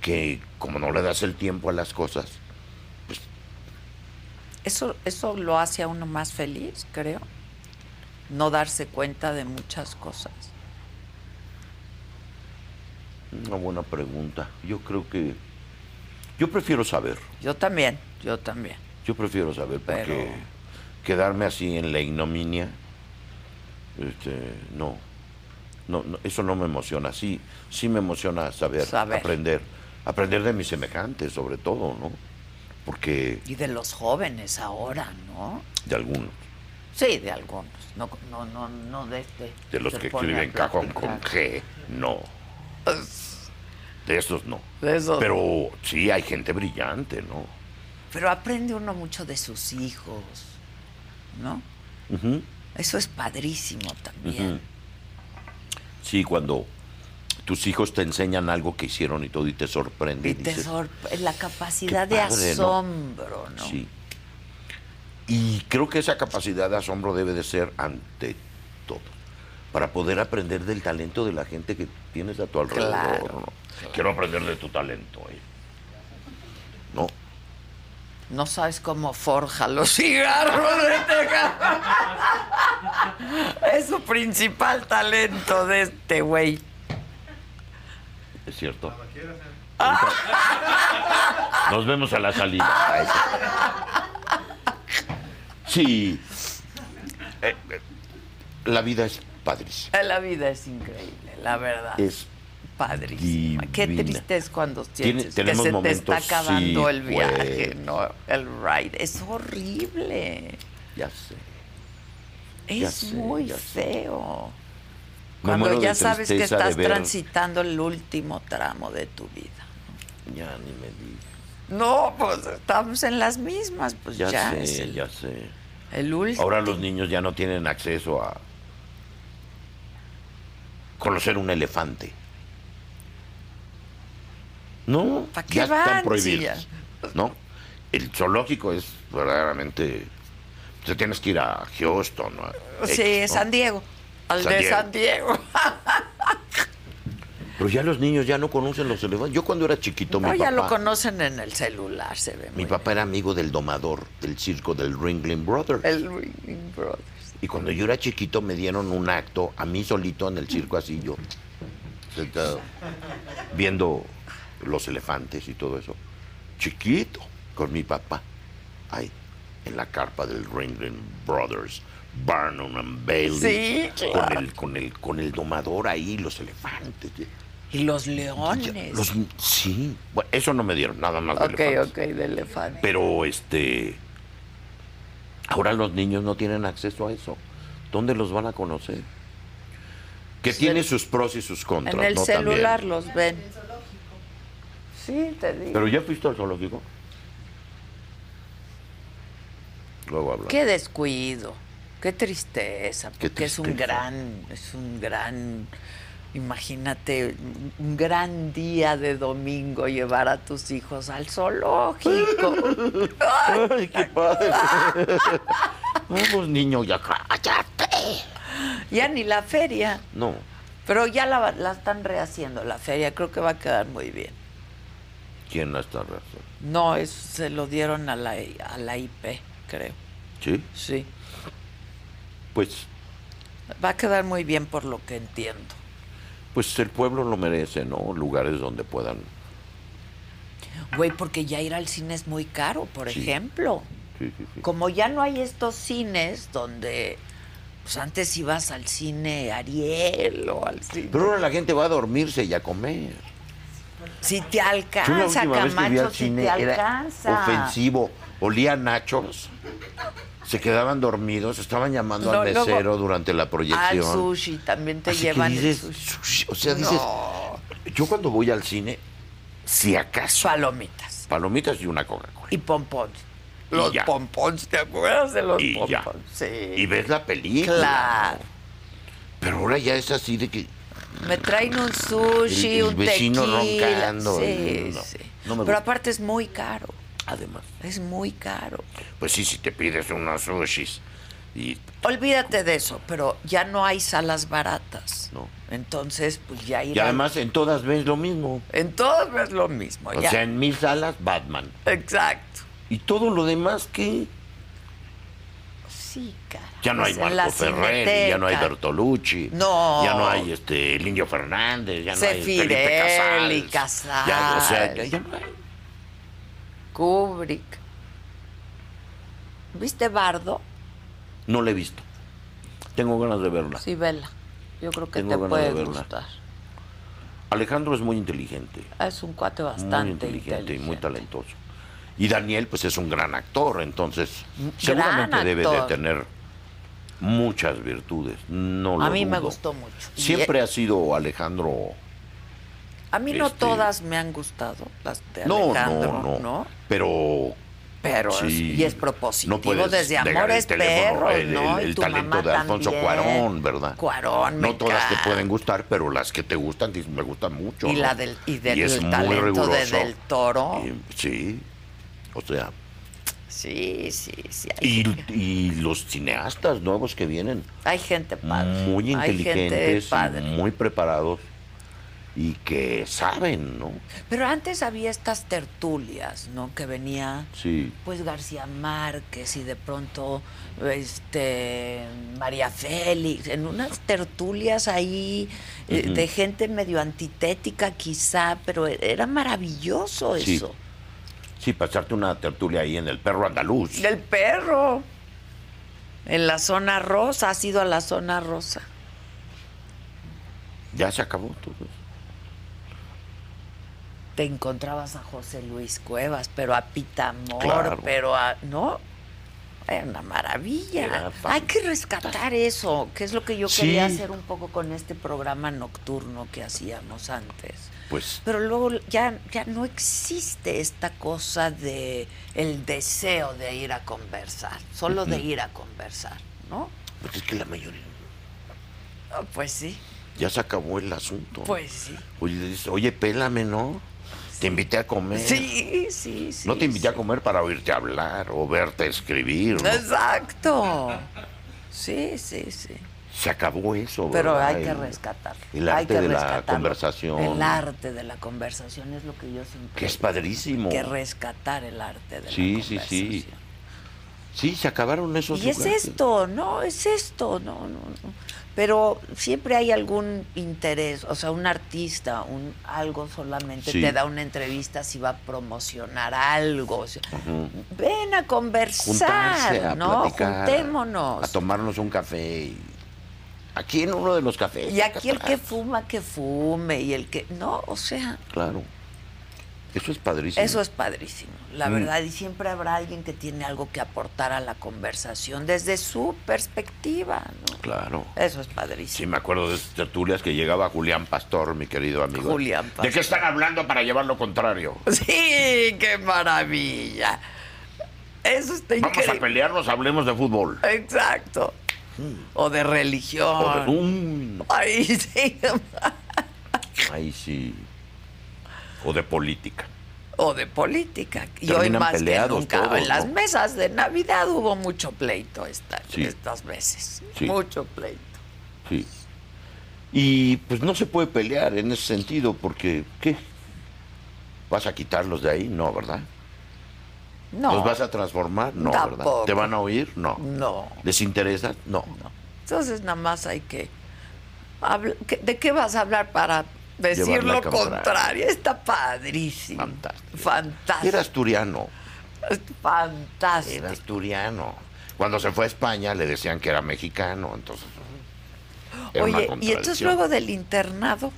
Speaker 3: que como no le das el tiempo a las cosas,
Speaker 2: Eso, eso lo hace a uno más feliz, creo. No darse cuenta de muchas cosas.
Speaker 3: una buena pregunta. Yo creo que yo prefiero saber.
Speaker 2: Yo también, yo también.
Speaker 3: Yo prefiero saber porque
Speaker 2: Pero-
Speaker 3: quedarme así en la ignominia este no. No, no, eso no me emociona. Sí, sí me emociona saber,
Speaker 2: Saber.
Speaker 3: aprender, aprender de mis semejantes sobre todo, ¿no? Porque
Speaker 2: Y de los jóvenes ahora, ¿no?
Speaker 3: de algunos
Speaker 2: Sí, de algunos. No, no, no, no de este.
Speaker 3: De los
Speaker 2: se
Speaker 3: que
Speaker 2: pone a
Speaker 3: escriben cajón con
Speaker 2: platicar.
Speaker 3: G, no. De esos no.
Speaker 2: De esos
Speaker 3: Pero sí hay gente brillante, ¿no?
Speaker 2: Pero aprende uno mucho de sus hijos, ¿no?
Speaker 3: Ujú.
Speaker 2: Eso es padrísimo también.
Speaker 3: Ujú. Sí, cuando tus hijos te enseñan algo que hicieron y todo y te sorprende.
Speaker 2: Y te
Speaker 3: dices,
Speaker 2: sorpre- la capacidad
Speaker 3: qué
Speaker 2: de
Speaker 3: padre, ¿no?
Speaker 2: asombro, ¿no?
Speaker 3: Sí. Y creo que esa capacidad de asombro debe de ser ante todo, para poder aprender del talento de la gente que tienes a tu alrededor.
Speaker 2: Claro,
Speaker 3: ¿no? Quiero aprender de tu talento. ¿eh? No,
Speaker 2: No sabes cómo forja los cigarros de este ca- Es su principal talento de este güey.
Speaker 3: es cierto. Ahorita. Nos vemos a la salida. Ay, Sí. Eh, eh, la vida es padrísima.
Speaker 2: La vida es increíble, la verdad.
Speaker 3: Es
Speaker 2: Padrísima. Qué
Speaker 3: divina.
Speaker 2: triste es cuando sientes que
Speaker 3: tenemos
Speaker 2: se te
Speaker 3: momentos,
Speaker 2: está acabando
Speaker 3: sí,
Speaker 2: el viaje,
Speaker 3: pues.
Speaker 2: ¿no? El ride. Es horrible.
Speaker 3: Ya sé. Ya
Speaker 2: Es
Speaker 3: sé,
Speaker 2: muy
Speaker 3: ya sé.
Speaker 2: feo.
Speaker 3: Me
Speaker 2: Cuando
Speaker 3: muero
Speaker 2: ya
Speaker 3: de
Speaker 2: sabes que
Speaker 3: tristeza de
Speaker 2: estás
Speaker 3: ver-
Speaker 2: transitando el último tramo de tu vida.
Speaker 3: Ya ni me digas.
Speaker 2: No, pues estamos en las mismas, pues ya,
Speaker 3: Ya, sé,
Speaker 2: es el,
Speaker 3: ya sé.
Speaker 2: el último.
Speaker 3: Ahora los niños ya no tienen acceso a conocer un elefante. No,
Speaker 2: ¿Pa' qué
Speaker 3: ya
Speaker 2: van,
Speaker 3: están prohibidos.
Speaker 2: si
Speaker 3: ¿No? El zoológico es verdaderamente. Te tienes que ir a Houston. ¿no?
Speaker 2: Sí,
Speaker 3: X, ¿no?
Speaker 2: San Diego. Al
Speaker 3: San
Speaker 2: de
Speaker 3: Diego.
Speaker 2: San Diego.
Speaker 3: Pero ya los niños ya no conocen los elefantes. Yo cuando era chiquito,
Speaker 2: No,
Speaker 3: mi
Speaker 2: ya lo
Speaker 3: papá,
Speaker 2: conocen en el celular, se ve.
Speaker 3: mi
Speaker 2: muy
Speaker 3: papá era amigo del domador del circo del Ringling Brothers.
Speaker 2: bien. El Ringling Brothers.
Speaker 3: Y cuando yo era chiquito me dieron un acto a mí solito en el circo así yo sentado viendo los elefantes y todo eso. Chiquito con mi papá ahí en la carpa del Ringling Brothers, Barnum and Bailey
Speaker 2: Sí, claro.
Speaker 3: con el con el con el domador ahí los elefantes.
Speaker 2: Y los leones.
Speaker 3: Los- sí, bueno, eso no me dieron nada más de
Speaker 2: ok,
Speaker 3: elefantes.
Speaker 2: ok, de elefante.
Speaker 3: Pero este. Ahora los niños no tienen acceso a eso. ¿Dónde los van a conocer? Que tiene sus pros y sus contras.
Speaker 2: en el
Speaker 3: ¿no? También.
Speaker 2: celular los ven. Sí, te digo.
Speaker 3: Pero ya fuiste al zoológico. Luego hablamos.
Speaker 2: Qué descuido. Qué tristeza, porque
Speaker 3: Qué
Speaker 2: es un
Speaker 3: tristeza.
Speaker 2: gran, es un gran, imagínate, un gran día de domingo llevar a tus hijos al zoológico.
Speaker 3: Ay, qué padre. Vamos, niño, ya cállate.
Speaker 2: ya ni la feria,
Speaker 3: No,
Speaker 2: pero ya la, va- la están rehaciendo la feria, creo que va a quedar muy bien.
Speaker 3: ¿quién la está razón?
Speaker 2: No, eso se lo dieron a la, a la IP, creo,
Speaker 3: ¿Sí?
Speaker 2: sí.
Speaker 3: Pues,
Speaker 2: Va a quedar muy bien por lo que entiendo.
Speaker 3: pues el pueblo lo merece, ¿no? Lugares donde puedan.
Speaker 2: Güey, porque ya ir al cine es muy caro, por
Speaker 3: Sí.
Speaker 2: ejemplo.
Speaker 3: Sí, sí, sí.
Speaker 2: Como ya no hay estos cines donde pues antes ibas al cine Ariel o al cine.
Speaker 3: Pero ahora la gente va a dormirse y a comer.
Speaker 2: si te
Speaker 3: Yo la
Speaker 2: alcanza,
Speaker 3: última vez que fui
Speaker 2: Camacho,
Speaker 3: al
Speaker 2: Ah, si
Speaker 3: cine
Speaker 2: te
Speaker 3: era
Speaker 2: alcanza.
Speaker 3: ofensivo. Olía a nachos. Se quedaban dormidos, estaban llamando
Speaker 2: No,
Speaker 3: al
Speaker 2: luego-
Speaker 3: mesero durante la
Speaker 2: Al
Speaker 3: proyección.
Speaker 2: sushi también te
Speaker 3: Así que
Speaker 2: llevan el
Speaker 3: dices,
Speaker 2: sushi.
Speaker 3: "Sushi", O sea, dices, yo cuando voy al cine, si acaso,
Speaker 2: Palomitas
Speaker 3: palomitas y una Coca-Cola.
Speaker 2: y pompons.
Speaker 3: Y
Speaker 2: Los
Speaker 3: ya.
Speaker 2: pompons, ¿te acuerdas de los
Speaker 3: Y ya.
Speaker 2: pompons? Sí.
Speaker 3: Y ves la película.
Speaker 2: claro.
Speaker 3: Pero ahora ya es así de que
Speaker 2: Me traen un sushi,
Speaker 3: El- el
Speaker 2: un
Speaker 3: vecino
Speaker 2: tequila.
Speaker 3: roncando,
Speaker 2: Sí,
Speaker 3: el- no,
Speaker 2: sí.
Speaker 3: no me
Speaker 2: Pero
Speaker 3: gusta.
Speaker 2: aparte es muy caro.
Speaker 3: Además.
Speaker 2: Es muy caro.
Speaker 3: Pues sí, si te pides unos sushis y
Speaker 2: Olvídate de eso, pero ya no hay salas baratas.
Speaker 3: No.
Speaker 2: Entonces, pues ya ir
Speaker 3: Y
Speaker 2: al-
Speaker 3: además en todas ves lo mismo.
Speaker 2: En todo es lo mismo.
Speaker 3: O
Speaker 2: ya.
Speaker 3: sea, en mil salas, Batman.
Speaker 2: Exacto.
Speaker 3: Y todo lo demás, ¿qué?
Speaker 2: Sí, cara.
Speaker 3: Ya no hay
Speaker 2: Pues en la
Speaker 3: Marco Ferrer, ya no hay
Speaker 2: Cineteca.
Speaker 3: Bertolucci.
Speaker 2: No.
Speaker 3: Ya no hay este, el Indio Fernández, ya no
Speaker 2: Sefirelli,
Speaker 3: hay Felipe Casals.
Speaker 2: Casals.
Speaker 3: Ya, o sea, ya no hay.
Speaker 2: Kubrick. ¿Viste Bardo?
Speaker 3: No la he visto. Tengo ganas de verla.
Speaker 2: Sí, vela. Yo creo que
Speaker 3: Tengo
Speaker 2: te
Speaker 3: ganas
Speaker 2: puede
Speaker 3: de verla.
Speaker 2: gustar. Ah,
Speaker 3: Alejandro es muy inteligente.
Speaker 2: Es un cuate
Speaker 3: muy
Speaker 2: bastante
Speaker 3: inteligente, y muy
Speaker 2: inteligente.
Speaker 3: talentoso. Y Daniel, pues es un gran actor, entonces seguramente debe de
Speaker 2: actor.
Speaker 3: tener muchas virtudes. No lo
Speaker 2: A mí me
Speaker 3: dudo.
Speaker 2: gustó mucho. Y, eh,
Speaker 3: Siempre ha sido Alejandro.
Speaker 2: A mí no
Speaker 3: este-
Speaker 2: todas me han gustado, las de
Speaker 3: No,
Speaker 2: Alejandro,
Speaker 3: no, no,
Speaker 2: ¿no?
Speaker 3: Pero
Speaker 2: Pero es-
Speaker 3: sí.
Speaker 2: y es
Speaker 3: No
Speaker 2: propositivo
Speaker 3: puedes
Speaker 2: desde
Speaker 3: negar
Speaker 2: Amores
Speaker 3: el teléfono,
Speaker 2: Perros,
Speaker 3: el-
Speaker 2: ¿no?
Speaker 3: el-
Speaker 2: Y
Speaker 3: el
Speaker 2: tu
Speaker 3: talento
Speaker 2: mamá
Speaker 3: de Alfonso
Speaker 2: también.
Speaker 3: Cuarón, ¿verdad?
Speaker 2: Cuarón, me
Speaker 3: no todas te
Speaker 2: encanta.
Speaker 3: pueden gustar, pero las que te gustan dices, me gustan mucho.
Speaker 2: Y
Speaker 3: ¿no?
Speaker 2: la del- y del
Speaker 3: es muy
Speaker 2: talento de
Speaker 3: riguroso.
Speaker 2: Del Toro.
Speaker 3: Y- sí. O sea,
Speaker 2: Sí, sí, sí. Hay,
Speaker 3: y, y los cineastas nuevos que vienen,
Speaker 2: hay gente padre.
Speaker 3: muy
Speaker 2: Hay gente
Speaker 3: inteligentes, y
Speaker 2: padre.
Speaker 3: muy preparados y que saben, ¿no?
Speaker 2: Pero antes había estas tertulias, ¿no? Que venía
Speaker 3: Sí.
Speaker 2: pues García Márquez y de pronto este María Félix en unas tertulias ahí eh, de gente medio antitética quizá pero e- era maravilloso
Speaker 3: Sí.
Speaker 2: eso
Speaker 3: Sí, pasarte una tertulia ahí en el perro andaluz.
Speaker 2: del perro en la zona rosa has ido a la zona rosa
Speaker 3: Ya se acabó todo eso.
Speaker 2: te encontrabas a José Luis Cuevas pero a Pitamor
Speaker 3: Claro.
Speaker 2: pero a no era una maravilla.
Speaker 3: Era
Speaker 2: Hay que rescatar eso, que es lo que yo
Speaker 3: Sí.
Speaker 2: quería hacer un poco con este programa nocturno que hacíamos antes.
Speaker 3: Pues
Speaker 2: Pero luego ya, ya no existe esta cosa de el deseo de ir a conversar, solo de ir a conversar, ¿no?
Speaker 3: Pues es que la mayoría.
Speaker 2: Ah, Pues sí,
Speaker 3: Ya se acabó el asunto.
Speaker 2: pues sí.
Speaker 3: Oye, le dices, oye, pélame, ¿no? Te invité a comer.
Speaker 2: Sí, sí, sí.
Speaker 3: No te invité
Speaker 2: sí.
Speaker 3: a comer para oírte hablar o verte escribir. ¿no?
Speaker 2: Exacto. Sí, sí, sí.
Speaker 3: Se acabó eso.
Speaker 2: Pero
Speaker 3: ¿verdad?
Speaker 2: hay que
Speaker 3: El-
Speaker 2: rescatarlo.
Speaker 3: El
Speaker 2: hay
Speaker 3: arte
Speaker 2: que
Speaker 3: de la
Speaker 2: rescatarlo.
Speaker 3: conversación.
Speaker 2: El arte de la conversación es lo que yo siempre.
Speaker 3: Que es padrísimo.
Speaker 2: Que rescatar el arte de la
Speaker 3: Sí, sí,
Speaker 2: conversación.
Speaker 3: sí. Sí, se acabaron esos
Speaker 2: Y es
Speaker 3: lugares.
Speaker 2: esto, no, es esto, no, no, no. Pero siempre hay algún interés, o sea, un artista, un algo solamente
Speaker 3: Sí.
Speaker 2: te da una entrevista si va a promocionar algo. o sea, Ven a conversar,
Speaker 3: Juntarse a
Speaker 2: ¿no?
Speaker 3: platicar.
Speaker 2: Juntémonos.
Speaker 3: A tomarnos un café. y- Aquí en uno de los cafés.
Speaker 2: y aquí el que
Speaker 3: atrás.
Speaker 2: fuma, que fume, y el que. No, o sea,
Speaker 3: Claro. Eso es padrísimo.
Speaker 2: eso es padrísimo,
Speaker 3: Mm.
Speaker 2: la verdad. Y siempre habrá alguien que tiene algo que aportar a la conversación desde su perspectiva, ¿no?
Speaker 3: Claro.
Speaker 2: Eso es
Speaker 3: Sí,
Speaker 2: padrísimo.
Speaker 3: me acuerdo de esas tertulias que llegaba Julián Pastor, mi querido amigo.
Speaker 2: Julián Pastor.
Speaker 3: ¿De qué están hablando para llevar lo contrario?
Speaker 2: Sí, qué maravilla. Eso está
Speaker 3: Vamos a
Speaker 2: increíble.
Speaker 3: pelearnos, hablemos de fútbol.
Speaker 2: Exacto. o de religión.
Speaker 3: Mm. O de- uy, no,
Speaker 2: Ay, sí.
Speaker 3: ahí sí. O de política.
Speaker 2: O de política. Y hoy
Speaker 3: Terminan
Speaker 2: más que
Speaker 3: peleados
Speaker 2: nunca,
Speaker 3: todos,
Speaker 2: en las
Speaker 3: ¿no?
Speaker 2: mesas de Navidad hubo mucho pleito esta-
Speaker 3: Sí.
Speaker 2: estas veces.
Speaker 3: Sí.
Speaker 2: Mucho pleito.
Speaker 3: Sí. Y pues no se puede pelear en ese sentido porque, ¿qué? ¿Vas a quitarlos de ahí? No, ¿verdad?
Speaker 2: No.
Speaker 3: ¿Los vas a transformar? No,
Speaker 2: Tampoco.
Speaker 3: ¿verdad? ¿Te van a oír? No.
Speaker 2: No.
Speaker 3: ¿Les interesa? No.
Speaker 2: No. Entonces nada más hay que, habl- ¿qué- ¿de qué vas a hablar para decir
Speaker 3: Llevarla
Speaker 2: lo
Speaker 3: a comprar.
Speaker 2: contrario? Está padrísimo.
Speaker 3: Fantástico.
Speaker 2: Fantástico.
Speaker 3: Era asturiano.
Speaker 2: Fantástico.
Speaker 3: Era asturiano. Cuando se fue a España le decían que era mexicano, entonces. era una
Speaker 2: Oye, y entonces
Speaker 3: contradicción.
Speaker 2: luego del internado,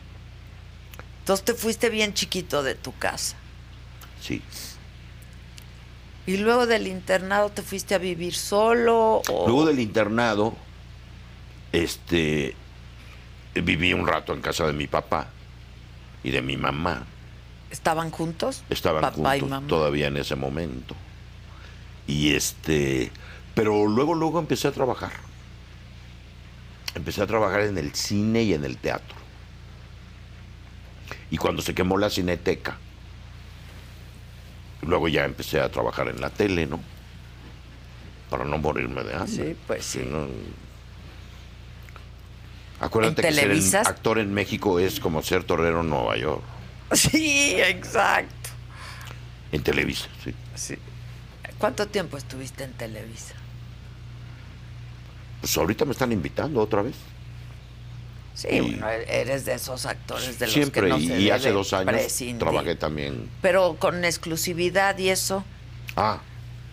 Speaker 2: entonces te fuiste bien chiquito de tu casa.
Speaker 3: Sí.
Speaker 2: Y luego del internado te fuiste a vivir solo. o-
Speaker 3: Luego del internado, este, viví un rato en casa de mi papá y de mi mamá.
Speaker 2: ¿Estaban juntos?
Speaker 3: Estaban
Speaker 2: Papá y
Speaker 3: juntos
Speaker 2: mamá.
Speaker 3: todavía en ese momento. Y este, pero luego, luego empecé a trabajar. Empecé a trabajar en el cine y en el teatro. Y cuando se quemó la cineteca, luego ya empecé a trabajar en la tele, ¿no? Para no morirme de hambre.
Speaker 2: Sí, pues sí.
Speaker 3: Si no- Acuérdate
Speaker 2: ¿En
Speaker 3: que ser en-
Speaker 2: Televisas?
Speaker 3: actor en México es como ser torero en Nueva York.
Speaker 2: Sí, exacto.
Speaker 3: En Televisa, sí.
Speaker 2: Sí. ¿Cuánto tiempo estuviste en Televisa?
Speaker 3: Pues ahorita me están invitando otra vez.
Speaker 2: Sí,
Speaker 3: Y-
Speaker 2: bueno, e-, eres de esos actores de los
Speaker 3: Siempre,
Speaker 2: que no
Speaker 3: y,
Speaker 2: se
Speaker 3: y
Speaker 2: debe
Speaker 3: hace dos años
Speaker 2: prescindir.
Speaker 3: trabajé también.
Speaker 2: Pero con exclusividad y eso,
Speaker 3: Ah,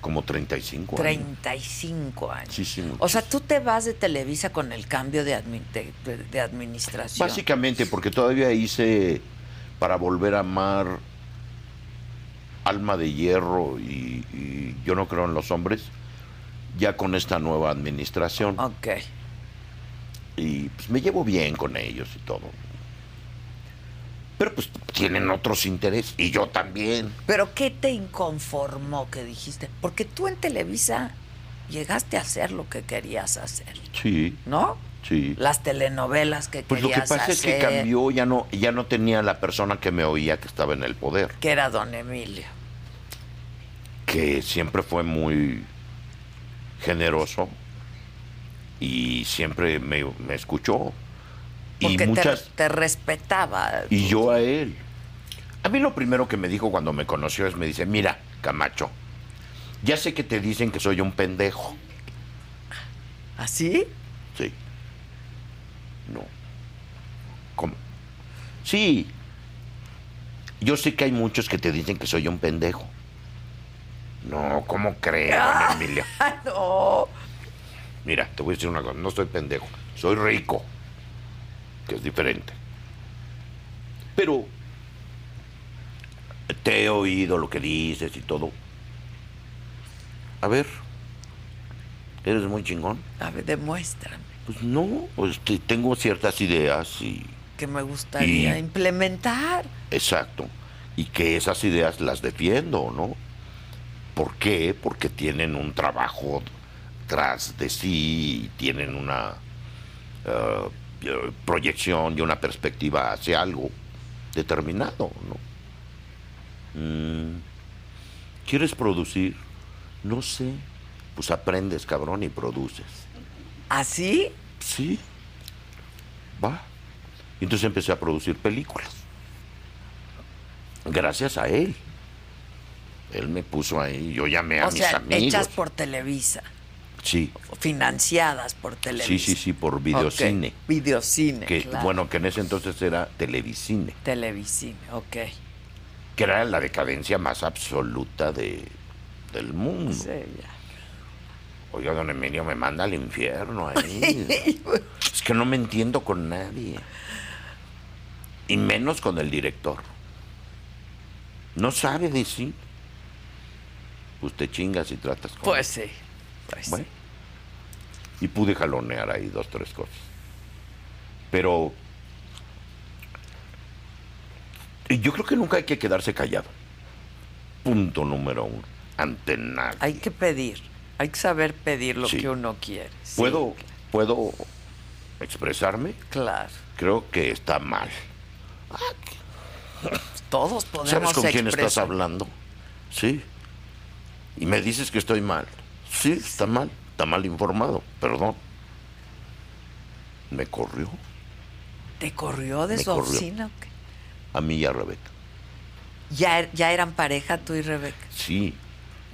Speaker 3: como 35 años.
Speaker 2: 35 años.
Speaker 3: Sí, sí,
Speaker 2: o sea,
Speaker 3: muchísimo.
Speaker 2: tú te vas de Televisa con el cambio de, admi- de- de- de administración.
Speaker 3: Básicamente porque todavía hice para volver a amar Alma de Hierro y, y Yo no creo en los hombres, ya con esta nueva administración.
Speaker 2: Ok.
Speaker 3: Y pues me llevo bien con ellos y todo. Pero pues tienen otros intereses y yo también.
Speaker 2: Pero ¿qué te inconformó que dijiste? Porque tú en Televisa llegaste a hacer lo que querías hacer,
Speaker 3: Sí,
Speaker 2: ¿no?
Speaker 3: sí.
Speaker 2: Las telenovelas que
Speaker 3: Pues lo que
Speaker 2: querías
Speaker 3: pasa es que
Speaker 2: hacer,
Speaker 3: cambió, ya no, ya no tenía la persona que me oía que estaba en el poder,
Speaker 2: que era Don Emilio.
Speaker 3: que siempre fue muy generoso y siempre me, me escuchó. Y
Speaker 2: Porque te-
Speaker 3: muchas.
Speaker 2: te, respetaba.
Speaker 3: Y yo a él. A mí lo primero que me dijo cuando me conoció es me dice, mira, Camacho, ya sé que te dicen que soy un pendejo.
Speaker 2: ¿Ah, ¿Así?
Speaker 3: Sí. No. ¿Cómo? Sí. Yo sé que hay muchos que te dicen que soy un pendejo. No, ¿cómo crees, don Emilio?
Speaker 2: Ah, no.
Speaker 3: Mira, te voy a decir una cosa. No soy pendejo. Soy rico. Que es diferente. Pero te he oído lo que dices y todo. A ver. Eres muy chingón.
Speaker 2: A ver, demuéstrame.
Speaker 3: Pues no, pues te- tengo ciertas ideas y
Speaker 2: Que me gustaría
Speaker 3: Y-
Speaker 2: implementar.
Speaker 3: exacto. Y que esas ideas las defiendo, ¿no? ¿Por qué? Porque tienen un trabajo tras de sí y tienen una eh, eh, proyección y una perspectiva hacia algo determinado, ¿no? Mm, ¿Quieres producir? No sé. Pues aprendes, cabrón, y produces.
Speaker 2: ¿Así?
Speaker 3: Sí. Va. Y entonces empecé a producir películas. Gracias a él. Él me puso ahí, yo llamé a
Speaker 2: o
Speaker 3: mis
Speaker 2: sea,
Speaker 3: amigos.
Speaker 2: hechas por Televisa,
Speaker 3: Sí,
Speaker 2: financiadas por Televisa.
Speaker 3: sí, sí, sí, por videocine.
Speaker 2: Ok, Videocine.
Speaker 3: Que,
Speaker 2: claro.
Speaker 3: Bueno, que en ese entonces era televisine,
Speaker 2: Televisine, ok.
Speaker 3: que era la decadencia más absoluta de, del mundo.
Speaker 2: Sí, ya.
Speaker 3: Oiga, don Emilio, me manda al infierno ahí. es que no me entiendo con nadie. Y menos con el director. No sabe decir. Pues te chingas y tratas con
Speaker 2: Pues sí. Pues
Speaker 3: Bueno.
Speaker 2: sí.
Speaker 3: Y pude jalonear ahí dos, tres cosas. Pero yo creo que nunca hay que quedarse callado. Punto número uno. Ante nadie.
Speaker 2: Hay que pedir. Hay que saber pedir lo
Speaker 3: Sí.
Speaker 2: que uno quiere. sí.
Speaker 3: ¿Puedo, puedo expresarme,
Speaker 2: Claro.
Speaker 3: creo que está mal.
Speaker 2: Todos podemos
Speaker 3: ¿Sabes con quién estás
Speaker 2: expresar-
Speaker 3: hablando? Sí. Y me dices que estoy mal. Sí, está mal. Está mal informado. Perdón. Me corrió
Speaker 2: ¿Te corrió de
Speaker 3: Me
Speaker 2: su
Speaker 3: corrió.
Speaker 2: oficina? o qué?
Speaker 3: a mí y a Rebeca.
Speaker 2: ¿Ya, er- ¿Ya eran pareja tú y Rebeca?
Speaker 3: Sí.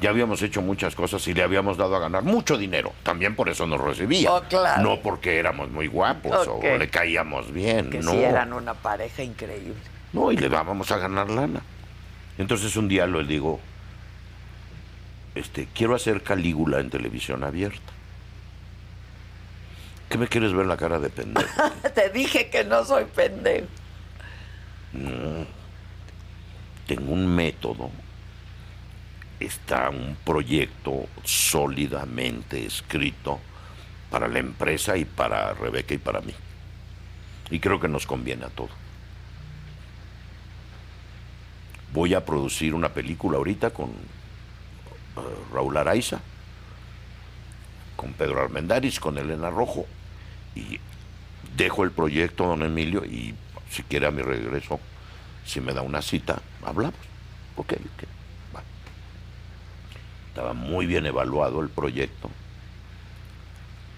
Speaker 3: Ya habíamos hecho muchas cosas y le habíamos dado a ganar mucho dinero. También por eso nos recibía.
Speaker 2: Oh, claro.
Speaker 3: No porque éramos muy guapos
Speaker 2: Ok.
Speaker 3: o le caíamos bien.
Speaker 2: Que
Speaker 3: no.
Speaker 2: sí eran una pareja increíble.
Speaker 3: No, y le vamos a ganar lana. Entonces un día le digo, este, quiero hacer Calígula en televisión abierta. ¿Qué me quieres ver la cara de pendejo?
Speaker 2: Te dije que no soy pendejo.
Speaker 3: Tengo un método. Está un proyecto sólidamente escrito para la empresa y para Rebeca y para mí. Y creo que nos conviene a todos. Voy a producir una película ahorita con eh, Raúl Araiza, con Pedro Armendáriz, con Elena Rojo. Y dejo el proyecto, don Emilio, y si quiere a mi regreso, si me da una cita, hablamos. Ok, ok. va. Estaba muy bien evaluado el proyecto.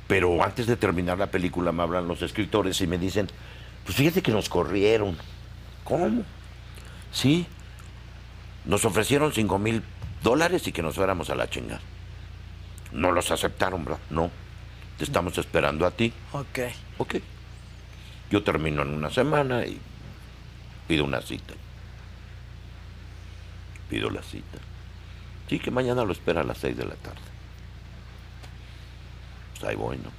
Speaker 3: Pero antes de terminar la película me hablan los escritores y me dicen, pues fíjate que nos corrieron. ¿Cómo? Sí. Nos ofrecieron cinco mil dólares y que nos fuéramos a la chingada. No los aceptaron, ¿verdad? No. Te estamos esperando a ti.
Speaker 2: Ok.
Speaker 3: Ok. Yo termino en una semana y pido una cita. Pido la cita. Sí, que mañana lo espera a las seis de la tarde. Pues ahí voy, ¿no?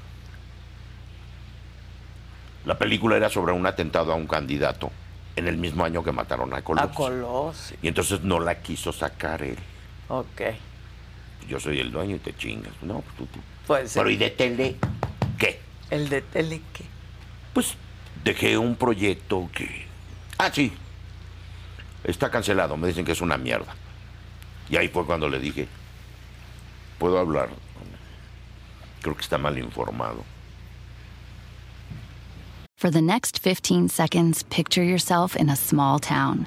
Speaker 3: La película era sobre un atentado a un candidato en el mismo año que mataron a Colosio.
Speaker 2: A Colosio.
Speaker 3: y entonces no la quiso sacar él.
Speaker 2: Ok.
Speaker 3: Yo soy el dueño y te chingas. No, pues tú- tú.
Speaker 2: Pues
Speaker 3: Pero ¿y de tele qué?
Speaker 2: el de tele que
Speaker 3: pues dejé un proyecto que... Ah, sí. Está cancelado, me dicen que es una mierda. Y ahí fue cuando le dije, puedo hablar. Creo que está mal informado.
Speaker 8: For the next 15 seconds, picture yourself in a small town.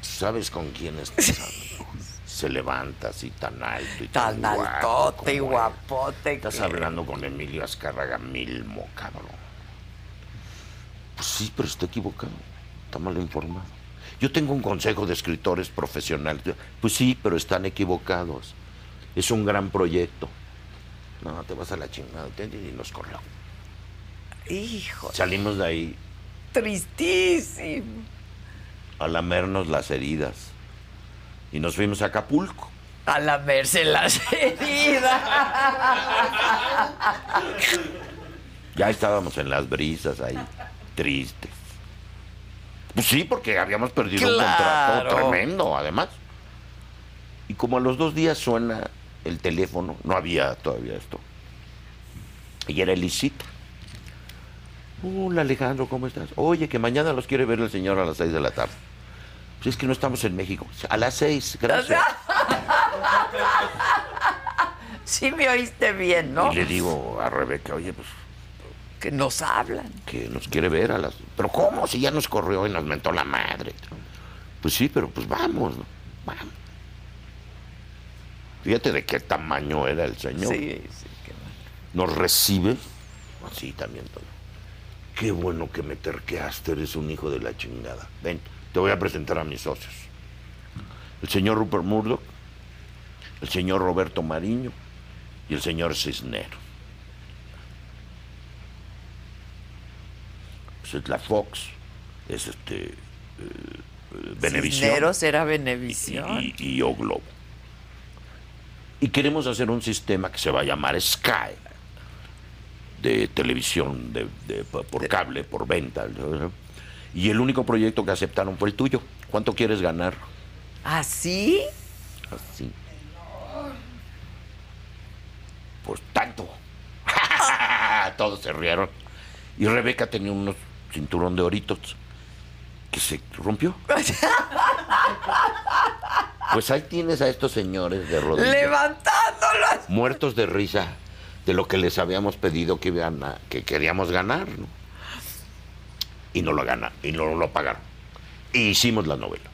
Speaker 3: ¿Sabes con quién estás hablando? Se levanta así tan alto y tan,
Speaker 2: Tan altote y
Speaker 3: como él.
Speaker 2: guapote.
Speaker 3: Estás
Speaker 2: que-
Speaker 3: hablando con Emilio Azcárraga Milmo, cabrón. Pues sí, pero está equivocado. Está mal informado. Yo tengo un consejo de escritores profesionales. Pues sí, pero están equivocados. Es un gran proyecto. No, te vas a la chingada. ¿entiendes? Y nos corrió.
Speaker 2: Hijo,
Speaker 3: Salimos de ahí
Speaker 2: tristísimo.
Speaker 3: a lamernos las heridas. Y nos fuimos a Acapulco.
Speaker 2: A lamerse las heridas.
Speaker 3: Ya estábamos en las brisas ahí, tristes. Pues sí, porque habíamos perdido un
Speaker 2: Claro.
Speaker 3: contrato tremendo, además. Y como a los dos días suena el teléfono, no había todavía esto. Y era Elisita. Hola Alejandro, ¿cómo estás? Oye, que mañana los quiere ver el señor a las seis de la tarde. Pues es que no estamos en México. A las seis, gracias.
Speaker 2: Sí me oíste bien, ¿no?
Speaker 3: Y le digo a Rebeca, oye, pues
Speaker 2: Que nos hablan.
Speaker 3: que nos quiere ver a las. Pero ¿cómo? Si ya nos corrió y nos mentó la madre. Pues sí, pero pues vamos, ¿no? vamos. Fíjate de qué tamaño era el señor.
Speaker 2: Sí, sí. qué mal.
Speaker 3: nos recibe. Así también todo. Qué bueno que me terqueaste, eres un hijo de la chingada. Ven, te voy a presentar a mis socios. El señor Rupert Murdoch, el señor Roberto Mariño y el señor Cisnero. Pues es la Fox, es este eh, eh, Venevisión
Speaker 2: Cisneros era Benevisión.
Speaker 3: y, y O Globo. Y queremos hacer un sistema que se va a llamar Sky, de televisión de- de- por cable, por venta. ¿no? Y el único proyecto que aceptaron fue el tuyo. ¿Cuánto quieres ganar?
Speaker 2: ¿Ah, ¿Así?
Speaker 3: Así. Pues tanto. Todos se rieron. Y Rebeca tenía unos cinturón de oritos que se rompió. Pues ahí tienes a estos señores de rodillas
Speaker 2: Levantándolas.
Speaker 3: muertos de risa de lo que les habíamos pedido que, iban a- que queríamos ganar, ¿no? Y no lo gana, y no lo pagaron. Y hicimos la novela.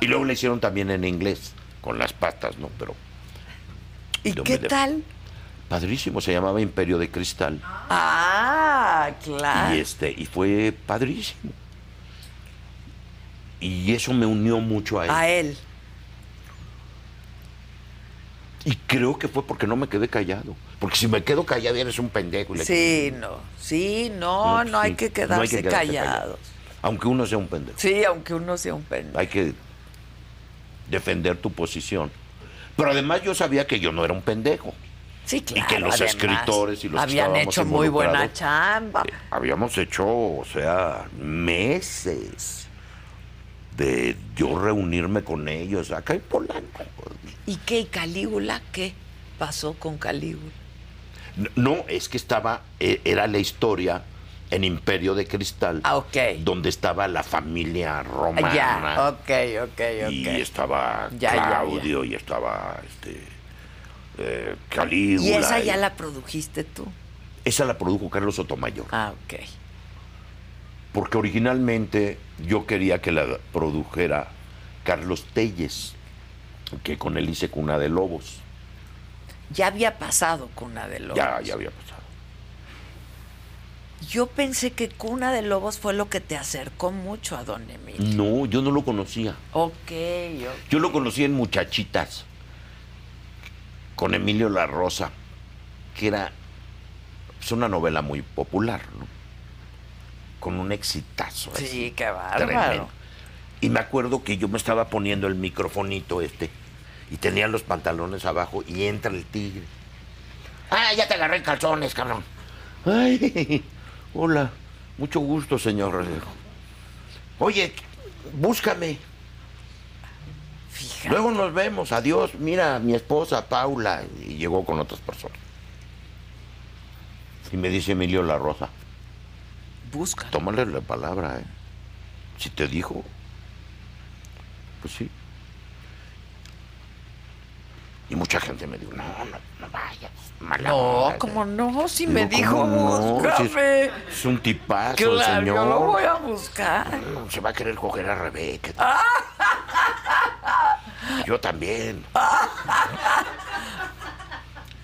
Speaker 3: Y luego la hicieron también en inglés, con las patas, ¿no? Pero
Speaker 2: ¿Y
Speaker 3: Yo
Speaker 2: qué
Speaker 3: me de-
Speaker 2: tal?
Speaker 3: padrísimo, se llamaba Imperio de Cristal.
Speaker 2: Ah, claro.
Speaker 3: Y este, y fue padrísimo. Y eso me unió mucho a él.
Speaker 2: A él.
Speaker 3: Y creo que fue porque no me quedé callado. Porque si me quedo callado eres un pendejo. y le-
Speaker 2: Sí, no. Sí, no, no hay que quedarse,
Speaker 3: pues no hay que quedarse
Speaker 2: callados.
Speaker 3: Aunque uno sea un pendejo.
Speaker 2: Sí, aunque uno sea un pendejo.
Speaker 3: hay que defender tu posición. Pero además yo sabía que yo no era un pendejo.
Speaker 2: Sí, claro.
Speaker 3: que los
Speaker 2: además,
Speaker 3: escritores y los que
Speaker 2: Habían
Speaker 3: estábamos
Speaker 2: hecho muy buena
Speaker 3: involucrados,
Speaker 2: chamba.
Speaker 3: Habíamos hecho, o sea, meses de yo reunirme con ellos acá en Polanco.
Speaker 2: ¿Y qué? ¿Y Calígula? ¿Qué pasó con Calígula?
Speaker 3: No, es que estaba, e- era la historia en Imperio de Cristal,
Speaker 2: Ah, ok. Ah,
Speaker 3: donde estaba la familia romana.
Speaker 2: Ya, ok, ok,
Speaker 3: Y este
Speaker 2: ok.
Speaker 3: estaba
Speaker 2: Ya, ya, ya.
Speaker 3: Claudio y estaba este, eh, Calígula.
Speaker 2: Y esa
Speaker 3: y-
Speaker 2: ya la produjiste tú.
Speaker 3: Esa la produjo Carlos Sotomayor.
Speaker 2: Ah, ok.
Speaker 3: Porque originalmente yo quería que la produjera Carlos Telles, que con él hice Cuna de Lobos.
Speaker 2: Ya había pasado Cuna de Lobos.
Speaker 3: Ya, ya había pasado.
Speaker 2: Yo pensé que Cuna de Lobos fue lo que te acercó mucho a Don Emilio.
Speaker 3: No, yo no lo conocía.
Speaker 2: Ok, ok.
Speaker 3: Yo lo conocí en Muchachitas, con Emilio La Rosa, que era pues, una novela muy popular, ¿no? Con un exitazo.
Speaker 2: Sí,
Speaker 3: así,
Speaker 2: qué
Speaker 3: Pues tremendo.
Speaker 2: bárbaro.
Speaker 3: Y me acuerdo que yo me estaba poniendo el microfonito este y tenía los pantalones abajo y entra el tigre. ¡Ah, ya te agarré en calzones, cabrón! ¡Ay! Hola, mucho gusto, señor. Oye, búscame.
Speaker 2: Fíjate.
Speaker 3: Luego nos vemos, adiós. Mira, mi esposa Paula. Y llegó con otras personas. Y me dice Emilio La Rosa,
Speaker 2: Busca.
Speaker 3: tómale la palabra, ¿eh? Si te dijo, pues sí. Y mucha gente me dijo, no, no, no vayas, mala
Speaker 2: No,
Speaker 3: onda".
Speaker 2: como no, si
Speaker 3: Digo,
Speaker 2: me dijo,
Speaker 3: "¿Cómo no? Si es-
Speaker 2: búscame.
Speaker 3: es, un tipazo, el
Speaker 2: Claro,
Speaker 3: señor.
Speaker 2: yo lo voy a Ah. buscar.
Speaker 3: No, se va a querer coger a Rebeca. Yo también.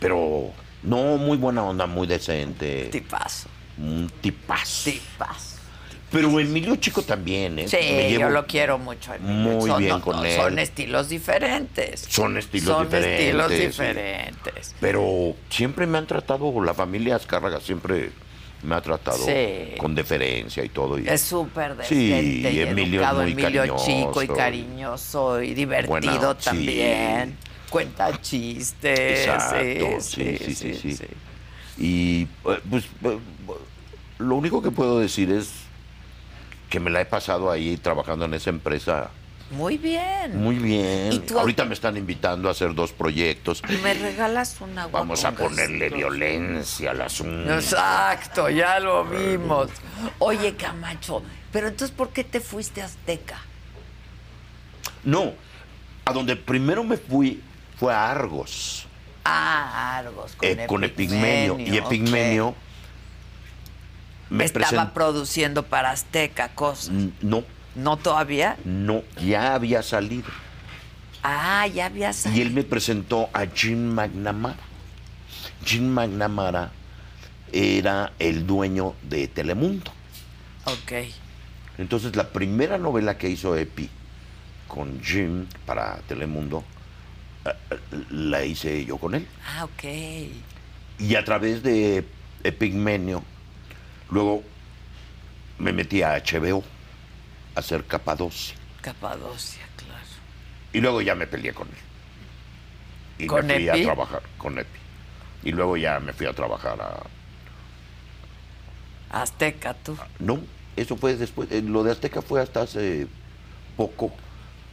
Speaker 3: Pero no, muy buena onda, muy decente.
Speaker 2: Tipazo,
Speaker 3: Un tipazo.
Speaker 2: tipazo.
Speaker 3: Pero Emilio Chico también, ¿eh?
Speaker 2: Sí,
Speaker 3: Me llevo-
Speaker 2: yo lo quiero mucho. a Emilio.
Speaker 3: muy
Speaker 2: son,
Speaker 3: bien
Speaker 2: no,
Speaker 3: con
Speaker 2: no,
Speaker 3: él.
Speaker 2: Son estilos diferentes.
Speaker 3: Son estilos
Speaker 2: Son
Speaker 3: diferentes,
Speaker 2: estilos
Speaker 3: sí.
Speaker 2: diferentes.
Speaker 3: Pero siempre me han tratado, la familia Azcárraga siempre me ha tratado
Speaker 2: Sí.
Speaker 3: con deferencia y todo. y-
Speaker 2: Es súper decente
Speaker 3: Sí,
Speaker 2: y
Speaker 3: Emilio es
Speaker 2: educado.
Speaker 3: muy
Speaker 2: Emilio chico y
Speaker 3: cariñoso.
Speaker 2: cariñoso y
Speaker 3: Buena-
Speaker 2: divertido
Speaker 3: sí.
Speaker 2: también. Cuenta chistes.
Speaker 3: Exacto, sí, sí, sí, sí. Y eh, pues eh, lo único que puedo decir es que me la he pasado ahí trabajando en esa empresa
Speaker 2: Muy bien.
Speaker 3: muy
Speaker 2: ¿Y
Speaker 3: bien.
Speaker 2: tú?
Speaker 3: Ahorita me están invitando a hacer dos proyectos.
Speaker 2: Me regalas una agua
Speaker 3: Vamos a
Speaker 2: con
Speaker 3: ponerle
Speaker 2: gas?
Speaker 3: violencia al asunto.
Speaker 2: Exacto, ya lo vimos. Oye, Camacho, pero entonces, ¿por qué te fuiste a Azteca?
Speaker 3: No, a donde primero me fui fue a Argos,
Speaker 2: Ah, Argos, con,
Speaker 3: eh, con Epigmenio. Y Epigmenio
Speaker 2: ok.
Speaker 3: me Mm.
Speaker 2: Estaba
Speaker 3: presentó.
Speaker 2: produciendo para Azteca cosas.
Speaker 3: No,
Speaker 2: ¿No todavía?
Speaker 3: no, ya había salido.
Speaker 2: Ah, ya había
Speaker 3: Y
Speaker 2: salido.
Speaker 3: él me presentó a Jim McNamara. Jim McNamara era el dueño de Telemundo.
Speaker 2: Ok.
Speaker 3: Entonces la primera novela que hizo Epi con Jim para Telemundo eh, eh, la hice yo con él.
Speaker 2: Ah, ok.
Speaker 3: Y a través de Epigmenio, luego me metí a HBO a hacer Capadocia.
Speaker 2: Capadocia, claro.
Speaker 3: Y luego ya me peleé con él. Y
Speaker 2: ¿Con
Speaker 3: me fui
Speaker 2: Epi?
Speaker 3: a trabajar con Epi. Y luego ya me fui a trabajar a.
Speaker 2: Azteca, tú.
Speaker 3: No, eso fue después. eh, Lo de Azteca fue hasta hace poco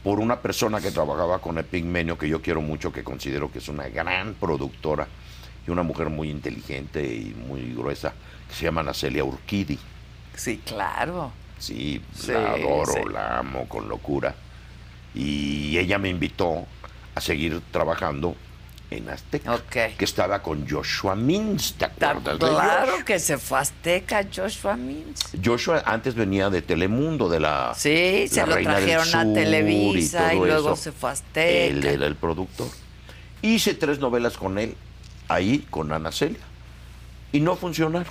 Speaker 3: por una persona que trabajaba con Epigmenio, que yo quiero mucho, que considero que es una gran productora y una mujer muy inteligente y muy gruesa, que se llama Nacelia Urquidi.
Speaker 2: Sí, claro.
Speaker 3: Sí,
Speaker 2: Sí,
Speaker 3: la adoro,
Speaker 2: sí.
Speaker 3: la amo con locura. Y ella me invitó a seguir trabajando en Azteca, que estaba con Joshua Mintz, ¿te acuerdas de Joshua?
Speaker 2: Claro que se fue Azteca, Joshua Mintz.
Speaker 3: Joshua antes venía de Telemundo, de la
Speaker 2: Sí, se
Speaker 3: la
Speaker 2: lo
Speaker 3: Reina del
Speaker 2: trajeron a
Speaker 3: Sur y
Speaker 2: Televisa y,
Speaker 3: todo
Speaker 2: luego
Speaker 3: eso.
Speaker 2: se fue a
Speaker 3: Él
Speaker 2: Azteca.
Speaker 3: era el productor. Hice tres novelas con él, ahí, con Ana Celia. Y no funcionaron.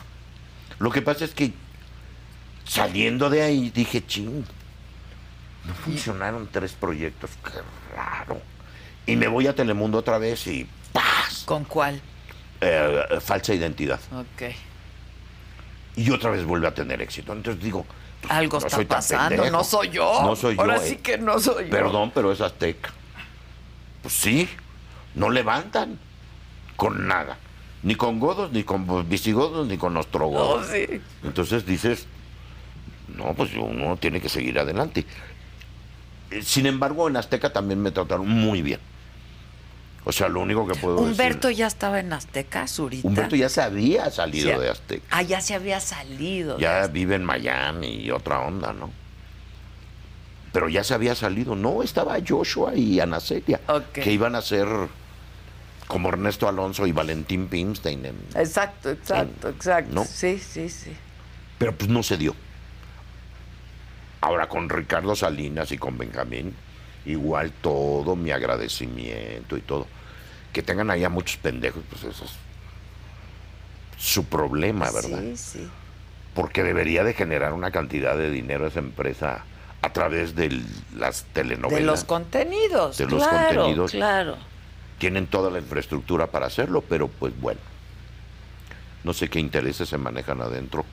Speaker 3: Lo que pasa es que saliendo de ahí dije, ching, no funcionaron tres proyectos, qué raro. Y me voy a Telemundo otra vez y ¡paz! Eh,
Speaker 2: ¿Con cuál?
Speaker 3: falsa identidad.
Speaker 2: Ok.
Speaker 3: Y otra vez vuelve a tener éxito. Entonces digo, "Pues,
Speaker 2: Algo
Speaker 3: no
Speaker 2: está
Speaker 3: soy tan
Speaker 2: pasando,
Speaker 3: pendejo.
Speaker 2: no soy yo.
Speaker 3: No soy yo,
Speaker 2: Ahora
Speaker 3: eh.
Speaker 2: sí que no soy yo.
Speaker 3: Perdón, pero es azteca. Pues sí, no levantan con nada. Ni con godos, ni con visigodos, ni con ostrogodos.
Speaker 2: No, sí.
Speaker 3: Entonces dices, no, pues uno tiene que seguir adelante. Eh, Sin embargo, en Azteca también me trataron muy bien. O sea, lo único que puedo
Speaker 2: Humberto
Speaker 3: decir...
Speaker 2: ya estaba en Azteca, Zurita.
Speaker 3: Humberto ya se había salido
Speaker 2: Sí.
Speaker 3: de Azteca.
Speaker 2: Ah, ya se había salido.
Speaker 3: Ya vive en Miami y otra onda, ¿no? Pero ya se había salido. No, estaba Joshua y Ana Celia, que iban a ser como Ernesto Alonso y Valentín Pimstein. en-
Speaker 2: Exacto, exacto, exacto.
Speaker 3: ¿No?
Speaker 2: Sí, sí, sí.
Speaker 3: Pero pues no se dio. Ahora con Ricardo Salinas y con Benjamín, igual todo mi agradecimiento y todo. Que tengan allá muchos pendejos, pues eso es su problema, Ah, ¿verdad?
Speaker 2: Sí, sí.
Speaker 3: porque debería de generar una cantidad de dinero esa empresa a través de las telenovelas.
Speaker 2: De los contenidos.
Speaker 3: De los
Speaker 2: claro,
Speaker 3: contenidos.
Speaker 2: Claro.
Speaker 3: Tienen toda la infraestructura para hacerlo, pero pues bueno, no sé qué intereses se manejan adentro,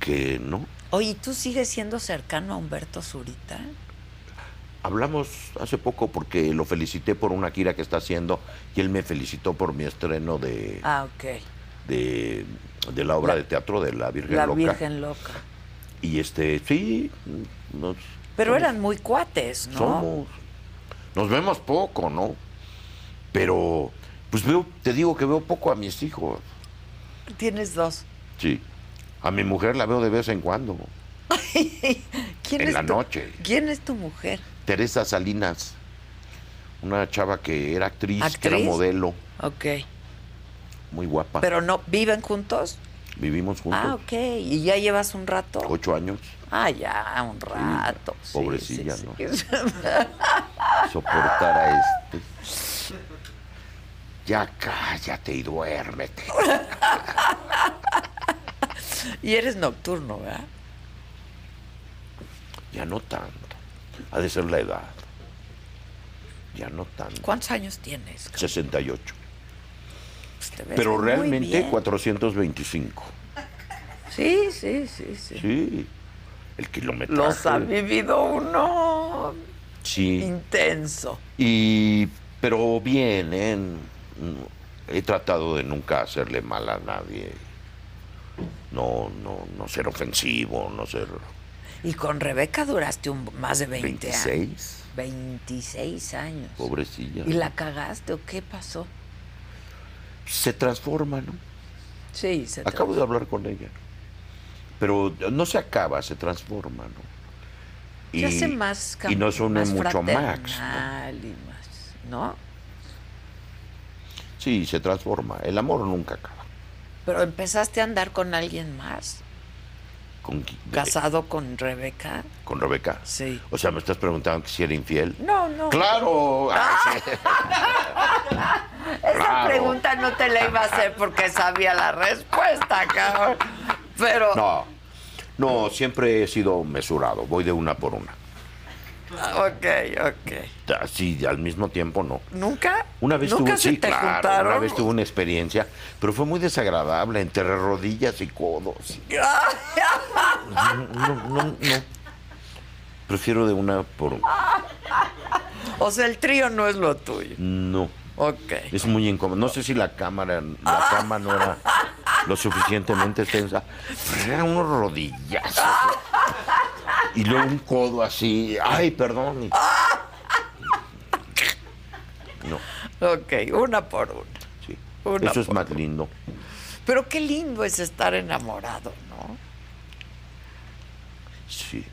Speaker 3: que no.
Speaker 2: Oye, ¿y ¿tú sigues siendo cercano a Humberto Zurita?
Speaker 3: Hablamos hace poco porque lo felicité por una gira que está haciendo y él me felicitó por mi estreno de,
Speaker 2: Ah, ok.
Speaker 3: de, de la obra de teatro de La Virgen
Speaker 2: La
Speaker 3: Loca.
Speaker 2: Virgen Loca.
Speaker 3: Y este, sí, nos-
Speaker 2: Pero
Speaker 3: somos-
Speaker 2: eran muy cuates, ¿no?
Speaker 3: Somos. Nos vemos poco, ¿no? Pero, pues veo, te digo que veo poco a mis hijos.
Speaker 2: Tienes dos.
Speaker 3: Sí. A mi mujer la veo de vez en cuando,
Speaker 2: ¿Quién
Speaker 3: en
Speaker 2: es
Speaker 3: la
Speaker 2: tu,
Speaker 3: noche.
Speaker 2: ¿Quién es tu mujer?
Speaker 3: Teresa Salinas, una chava que era actriz, que era
Speaker 2: ¿Actriz?
Speaker 3: modelo,
Speaker 2: Ok.
Speaker 3: muy guapa.
Speaker 2: Pero no, ¿viven juntos?
Speaker 3: Vivimos Ah. juntos Pues
Speaker 2: Ah, ok. ¿Y ya llevas un rato?
Speaker 3: ocho años.
Speaker 2: Ah, ya, un rato. Sí,
Speaker 3: Pobrecilla,
Speaker 2: sí,
Speaker 3: ¿no?
Speaker 2: sí.
Speaker 3: Soportar a este. Ya cállate y duérmete.
Speaker 2: y eres nocturno, ¿verdad?
Speaker 3: Ya no tanto. Ha de ser la edad. Ya no tanto.
Speaker 2: ¿Cuántos años tienes?
Speaker 3: 68.
Speaker 2: Pues te ves
Speaker 3: Pero
Speaker 2: muy
Speaker 3: realmente
Speaker 2: bien.
Speaker 3: 425.
Speaker 2: Sí, sí, sí, sí.
Speaker 3: Sí. El kilometraje.
Speaker 2: Los ha vivido uno
Speaker 3: Sí.
Speaker 2: intenso.
Speaker 3: Y, pero bien, ¿eh? Mm, he tratado de nunca hacerle mal a nadie. No, no, no ser ofensivo, no ser
Speaker 2: Y con Rebeca duraste un, más de 20 años.
Speaker 3: 26,
Speaker 2: 26 años.
Speaker 3: pobrecilla.
Speaker 2: ¿Y la cagaste o qué pasó?
Speaker 3: Se transforma, ¿no?
Speaker 2: Sí, se te-
Speaker 3: Acabo de hablar con ella. Pero no se acaba, se transforma, ¿no?
Speaker 2: se hace más
Speaker 3: y nos une
Speaker 2: más
Speaker 3: mucho Max.
Speaker 2: fraternal y más, ¿no?
Speaker 3: Sí, se transforma. El amor nunca acaba.
Speaker 2: Pero empezaste a andar con alguien más,
Speaker 3: Con, qui-
Speaker 2: casado con Rebeca.
Speaker 3: con Rebeca.
Speaker 2: Sí.
Speaker 3: O
Speaker 2: Ah.
Speaker 3: sea, me estás preguntando que si era infiel.
Speaker 2: No, no.
Speaker 3: ¡Claro! Ah, sí.
Speaker 2: Esa pregunta no te la iba a hacer porque sabía la respuesta, cabrón. Pero.
Speaker 3: No, no, siempre he sido mesurado, voy de una por una.
Speaker 2: Ok, ok.
Speaker 3: Así, al mismo tiempo, no.
Speaker 2: ¿Nunca?
Speaker 3: Una vez
Speaker 2: ¿Nunca
Speaker 3: tuve,
Speaker 2: se
Speaker 3: sí,
Speaker 2: te
Speaker 3: claro,
Speaker 2: juntaron?
Speaker 3: una vez tuve una experiencia, pero fue muy desagradable, entre rodillas y codos. No, no, no, no. Prefiero de una por una.
Speaker 2: o sea, el trío no es lo tuyo.
Speaker 3: No.
Speaker 2: Ok.
Speaker 3: Es muy incómodo. No sé si la cámara,
Speaker 2: Ah.
Speaker 3: la cama no era lo suficientemente tensa. Pero eran unos rodillazos. ¿eh? Y luego un codo así. Ay, perdón. Y- No,
Speaker 2: Ok, una por una.
Speaker 3: sí.
Speaker 2: Una
Speaker 3: Eso es
Speaker 2: por-
Speaker 3: más lindo.
Speaker 2: Pero qué lindo es estar enamorado, ¿no?
Speaker 3: Sí.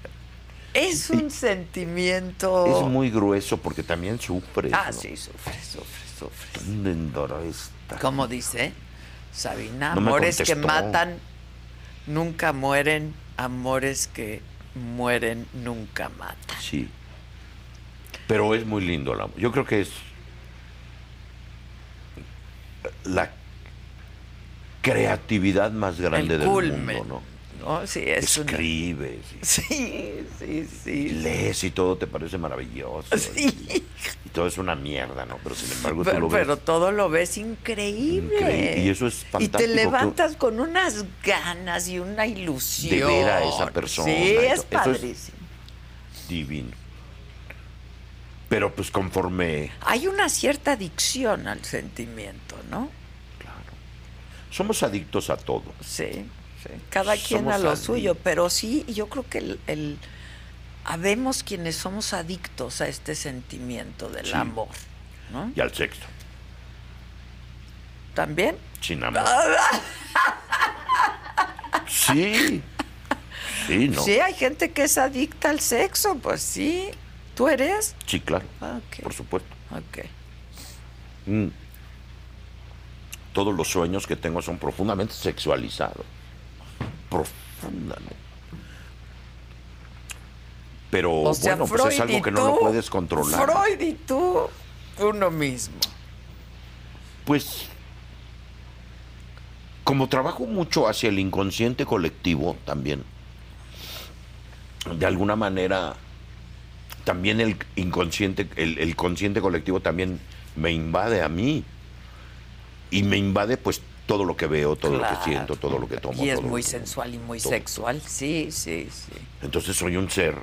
Speaker 2: Es un sentimiento.
Speaker 3: Es muy grueso porque también sufres.
Speaker 2: Oh. Ah,
Speaker 3: ¿no?
Speaker 2: sí, sufre, sufre, sufre.
Speaker 3: ¿Dónde andará esta?
Speaker 2: Como dice Sabina,
Speaker 3: No me
Speaker 2: amores que
Speaker 3: contestó.
Speaker 2: matan nunca mueren, amores que mueren nunca matan.
Speaker 3: Sí. Pero es muy lindo el amor. Yo creo que es la creatividad más grande
Speaker 2: El
Speaker 3: del
Speaker 2: culmen,
Speaker 3: mundo,
Speaker 2: ¿no? Sí,
Speaker 3: ¿no?
Speaker 2: es un-
Speaker 3: Escribes, y
Speaker 2: Sí, sí, sí.
Speaker 3: lees y todo te parece maravilloso.
Speaker 2: Sí.
Speaker 3: Y, y todo es una mierda, ¿no? Pero sin embargo tú
Speaker 2: Pero,
Speaker 3: lo ves.
Speaker 2: pero todo lo ves increíble.
Speaker 3: Increíble. Y eso es
Speaker 2: Y
Speaker 3: fantástico,
Speaker 2: te
Speaker 3: que-
Speaker 2: levantas con unas ganas y una ilusión.
Speaker 3: De ver a esa persona.
Speaker 2: Sí, es
Speaker 3: Eso- eso es-
Speaker 2: padrísimo.
Speaker 3: Divino. Pero pues conforme
Speaker 2: Hay una cierta adicción al sentimiento, ¿no?
Speaker 3: somos adictos a todo.
Speaker 2: Sí, sí. Cada quien
Speaker 3: Somos
Speaker 2: a lo
Speaker 3: adictos.
Speaker 2: suyo, pero sí, yo creo que el, el- habemos quienes somos adictos a este sentimiento del
Speaker 3: Sí.
Speaker 2: amor, ¿no?
Speaker 3: Y al sexo.
Speaker 2: También.
Speaker 3: Sin amor. Sí. Sí, no.
Speaker 2: Sí, hay gente que es adicta al sexo, pues sí. ¿Tú eres?
Speaker 3: Sí, claro.
Speaker 2: Ah, ok.
Speaker 3: Por supuesto.
Speaker 2: Ok.
Speaker 3: Mm. Todos los sueños que tengo son profundamente sexualizados. Profundamente. Pero
Speaker 2: O sea,
Speaker 3: bueno,
Speaker 2: Freud
Speaker 3: pues es algo
Speaker 2: y
Speaker 3: que no lo
Speaker 2: tú,
Speaker 3: puedes controlar.
Speaker 2: Freud y tú, uno mismo.
Speaker 3: Pues, como trabajo mucho hacia el inconsciente colectivo también, de alguna manera, también el inconsciente, el, el consciente colectivo también me invade a mí. Y me invade pues todo lo que veo, todo lo
Speaker 2: Claro.
Speaker 3: que siento, todo lo que tomo.
Speaker 2: Y es
Speaker 3: todo lo
Speaker 2: muy
Speaker 3: que-
Speaker 2: sensual y muy
Speaker 3: todo.
Speaker 2: sexual. Sí, sí, sí.
Speaker 3: Entonces soy un ser,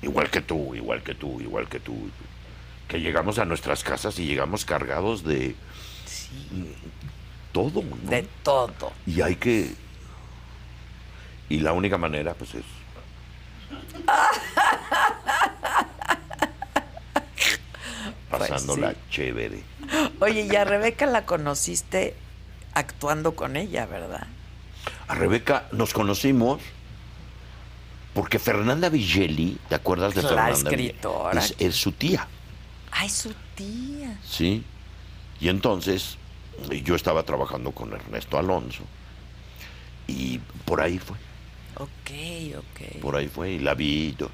Speaker 3: igual que tú, igual que tú, igual que tú, que llegamos a nuestras casas y llegamos cargados de todo. ¿no?
Speaker 2: De todo.
Speaker 3: Y hay que. Y la única manera, pues es. Pasándola
Speaker 2: Pues sí.
Speaker 3: chévere.
Speaker 2: Oye, y a Rebeca la conociste actuando con ella, ¿verdad?
Speaker 3: A Rebeca nos conocimos porque Fernanda Vigeli, ¿te acuerdas de
Speaker 2: La
Speaker 3: Fernanda?
Speaker 2: escritora.
Speaker 3: Es, es su tía,
Speaker 2: Ay, su tía.
Speaker 3: ¿sí? Y entonces yo estaba trabajando con Ernesto Alonso y por ahí fue.
Speaker 2: Ok, ok.
Speaker 3: Por ahí fue, y la vi y, to-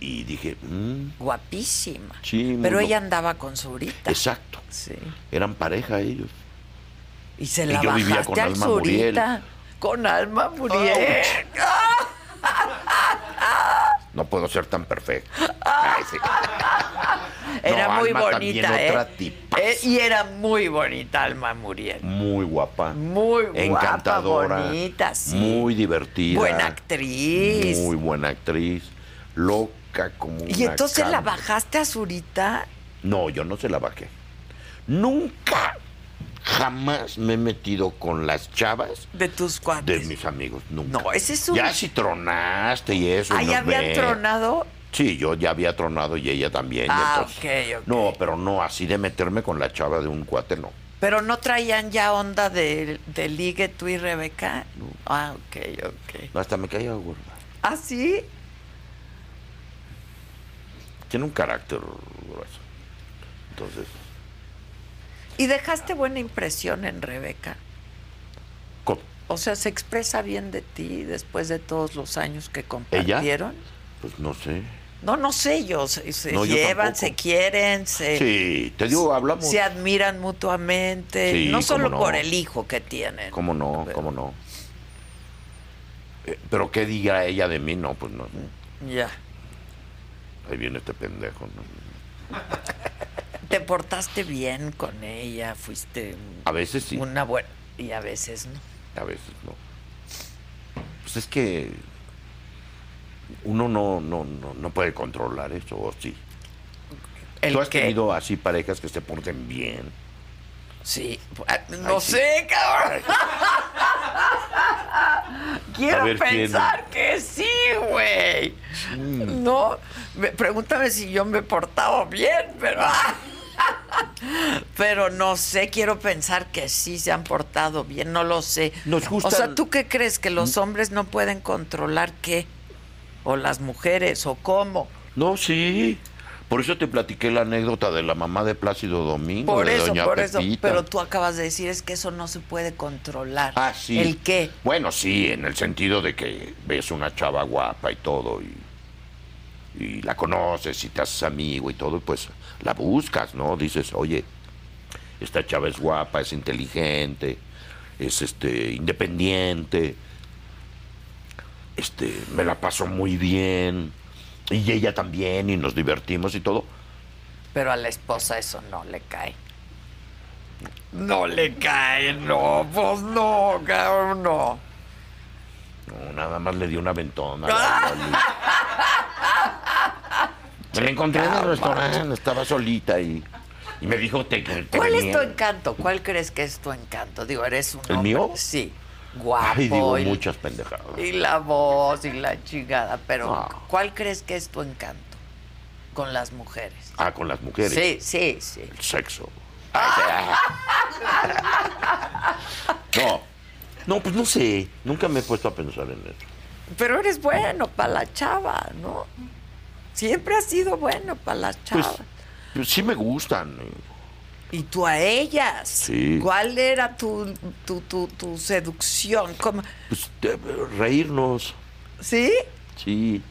Speaker 3: y dije, "Mm,
Speaker 2: Guapísima.
Speaker 3: Sí, muy
Speaker 2: Pero
Speaker 3: guapa.
Speaker 2: ella andaba con Zurita.
Speaker 3: exacto.
Speaker 2: Sí.
Speaker 3: Eran pareja ellos.
Speaker 2: Y se
Speaker 3: Y
Speaker 2: la
Speaker 3: yo vivía
Speaker 2: bajaste
Speaker 3: con
Speaker 2: al
Speaker 3: Alma Oh,
Speaker 2: Zurita. Con Alma Muriel.
Speaker 3: No puedo ser tan perfecto. Ay, sí.
Speaker 2: Era
Speaker 3: No,
Speaker 2: muy
Speaker 3: Alma también
Speaker 2: bonita, ¿eh?
Speaker 3: otra tipaza.
Speaker 2: Eh, Y era muy bonita Alma Muriel.
Speaker 3: Muy guapa.
Speaker 2: Muy guapa,
Speaker 3: Encantadora.
Speaker 2: bonita, sí.
Speaker 3: Muy divertida.
Speaker 2: Buena actriz.
Speaker 3: Muy buena actriz. Loca como
Speaker 2: Y
Speaker 3: una
Speaker 2: entonces la
Speaker 3: cabra.
Speaker 2: bajaste a Zurita.
Speaker 3: No, yo no se la bajé. Nunca, jamás me he metido con las chavas
Speaker 2: De tus cuates.
Speaker 3: de mis amigos. Nunca.
Speaker 2: No, ese es un-
Speaker 3: Ya si tronaste y eso. y
Speaker 2: Ahí
Speaker 3: nos
Speaker 2: habían
Speaker 3: ven.
Speaker 2: tronado.
Speaker 3: Sí, yo ya había tronado y ella también. y
Speaker 2: Ah,
Speaker 3: entonces-
Speaker 2: ok, ok.
Speaker 3: No, pero no, así de meterme con la chava de un cuate, no.
Speaker 2: Pero no traían ya onda de, de ligue tú y Rebeca. Ah, ok, ok.
Speaker 3: No, Hasta me caía gorda.
Speaker 2: ¿Ah, sí?
Speaker 3: Tiene un carácter grueso. Entonces,
Speaker 2: ¿Y dejaste buena impresión en Rebeca?
Speaker 3: ¿cómo?
Speaker 2: O sea, ¿se expresa bien de ti después de todos los años que compartieron?
Speaker 3: Pues no sé.
Speaker 2: No, no sé ellos. Se, se
Speaker 3: No, yo
Speaker 2: llevan,
Speaker 3: tampoco.
Speaker 2: se quieren, se,
Speaker 3: Sí, te digo, hablamos.
Speaker 2: se admiran mutuamente.
Speaker 3: Sí,
Speaker 2: no
Speaker 3: cómo
Speaker 2: solo
Speaker 3: no.
Speaker 2: por el hijo que tienen.
Speaker 3: ¿Cómo no? ¿Cómo no? Eh, Pero qué diga ella de mí, no, pues no.
Speaker 2: Ya.
Speaker 3: Ahí viene este pendejo. ¿no?
Speaker 2: Te portaste bien con ella, fuiste
Speaker 3: A veces sí,
Speaker 2: una buena. Y a veces no.
Speaker 3: a veces no. Pues es que uno no, no, no, no puede controlar eso, o sí.
Speaker 2: El
Speaker 3: ¿Tú has
Speaker 2: que-
Speaker 3: tenido así parejas que se porten bien?
Speaker 2: Sí. Ah, No
Speaker 3: Ay, sí.
Speaker 2: sé, cabrón. Quiero
Speaker 3: A ver, ¿quién?
Speaker 2: pensar que sí, güey. No, me- pregúntame si yo me portaba bien, pero. Pero no sé, quiero pensar que sí se han portado bien, no lo sé.
Speaker 3: Nos
Speaker 2: O sea,
Speaker 3: gustan- Mm.
Speaker 2: ¿tú qué crees? ¿Que los hombres no pueden controlar qué? ¿O las mujeres? ¿O cómo?
Speaker 3: No, sí. Por eso te platiqué la anécdota de la mamá de Plácido Domingo,
Speaker 2: Por
Speaker 3: de
Speaker 2: eso,
Speaker 3: Doña
Speaker 2: por eso.
Speaker 3: Pepita.
Speaker 2: Pero tú acabas de decir es que eso no se puede controlar.
Speaker 3: Ah, sí.
Speaker 2: ¿El qué?
Speaker 3: Bueno, sí, en el sentido de que ves una chava guapa y todo, y, y la conoces y te haces amigo y todo, y pues la buscas, ¿no? Dices, oye, esta chava es guapa, es inteligente, es este independiente, este, me la paso muy bien, y ella también, y nos divertimos y todo.
Speaker 2: Pero a la esposa eso no le cae. No le cae, no, pues
Speaker 3: Oh,
Speaker 2: no, cabrón, no.
Speaker 3: No, nada más le dio una ventona.
Speaker 2: Ah.
Speaker 3: Me la encontré en el restaurante, estaba solita y, y me dijo, te, te
Speaker 2: ¿Cuál es tu
Speaker 3: venía".
Speaker 2: encanto? ¿Cuál crees que es tu encanto? Digo, eres un
Speaker 3: ¿El
Speaker 2: hombre-
Speaker 3: mío?
Speaker 2: Sí, guapo.
Speaker 3: Ay, Ah, digo
Speaker 2: y,
Speaker 3: muchas pendejadas.
Speaker 2: y la voz y la chingada, pero
Speaker 3: Ah.
Speaker 2: ¿cuál crees que es tu encanto con las mujeres?
Speaker 3: Ah, con las mujeres.
Speaker 2: Sí, sí, sí.
Speaker 3: El sexo. no, no, pues no sé. Nunca me he puesto a pensar en eso.
Speaker 2: Pero eres bueno para la chava, ¿no? Siempre has sido bueno para las
Speaker 3: Pues,
Speaker 2: chavas.
Speaker 3: pues sí me gustan. eh.
Speaker 2: Y tú a ellas.
Speaker 3: Sí.
Speaker 2: ¿Cuál era tu, tu, tu, tu seducción? ¿Cómo?
Speaker 3: Pues eh, reírnos,
Speaker 2: ¿Sí?
Speaker 3: sí.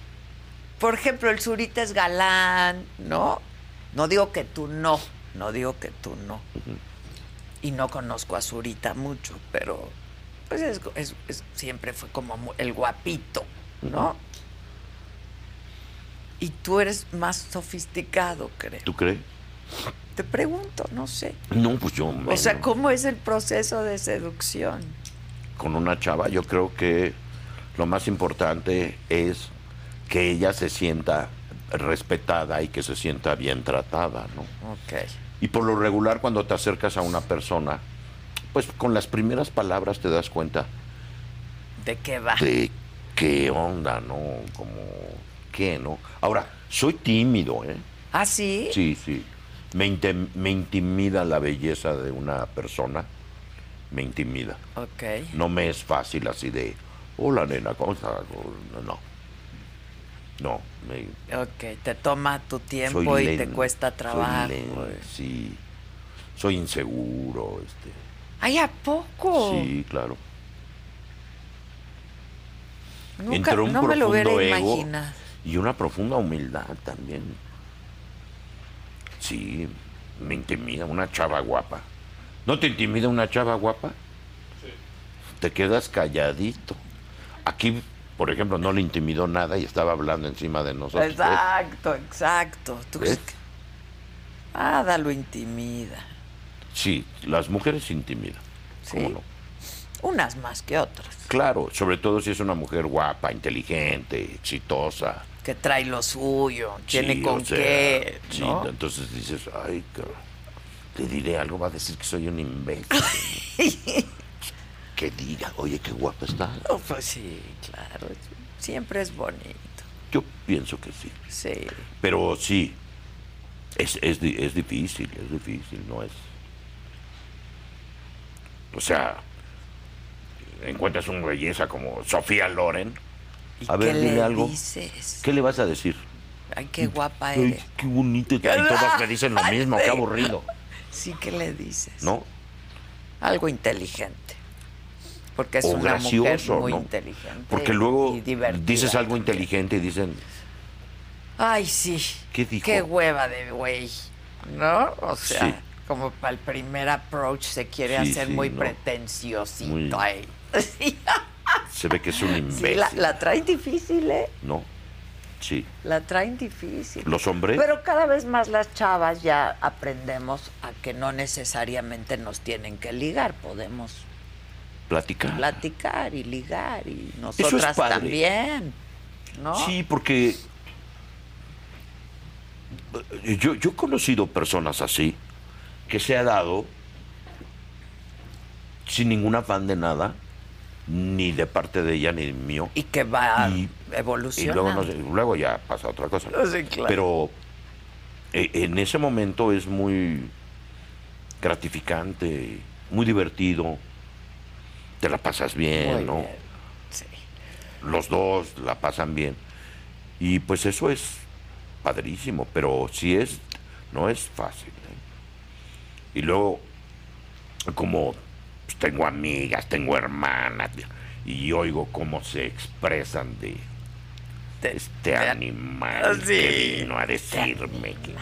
Speaker 2: Por ejemplo, el Zurita es galán, ¿no? No digo que tú no, no digo que tú no. Y no conozco a Zurita mucho, pero pues es- es- es- siempre fue como mu- el guapito, ¿no? Y tú eres más sofisticado, creo.
Speaker 3: ¿Tú crees?
Speaker 2: Te pregunto, no sé.
Speaker 3: No, pues yo.
Speaker 2: O sea,
Speaker 3: menos.
Speaker 2: ¿cómo es el proceso de seducción?
Speaker 3: con una chava, yo creo que lo más importante es que ella se sienta respetada y que se sienta bien tratada, ¿no?
Speaker 2: Ok.
Speaker 3: Y por lo regular cuando te acercas a una persona, pues con las primeras palabras te das cuenta
Speaker 2: ¿De qué va?
Speaker 3: de qué onda, ¿no? Como qué, ¿no? Ahora, soy tímido, ¿eh?
Speaker 2: ¿Ah, sí?
Speaker 3: Sí, sí. Me, intim- me intimida la belleza de una persona, me intimida.
Speaker 2: Ok.
Speaker 3: no me es fácil así de, hola nena, ¿cómo estás? No, no, no me,
Speaker 2: Ok, te toma tu tiempo
Speaker 3: soy
Speaker 2: y te
Speaker 3: len-
Speaker 2: cuesta
Speaker 3: soy
Speaker 2: trabajo.
Speaker 3: len- sí, soy inseguro, este,
Speaker 2: Ay, ¿a poco?
Speaker 3: sí, claro.
Speaker 2: Nunca,
Speaker 3: Entre un
Speaker 2: no me lo hubiera
Speaker 3: profundo ego
Speaker 2: imaginado.
Speaker 3: y una profunda humildad también. Sí, me intimida una chava guapa. ¿No te intimida una chava guapa? Te quedas calladito. Aquí, por ejemplo, no le intimidó nada y estaba hablando encima de nosotros. ¿ves?
Speaker 2: Exacto, exacto. ¿Tú
Speaker 3: ¿Ves?
Speaker 2: crees que- Nada lo intimida.
Speaker 3: Sí, las mujeres intimidan. ¿Cómo
Speaker 2: Sí.
Speaker 3: no?
Speaker 2: Unas más que otras.
Speaker 3: Claro, sobre todo si es una mujer guapa, inteligente, exitosa.
Speaker 2: Que trae lo suyo, tiene
Speaker 3: Sí,
Speaker 2: con
Speaker 3: o sea,
Speaker 2: qué.
Speaker 3: sí,
Speaker 2: ¿no?
Speaker 3: entonces dices, ay, cabrón, le diré algo, va a decir que soy un imbécil. que diga, oye, qué guapa está.
Speaker 2: No, pues sí, claro. Siempre es bonito.
Speaker 3: Yo pienso que sí.
Speaker 2: Sí.
Speaker 3: Pero sí, es, es, di- es difícil, es difícil, no es. O sea, encuentras una belleza como Sofía Loren.
Speaker 2: ¿Y
Speaker 3: A ver,
Speaker 2: qué
Speaker 3: dile
Speaker 2: le
Speaker 3: algo.
Speaker 2: dices?
Speaker 3: ¿Qué le vas a decir?
Speaker 2: Ay, qué guapa
Speaker 3: Ay,
Speaker 2: eres.
Speaker 3: qué bonita. Y todas me dicen lo mismo, qué aburrido.
Speaker 2: Sí, ¿qué le dices?
Speaker 3: ¿No?
Speaker 2: algo inteligente. Porque es
Speaker 3: o
Speaker 2: una
Speaker 3: gracioso,
Speaker 2: mujer muy
Speaker 3: ¿no?
Speaker 2: inteligente.
Speaker 3: Porque luego
Speaker 2: y divertida
Speaker 3: dices algo
Speaker 2: también.
Speaker 3: inteligente y dicen,
Speaker 2: Ay, sí.
Speaker 3: ¿Qué dijo?
Speaker 2: Qué hueva de güey. ¿No? O sea,
Speaker 3: Sí.
Speaker 2: como para el primer approach se quiere
Speaker 3: Sí,
Speaker 2: hacer
Speaker 3: sí,
Speaker 2: muy
Speaker 3: no.
Speaker 2: pretenciosito
Speaker 3: Muy-
Speaker 2: ahí. Sí,
Speaker 3: Se ve que es un imbécil.
Speaker 2: la, la traen difícil, ¿eh?
Speaker 3: No. Sí.
Speaker 2: La traen difícil.
Speaker 3: Los hombres.
Speaker 2: Pero cada vez más las chavas ya aprendemos a que no necesariamente nos tienen que ligar, podemos
Speaker 3: Platicar.
Speaker 2: platicar y ligar y
Speaker 3: es
Speaker 2: nosotras
Speaker 3: padre.
Speaker 2: también, ¿no?
Speaker 3: Sí, porque yo, yo he conocido personas así que se ha dado sin ningún afán de nada, ni de parte de ella ni mío.
Speaker 2: Y que va
Speaker 3: Y- Y
Speaker 2: evolucionando.
Speaker 3: luego, no sé, luego ya pasa otra cosa.
Speaker 2: Sí, claro.
Speaker 3: Pero eh, en ese momento es muy gratificante, muy divertido, te la pasas bien,
Speaker 2: Muy
Speaker 3: ¿no?
Speaker 2: bien, sí.
Speaker 3: los dos la pasan bien. Y pues eso es padrísimo, pero sí es, no es fácil. ¿eh? Y luego, como pues, tengo amigas, tengo hermanas, y oigo cómo se expresan de
Speaker 2: Te-
Speaker 3: este
Speaker 2: te-
Speaker 3: animal
Speaker 2: Ah, Sí.
Speaker 3: que vino a decirme que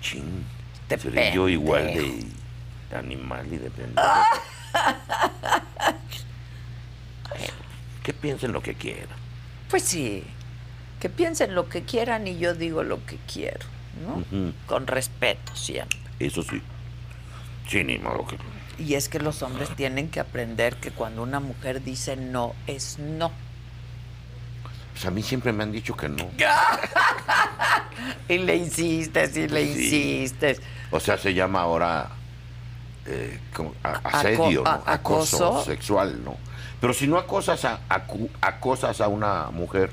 Speaker 3: chin,
Speaker 2: Te
Speaker 3: seré yo igual de animal y de pendejo.
Speaker 2: Ah.
Speaker 3: Bueno, que piensen lo que quieran.
Speaker 2: Pues sí, que piensen lo que quieran y yo digo lo que quiero, ¿no?
Speaker 3: Ujú.
Speaker 2: Con respeto siempre.
Speaker 3: Eso sí. Sí, ni modo que.
Speaker 2: Y es que los hombres tienen que aprender que cuando una mujer dice no, es no.
Speaker 3: Pues a mí siempre me han dicho que no.
Speaker 2: Y le insistes y le
Speaker 3: Sí.
Speaker 2: insistes.
Speaker 3: O sea, se llama ahora eh, como a-
Speaker 2: Aco-
Speaker 3: asedio, ¿no?
Speaker 2: a-
Speaker 3: acoso.
Speaker 2: acoso.
Speaker 3: sexual, ¿no? Pero si no acosas a, acu- acosas a una mujer,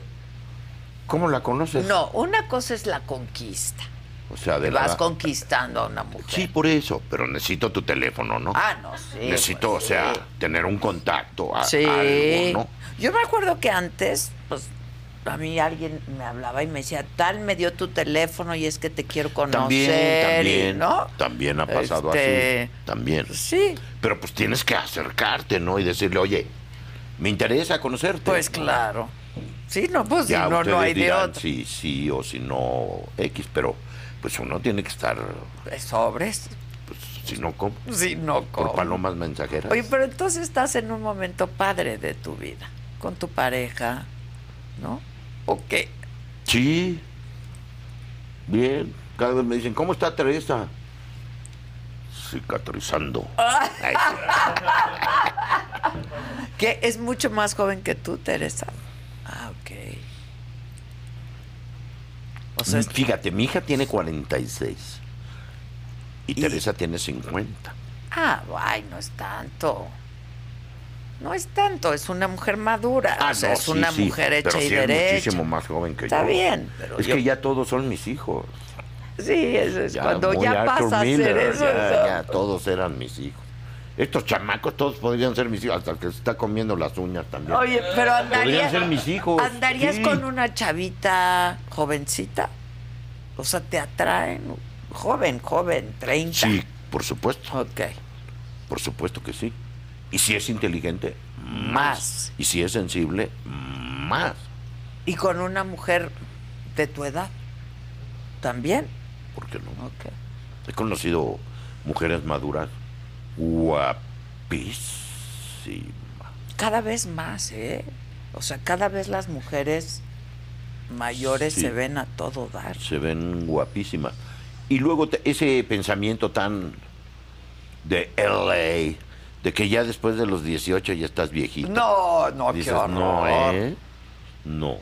Speaker 3: ¿cómo la conoces?
Speaker 2: No, una cosa es la conquista.
Speaker 3: O sea, de
Speaker 2: Que
Speaker 3: la-
Speaker 2: vas conquistando a una mujer.
Speaker 3: Sí, por eso, pero necesito tu teléfono, ¿no?
Speaker 2: Ah, no, sí.
Speaker 3: necesito,
Speaker 2: pues,
Speaker 3: o sea,
Speaker 2: sí.
Speaker 3: tener un contacto, a,
Speaker 2: Sí.
Speaker 3: algo, ¿no?
Speaker 2: Yo me acuerdo que antes, pues, a mí alguien me hablaba y me decía, tal, me dio tu teléfono y es que te quiero conocer.
Speaker 3: También,
Speaker 2: y-
Speaker 3: también,
Speaker 2: ¿no?
Speaker 3: también ha pasado
Speaker 2: Este,
Speaker 3: así, también.
Speaker 2: Sí,
Speaker 3: Pero pues tienes que acercarte, ¿no? Y decirle, oye, me interesa conocerte.
Speaker 2: pues claro. Sí, no, pues si
Speaker 3: Ya
Speaker 2: no,
Speaker 3: ustedes
Speaker 2: no hay de
Speaker 3: dirán
Speaker 2: otro.
Speaker 3: si sí o si no X, pero pues uno tiene que estar,
Speaker 2: Pues, Sobres,
Speaker 3: pues, si no, ¿cómo?
Speaker 2: si no,
Speaker 3: por
Speaker 2: ¿cómo?
Speaker 3: palomas mensajeras.
Speaker 2: Oye, pero entonces estás en un momento padre de tu vida, con tu pareja, ¿no? ¿O qué?
Speaker 3: Sí, bien. Cada vez me dicen, ¿cómo está Teresa? Cicatrizando.
Speaker 2: Ah.
Speaker 3: Ay,
Speaker 2: Que es mucho más joven que tú, Teresa. Ah, ok. O sea, es-
Speaker 3: Fíjate, mi hija tiene 46 y, Teresa tiene 50.
Speaker 2: ah, ay, no es tanto. No es tanto, es una mujer madura. Ah, o sea,
Speaker 3: Ah, no,
Speaker 2: es
Speaker 3: sí,
Speaker 2: una
Speaker 3: sí,
Speaker 2: mujer hecha
Speaker 3: pero
Speaker 2: y
Speaker 3: sí es
Speaker 2: derecha.
Speaker 3: muchísimo más joven que
Speaker 2: Está
Speaker 3: yo.
Speaker 2: bien, pero
Speaker 3: es
Speaker 2: yo-
Speaker 3: que ya todos son mis hijos.
Speaker 2: Sí, eso es cuando
Speaker 3: muy
Speaker 2: ya
Speaker 3: Arthur
Speaker 2: pasa
Speaker 3: Miller,
Speaker 2: a ser eso.
Speaker 3: ya,
Speaker 2: eso.
Speaker 3: ya, todos eran mis hijos. Estos chamacos todos podrían ser mis hijos, hasta el que se está comiendo las uñas también.
Speaker 2: Oye, pero andarías.
Speaker 3: ser mis hijos,
Speaker 2: ¿Andarías
Speaker 3: sí.
Speaker 2: con una chavita jovencita? O sea, te atraen. Joven, joven, 30.
Speaker 3: Sí, por supuesto,
Speaker 2: Ok.
Speaker 3: por supuesto que sí. Y si es inteligente,
Speaker 2: Más.
Speaker 3: más. Y si es sensible, más.
Speaker 2: ¿Y con una mujer de tu edad? ¿También?
Speaker 3: ¿Por qué no?
Speaker 2: Ok.
Speaker 3: He conocido mujeres maduras guapísimas.
Speaker 2: Cada vez más, ¿eh? O sea, cada vez las mujeres mayores
Speaker 3: Sí.
Speaker 2: se ven a todo dar.
Speaker 3: se ven guapísimas. Y luego te- ese pensamiento tan de LA, de que ya después de los 18 ya estás viejito.
Speaker 2: No, no,
Speaker 3: Dices,
Speaker 2: qué horror.
Speaker 3: no, ¿eh? No.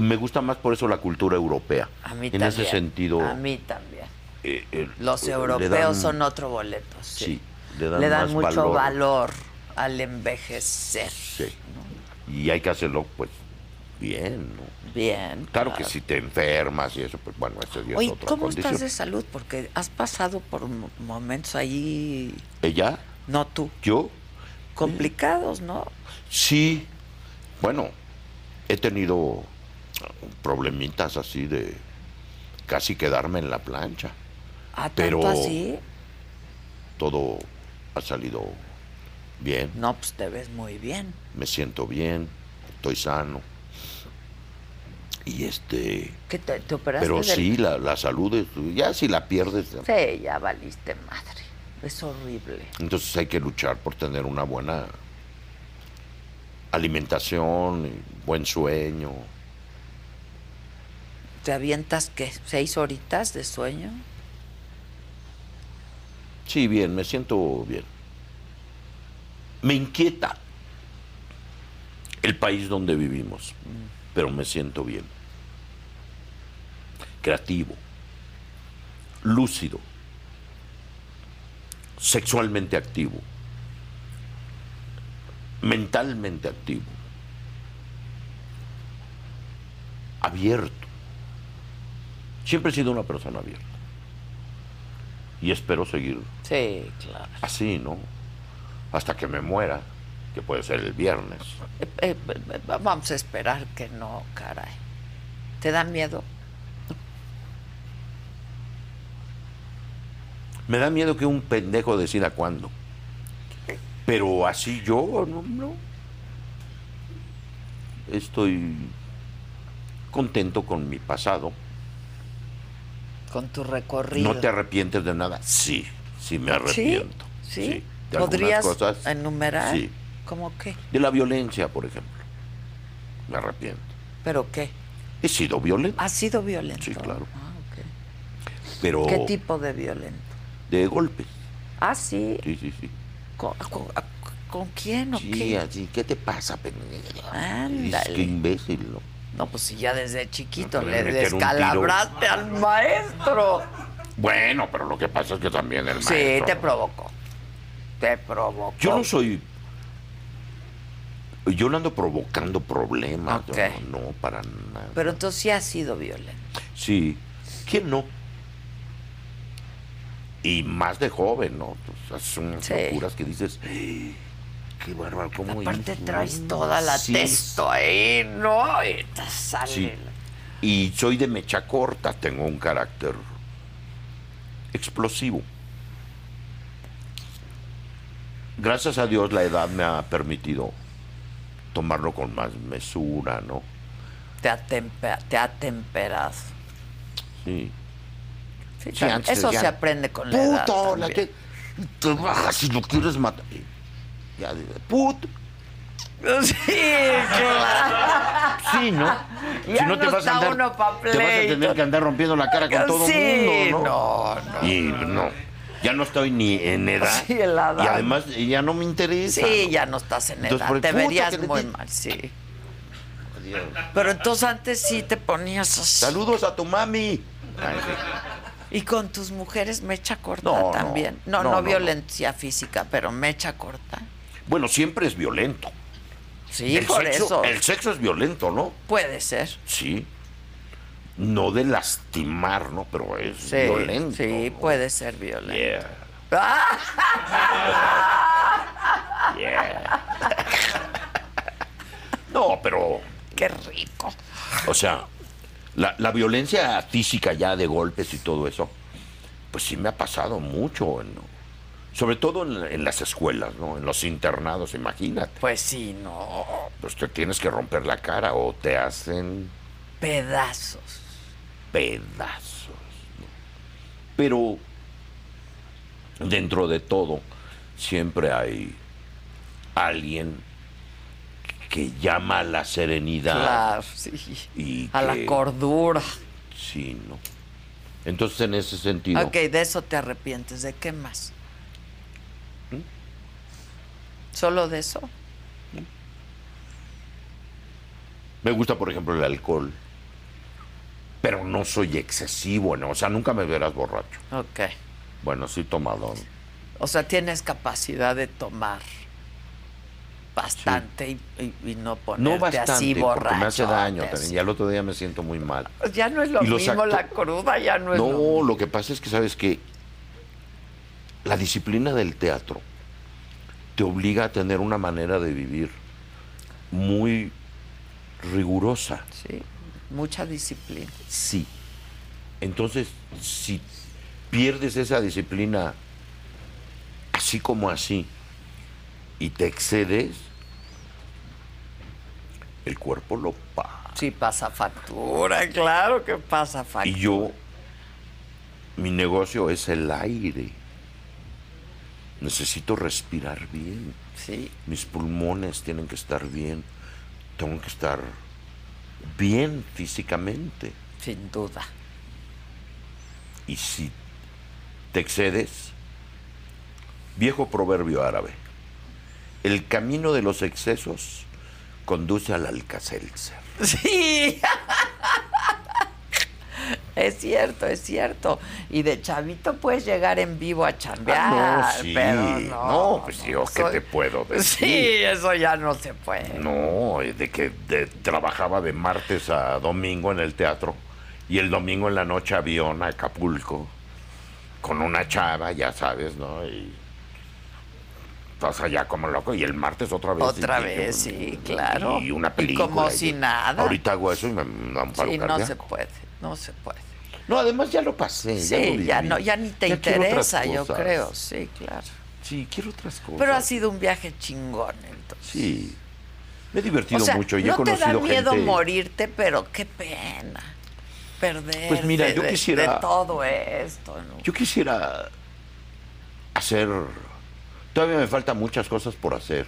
Speaker 3: Me gusta más por eso la cultura europea.
Speaker 2: A mí
Speaker 3: en
Speaker 2: también.
Speaker 3: ese sentido.
Speaker 2: A mí también.
Speaker 3: eh, eh,
Speaker 2: Los
Speaker 3: le dan-
Speaker 2: europeos son otro boleto, sí.
Speaker 3: Sí, le dan más
Speaker 2: mucho
Speaker 3: valor.
Speaker 2: valor al envejecer.
Speaker 3: Sí. Y hay que hacerlo, pues, bien, ¿no?
Speaker 2: Bien.
Speaker 3: Claro que si te enfermas y eso, pues bueno, eso ya es
Speaker 2: Oye,
Speaker 3: otra
Speaker 2: ¿cómo
Speaker 3: condición.
Speaker 2: estás de salud? Porque has pasado por mo- momentos ahí,
Speaker 3: Ella,
Speaker 2: no tú,
Speaker 3: yo,
Speaker 2: complicados, ¿no?
Speaker 3: Sí, bueno, he tenido problemitas así de casi quedarme en la plancha.
Speaker 2: ¿A tanto
Speaker 3: Pero-
Speaker 2: así?
Speaker 3: Todo ha salido bien,
Speaker 2: No, pues te ves muy bien.
Speaker 3: me siento bien, estoy sano. Y este.
Speaker 2: ¿Qué te, te operaste?
Speaker 3: Pero
Speaker 2: del-
Speaker 3: sí, la, la salud, es- ya si la pierdes.
Speaker 2: Sí, ya valiste madre. Es horrible.
Speaker 3: Entonces hay que luchar por tener una buena alimentación, y buen sueño.
Speaker 2: ¿Te avientas qué? ¿Seis horitas de sueño?
Speaker 3: Sí, bien, me siento bien. Me inquieta el país donde vivimos, pero me siento bien. Creativo, lúcido, sexualmente activo, mentalmente activo, abierto. Siempre he sido una persona abierta y espero seguir
Speaker 2: Sí, claro.
Speaker 3: así, ¿no? Hasta que me muera, que puede ser el viernes.
Speaker 2: Eh, eh, eh, vamos a esperar que no, caray. ¿Te da miedo?
Speaker 3: Me da miedo que un pendejo decida cuándo. Pero así yo, no, no. Estoy contento con mi pasado.
Speaker 2: Con tu recorrido.
Speaker 3: ¿No te arrepientes de nada? Sí, sí me arrepiento.
Speaker 2: ¿Sí?
Speaker 3: sí. De algunas
Speaker 2: ¿Podrías
Speaker 3: cosas,
Speaker 2: enumerar?
Speaker 3: sí.
Speaker 2: ¿Cómo qué?
Speaker 3: De la violencia, por ejemplo. Me arrepiento.
Speaker 2: ¿Pero qué?
Speaker 3: He sido violento,
Speaker 2: ¿Has sido violento?
Speaker 3: Sí, claro. Oh.
Speaker 2: Ah, ok.
Speaker 3: pero
Speaker 2: Ah, ¿Qué tipo de violento?
Speaker 3: de golpes.
Speaker 2: Ah, sí.
Speaker 3: Sí, sí, sí.
Speaker 2: ¿Con, con- con quién o
Speaker 3: Sí,
Speaker 2: qué?
Speaker 3: así, ¿qué te pasa, pendejo? Es
Speaker 2: Ándale.
Speaker 3: que imbécil, ¿no?
Speaker 2: No, pues si ya desde chiquito
Speaker 3: No,
Speaker 2: le
Speaker 3: le metieron un tiro.
Speaker 2: descalabraste al maestro.
Speaker 3: Bueno, pero lo que pasa es que también el maestro...
Speaker 2: Sí, te provocó. Te provocó.
Speaker 3: Yo no soy... Yo no ando provocando problemas. yo
Speaker 2: Ok.
Speaker 3: no, no, para nada.
Speaker 2: Pero entonces sí has sido violento.
Speaker 3: Sí. ¿Quién no? Y más de joven, ¿no? Pues, haces unas
Speaker 2: Sí.
Speaker 3: locuras que dices... "Ay, Qué bárbaro, ¿cómo
Speaker 2: Aparte
Speaker 3: hice?".
Speaker 2: traes toda la
Speaker 3: Sí,
Speaker 2: testo ahí, ¿no? Y te sale.
Speaker 3: Sí.
Speaker 2: la-
Speaker 3: Y soy de mecha corta, tengo un carácter explosivo. Gracias a Dios la edad me ha permitido tomarlo con más mesura, ¿no?
Speaker 2: Te, atempe- te atemperas.
Speaker 3: Sí.
Speaker 2: Sí,
Speaker 3: Sí,
Speaker 2: también.
Speaker 3: antes
Speaker 2: Eso
Speaker 3: ya-
Speaker 2: se aprende con la edad.
Speaker 3: Puto, la
Speaker 2: también.
Speaker 3: que te bajas y lo quieres matar. Eh, Ya, dices, puto.
Speaker 2: Sí,
Speaker 3: Sí, ¿no?
Speaker 2: Ya no está uno pa'
Speaker 3: te vas a tener
Speaker 2: pleito.
Speaker 3: que andar rompiendo la cara con todo
Speaker 2: Sí,
Speaker 3: mundo,
Speaker 2: no, no.
Speaker 3: Y no, ya no estoy ni en edad.
Speaker 2: Sí, en la edad.
Speaker 3: Y además ya no me interesa.
Speaker 2: Sí,
Speaker 3: ¿no?
Speaker 2: ya no estás en
Speaker 3: Entonces,
Speaker 2: edad.
Speaker 3: por el
Speaker 2: Te
Speaker 3: puto
Speaker 2: verías
Speaker 3: que le
Speaker 2: muy
Speaker 3: di- Oh,
Speaker 2: mal, sí.
Speaker 3: Dios.
Speaker 2: Pero entonces antes sí te ponías así.
Speaker 3: Saludos a tu mami. Ay, sí.
Speaker 2: Y con tus mujeres mecha corta
Speaker 3: No, no,
Speaker 2: también. No, no,
Speaker 3: no, no, no.
Speaker 2: violencia física, pero mecha corta.
Speaker 3: Bueno, siempre es violento.
Speaker 2: Sí,
Speaker 3: el,
Speaker 2: por
Speaker 3: sexo,
Speaker 2: eso.
Speaker 3: el sexo es violento, ¿no?
Speaker 2: Puede ser.
Speaker 3: Sí. No de lastimar, ¿no? Pero es
Speaker 2: Sí,
Speaker 3: violento.
Speaker 2: sí,
Speaker 3: ¿no?
Speaker 2: puede ser violento.
Speaker 3: Yeah.
Speaker 2: ¡Ah!
Speaker 3: yeah. no, pero,
Speaker 2: ¡Qué rico!
Speaker 3: o sea, la, la violencia física ya de golpes y todo eso, pues sí me ha pasado mucho, ¿no? Sobre todo en, en las escuelas, ¿no? En los internados, imagínate.
Speaker 2: Pues sí, no.
Speaker 3: Pues te tienes que romper la cara o te hacen
Speaker 2: Pedazos.
Speaker 3: pedazos. ¿no? Pero dentro de todo, siempre hay alguien que llama a la serenidad.
Speaker 2: Claro, sí.
Speaker 3: Ah. Y
Speaker 2: A la
Speaker 3: que-
Speaker 2: cordura.
Speaker 3: Sí, ¿no? Entonces, en ese sentido,
Speaker 2: Ok, de eso te arrepientes. ¿De qué más?
Speaker 3: ¿Mm?
Speaker 2: ¿Solo de eso?
Speaker 3: me gusta, por ejemplo, el alcohol. Pero no soy excesivo, ¿no? O sea, nunca me verás borracho.
Speaker 2: Ok.
Speaker 3: Bueno, sí tomador.
Speaker 2: O sea, tienes capacidad de tomar bastante y, y- y no ponerte
Speaker 3: No bastante,
Speaker 2: así
Speaker 3: porque
Speaker 2: borracho.
Speaker 3: me hace daño
Speaker 2: te
Speaker 3: también.
Speaker 2: hace-
Speaker 3: Y al otro día me siento muy mal.
Speaker 2: Ya no es lo
Speaker 3: Y los
Speaker 2: mismo
Speaker 3: acto-
Speaker 2: la cruda, ya no es lo
Speaker 3: Pues No, lo que pasa es que sabes que la disciplina del teatro te obliga a tener una manera de vivir muy rigurosa.
Speaker 2: Sí, mucha disciplina.
Speaker 3: Sí. Entonces, si pierdes esa disciplina así como así y te excedes, el cuerpo lo paga.
Speaker 2: Sí, pasa factura, claro que pasa factura.
Speaker 3: Y yo, mi negocio es el aire. Necesito respirar bien.
Speaker 2: Sí.
Speaker 3: Mis pulmones tienen que estar bien. Tengo que estar bien físicamente.
Speaker 2: Sin duda.
Speaker 3: Y si te excedes, viejo proverbio árabe, el camino de los excesos conduce al alcacelser.
Speaker 2: Sí. Es cierto, es cierto. Y de chavito puedes llegar en vivo a chambear.
Speaker 3: Ah, no, sí.
Speaker 2: pero no,
Speaker 3: No, pues yo qué te puedo decir.
Speaker 2: Sí, eso ya no se puede.
Speaker 3: No, eh, de que de- trabajaba de martes a domingo en el teatro y el domingo en la noche avión a Acapulco con una chava, ya sabes, ¿no? Y estás allá como loco y el martes otra vez.
Speaker 2: Otra
Speaker 3: y- y-
Speaker 2: vez, sí, claro.
Speaker 3: Y una
Speaker 2: Y
Speaker 3: película.
Speaker 2: como si nada.
Speaker 3: Ahorita hago eso y me da un paro
Speaker 2: Sí, no
Speaker 3: cardíaco.
Speaker 2: se puede, no se puede.
Speaker 3: No, además ya lo pasé.
Speaker 2: Sí, ya,
Speaker 3: ya, lo viví.
Speaker 2: no, ya ni te
Speaker 3: Ya quiero
Speaker 2: interesa,
Speaker 3: otras
Speaker 2: yo
Speaker 3: cosas.
Speaker 2: creo. Sí, claro.
Speaker 3: Sí, quiero otras cosas.
Speaker 2: Pero ha sido un viaje chingón, entonces.
Speaker 3: Sí. Me he divertido
Speaker 2: O sea,
Speaker 3: mucho y
Speaker 2: no
Speaker 3: he conocido
Speaker 2: te da miedo
Speaker 3: gente.
Speaker 2: morirte, pero qué pena perder.
Speaker 3: Pues mira, yo quisiera-
Speaker 2: de todo esto, ¿no?
Speaker 3: Yo quisiera hacer. Todavía me faltan muchas cosas por hacer.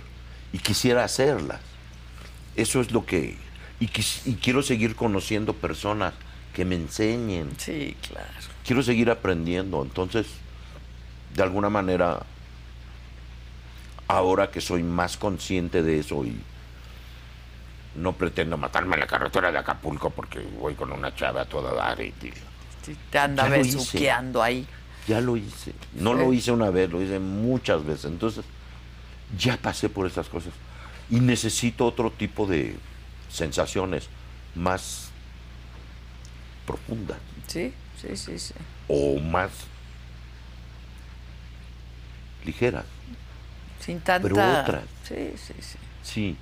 Speaker 3: Y quisiera hacerlas. Eso es lo que. Y, quis- y quiero seguir conociendo personas que me enseñen.
Speaker 2: Sí, claro.
Speaker 3: Quiero seguir aprendiendo. Entonces, de alguna manera, ahora que soy más consciente de eso y no pretendo matarme en la carretera de Acapulco porque voy con una chava a toda dar y- y-
Speaker 2: Sí, te anda
Speaker 3: Ya lo hice.
Speaker 2: besuqueando ahí.
Speaker 3: ya lo hice. No
Speaker 2: Sí.
Speaker 3: lo hice una vez, lo hice muchas veces. Entonces, ya pasé por estas cosas. Y necesito otro tipo de sensaciones más profundas
Speaker 2: Sí, sí, sí, sí.
Speaker 3: o más ligeras.
Speaker 2: Sin tanta.
Speaker 3: otras.
Speaker 2: Sí, sí, sí.
Speaker 3: Sí.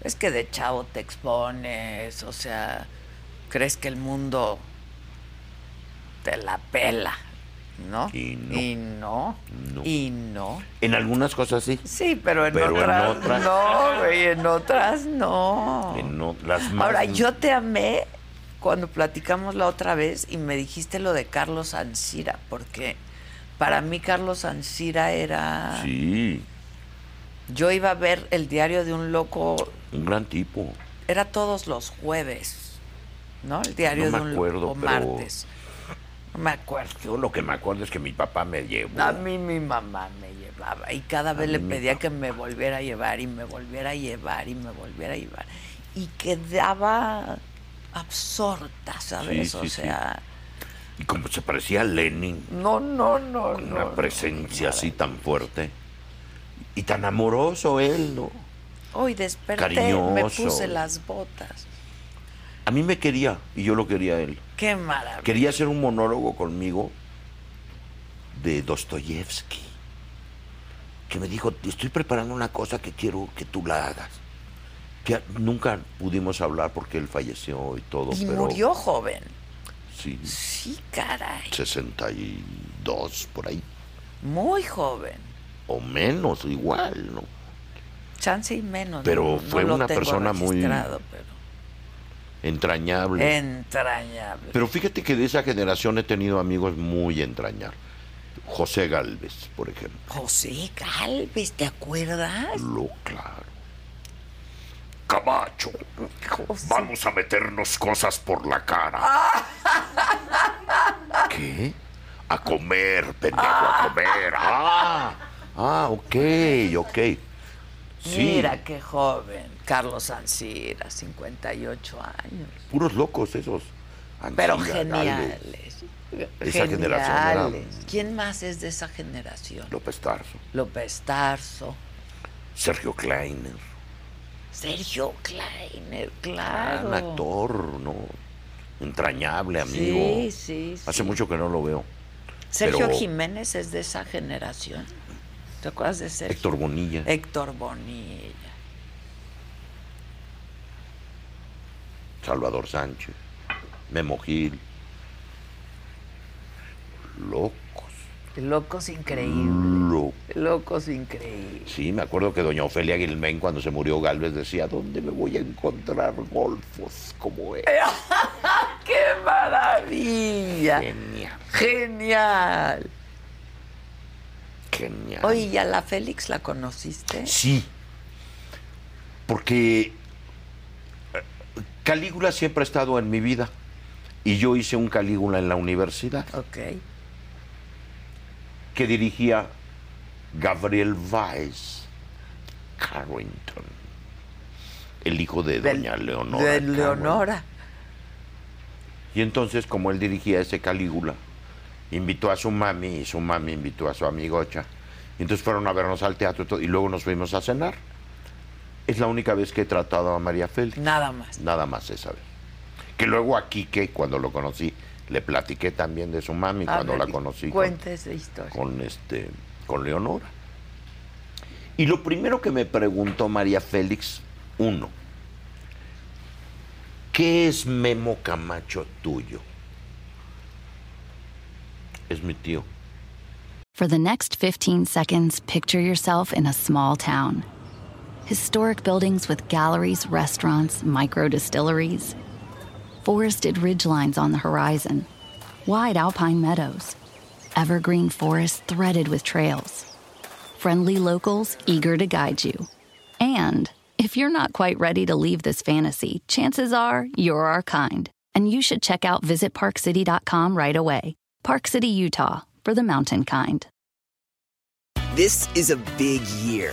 Speaker 2: Es que de chavo te expones, o sea, crees que el mundo te la pela, ¿no?
Speaker 3: Y no.
Speaker 2: Y no.
Speaker 3: No.
Speaker 2: Y no.
Speaker 3: En algunas cosas sí.
Speaker 2: Sí, pero en
Speaker 3: Pero en
Speaker 2: otras
Speaker 3: otras-
Speaker 2: no, güey, en otras no.
Speaker 3: En o- las más.
Speaker 2: Ahora, yo te amé cuando platicamos la otra vez y me dijiste lo de Carlos Ansira, porque para mí Carlos Ansira era...
Speaker 3: Sí,
Speaker 2: Yo iba a ver el diario de un loco,
Speaker 3: un gran tipo.
Speaker 2: era todos los jueves, ¿no? El diario
Speaker 3: No me
Speaker 2: de un
Speaker 3: acuerdo,
Speaker 2: loco,
Speaker 3: pero-
Speaker 2: martes. No me acuerdo.
Speaker 3: Yo lo que me acuerdo es que mi papá me llevó.
Speaker 2: A mí mi mamá me llevaba y cada vez
Speaker 3: A
Speaker 2: le
Speaker 3: mí mi
Speaker 2: pedía
Speaker 3: papá.
Speaker 2: que me volviera a llevar y me volviera a llevar y me volviera a llevar. Y quedaba absorta, ¿sabes?
Speaker 3: Sí,
Speaker 2: o
Speaker 3: sí, sí.
Speaker 2: sea,
Speaker 3: Y como se parecía a Lenin.
Speaker 2: no, no, no,
Speaker 3: con
Speaker 2: no.
Speaker 3: una
Speaker 2: no.
Speaker 3: presencia así tan fuerte y tan amoroso él, ¿no?
Speaker 2: Hoy desperté, me
Speaker 3: cariñoso.
Speaker 2: puse las botas.
Speaker 3: A mí me quería y yo lo quería a él.
Speaker 2: Qué maravilla.
Speaker 3: Quería hacer un monólogo conmigo de Dostoyevsky, que me dijo, estoy preparando una cosa que quiero que tú la hagas. Que nunca pudimos hablar porque él falleció y todo.
Speaker 2: y
Speaker 3: pero,
Speaker 2: murió joven.
Speaker 3: Sí,
Speaker 2: Sí, caray.
Speaker 3: 62 por ahí,
Speaker 2: Muy joven.
Speaker 3: o menos, igual, ¿no?
Speaker 2: Chance y menos.
Speaker 3: Pero
Speaker 2: no- no
Speaker 3: fue
Speaker 2: lo
Speaker 3: una
Speaker 2: tengo
Speaker 3: persona muy- Pues
Speaker 2: registrado, pero
Speaker 3: Entrañable.
Speaker 2: Entrañable.
Speaker 3: Pero fíjate que de esa generación he tenido amigos muy entrañables. José Galvez, por ejemplo.
Speaker 2: José Galvez, ¿te acuerdas?
Speaker 3: Lo claro. Camacho,
Speaker 2: Oh,
Speaker 3: vamos a meternos cosas por la cara. ¿Qué? A comer, pendejo, a comer. Ah, ah, ok, ok. Sí,
Speaker 2: Mira qué joven. Carlos Ansira, 58 años.
Speaker 3: puros locos esos. Antilla,
Speaker 2: Pero
Speaker 3: Galvez,
Speaker 2: geniales.
Speaker 3: Esa generación era-
Speaker 2: Geniales. ¿Quién más es de esa generación?
Speaker 3: López Tarso,
Speaker 2: López Tarso,
Speaker 3: Sergio Kleiner.
Speaker 2: Sergio Kleiner, claro.
Speaker 3: gran actor, ¿no? Entrañable, amigo.
Speaker 2: Sí, sí, sí.
Speaker 3: Hace mucho que no lo veo.
Speaker 2: Sergio
Speaker 3: pero-
Speaker 2: Jiménez es de esa generación. ¿Te acuerdas de Sergio?
Speaker 3: Héctor Bonilla.
Speaker 2: Héctor Bonilla.
Speaker 3: Salvador Sánchez. Memo Gil. Locos.
Speaker 2: Locos
Speaker 3: Mm.
Speaker 2: increíbles. Locos increíbles.
Speaker 3: Sí, me acuerdo que doña Ofelia Guilmén, cuando se murió Galvez, decía, ¿dónde me voy a encontrar golfos como este?". él?
Speaker 2: ¡Qué maravilla!
Speaker 3: Genial.
Speaker 2: Genial.
Speaker 3: Genial.
Speaker 2: Oye, ¿y a la Félix la conociste?
Speaker 3: Sí. Porque eh, Calígula siempre ha estado en mi vida. Y yo hice un Calígula en la universidad
Speaker 2: Ok.
Speaker 3: que dirigía Gabriel Weiss Carrington, el hijo de
Speaker 2: Del-
Speaker 3: doña Leonora.
Speaker 2: De
Speaker 3: Carrington.
Speaker 2: Leonora.
Speaker 3: Y entonces, como él dirigía ese Calígula, invitó a su mami y su mami invitó a su amigocha. Y entonces fueron a vernos al teatro y todo, y luego nos fuimos a cenar. Es la única vez que he tratado a María Félix.
Speaker 2: Nada más.
Speaker 3: Nada más esa vez. Que luego a Quique, cuando lo conocí, le platiqué también de su mami
Speaker 2: A
Speaker 3: cuando
Speaker 2: ver,
Speaker 3: la conocí. con-
Speaker 2: Ah, Cuenta esa historia.
Speaker 3: con este con Leonora. Y lo primero que me preguntó María Félix, uno, ¿qué es Memo Camacho tuyo? Es mi tío.
Speaker 8: For the next 15 seconds, picture yourself in a small town. Historic buildings with galleries, restaurants, micro distilleries, forested ridgelines on the horizon, wide alpine meadows, evergreen forests threaded with trails, friendly locals eager to guide you. And if you're not quite ready to leave this fantasy, chances are you're our kind, and you should check out visitparkcity.com right away. Park City, Utah, for the mountain kind.
Speaker 9: This is a big year.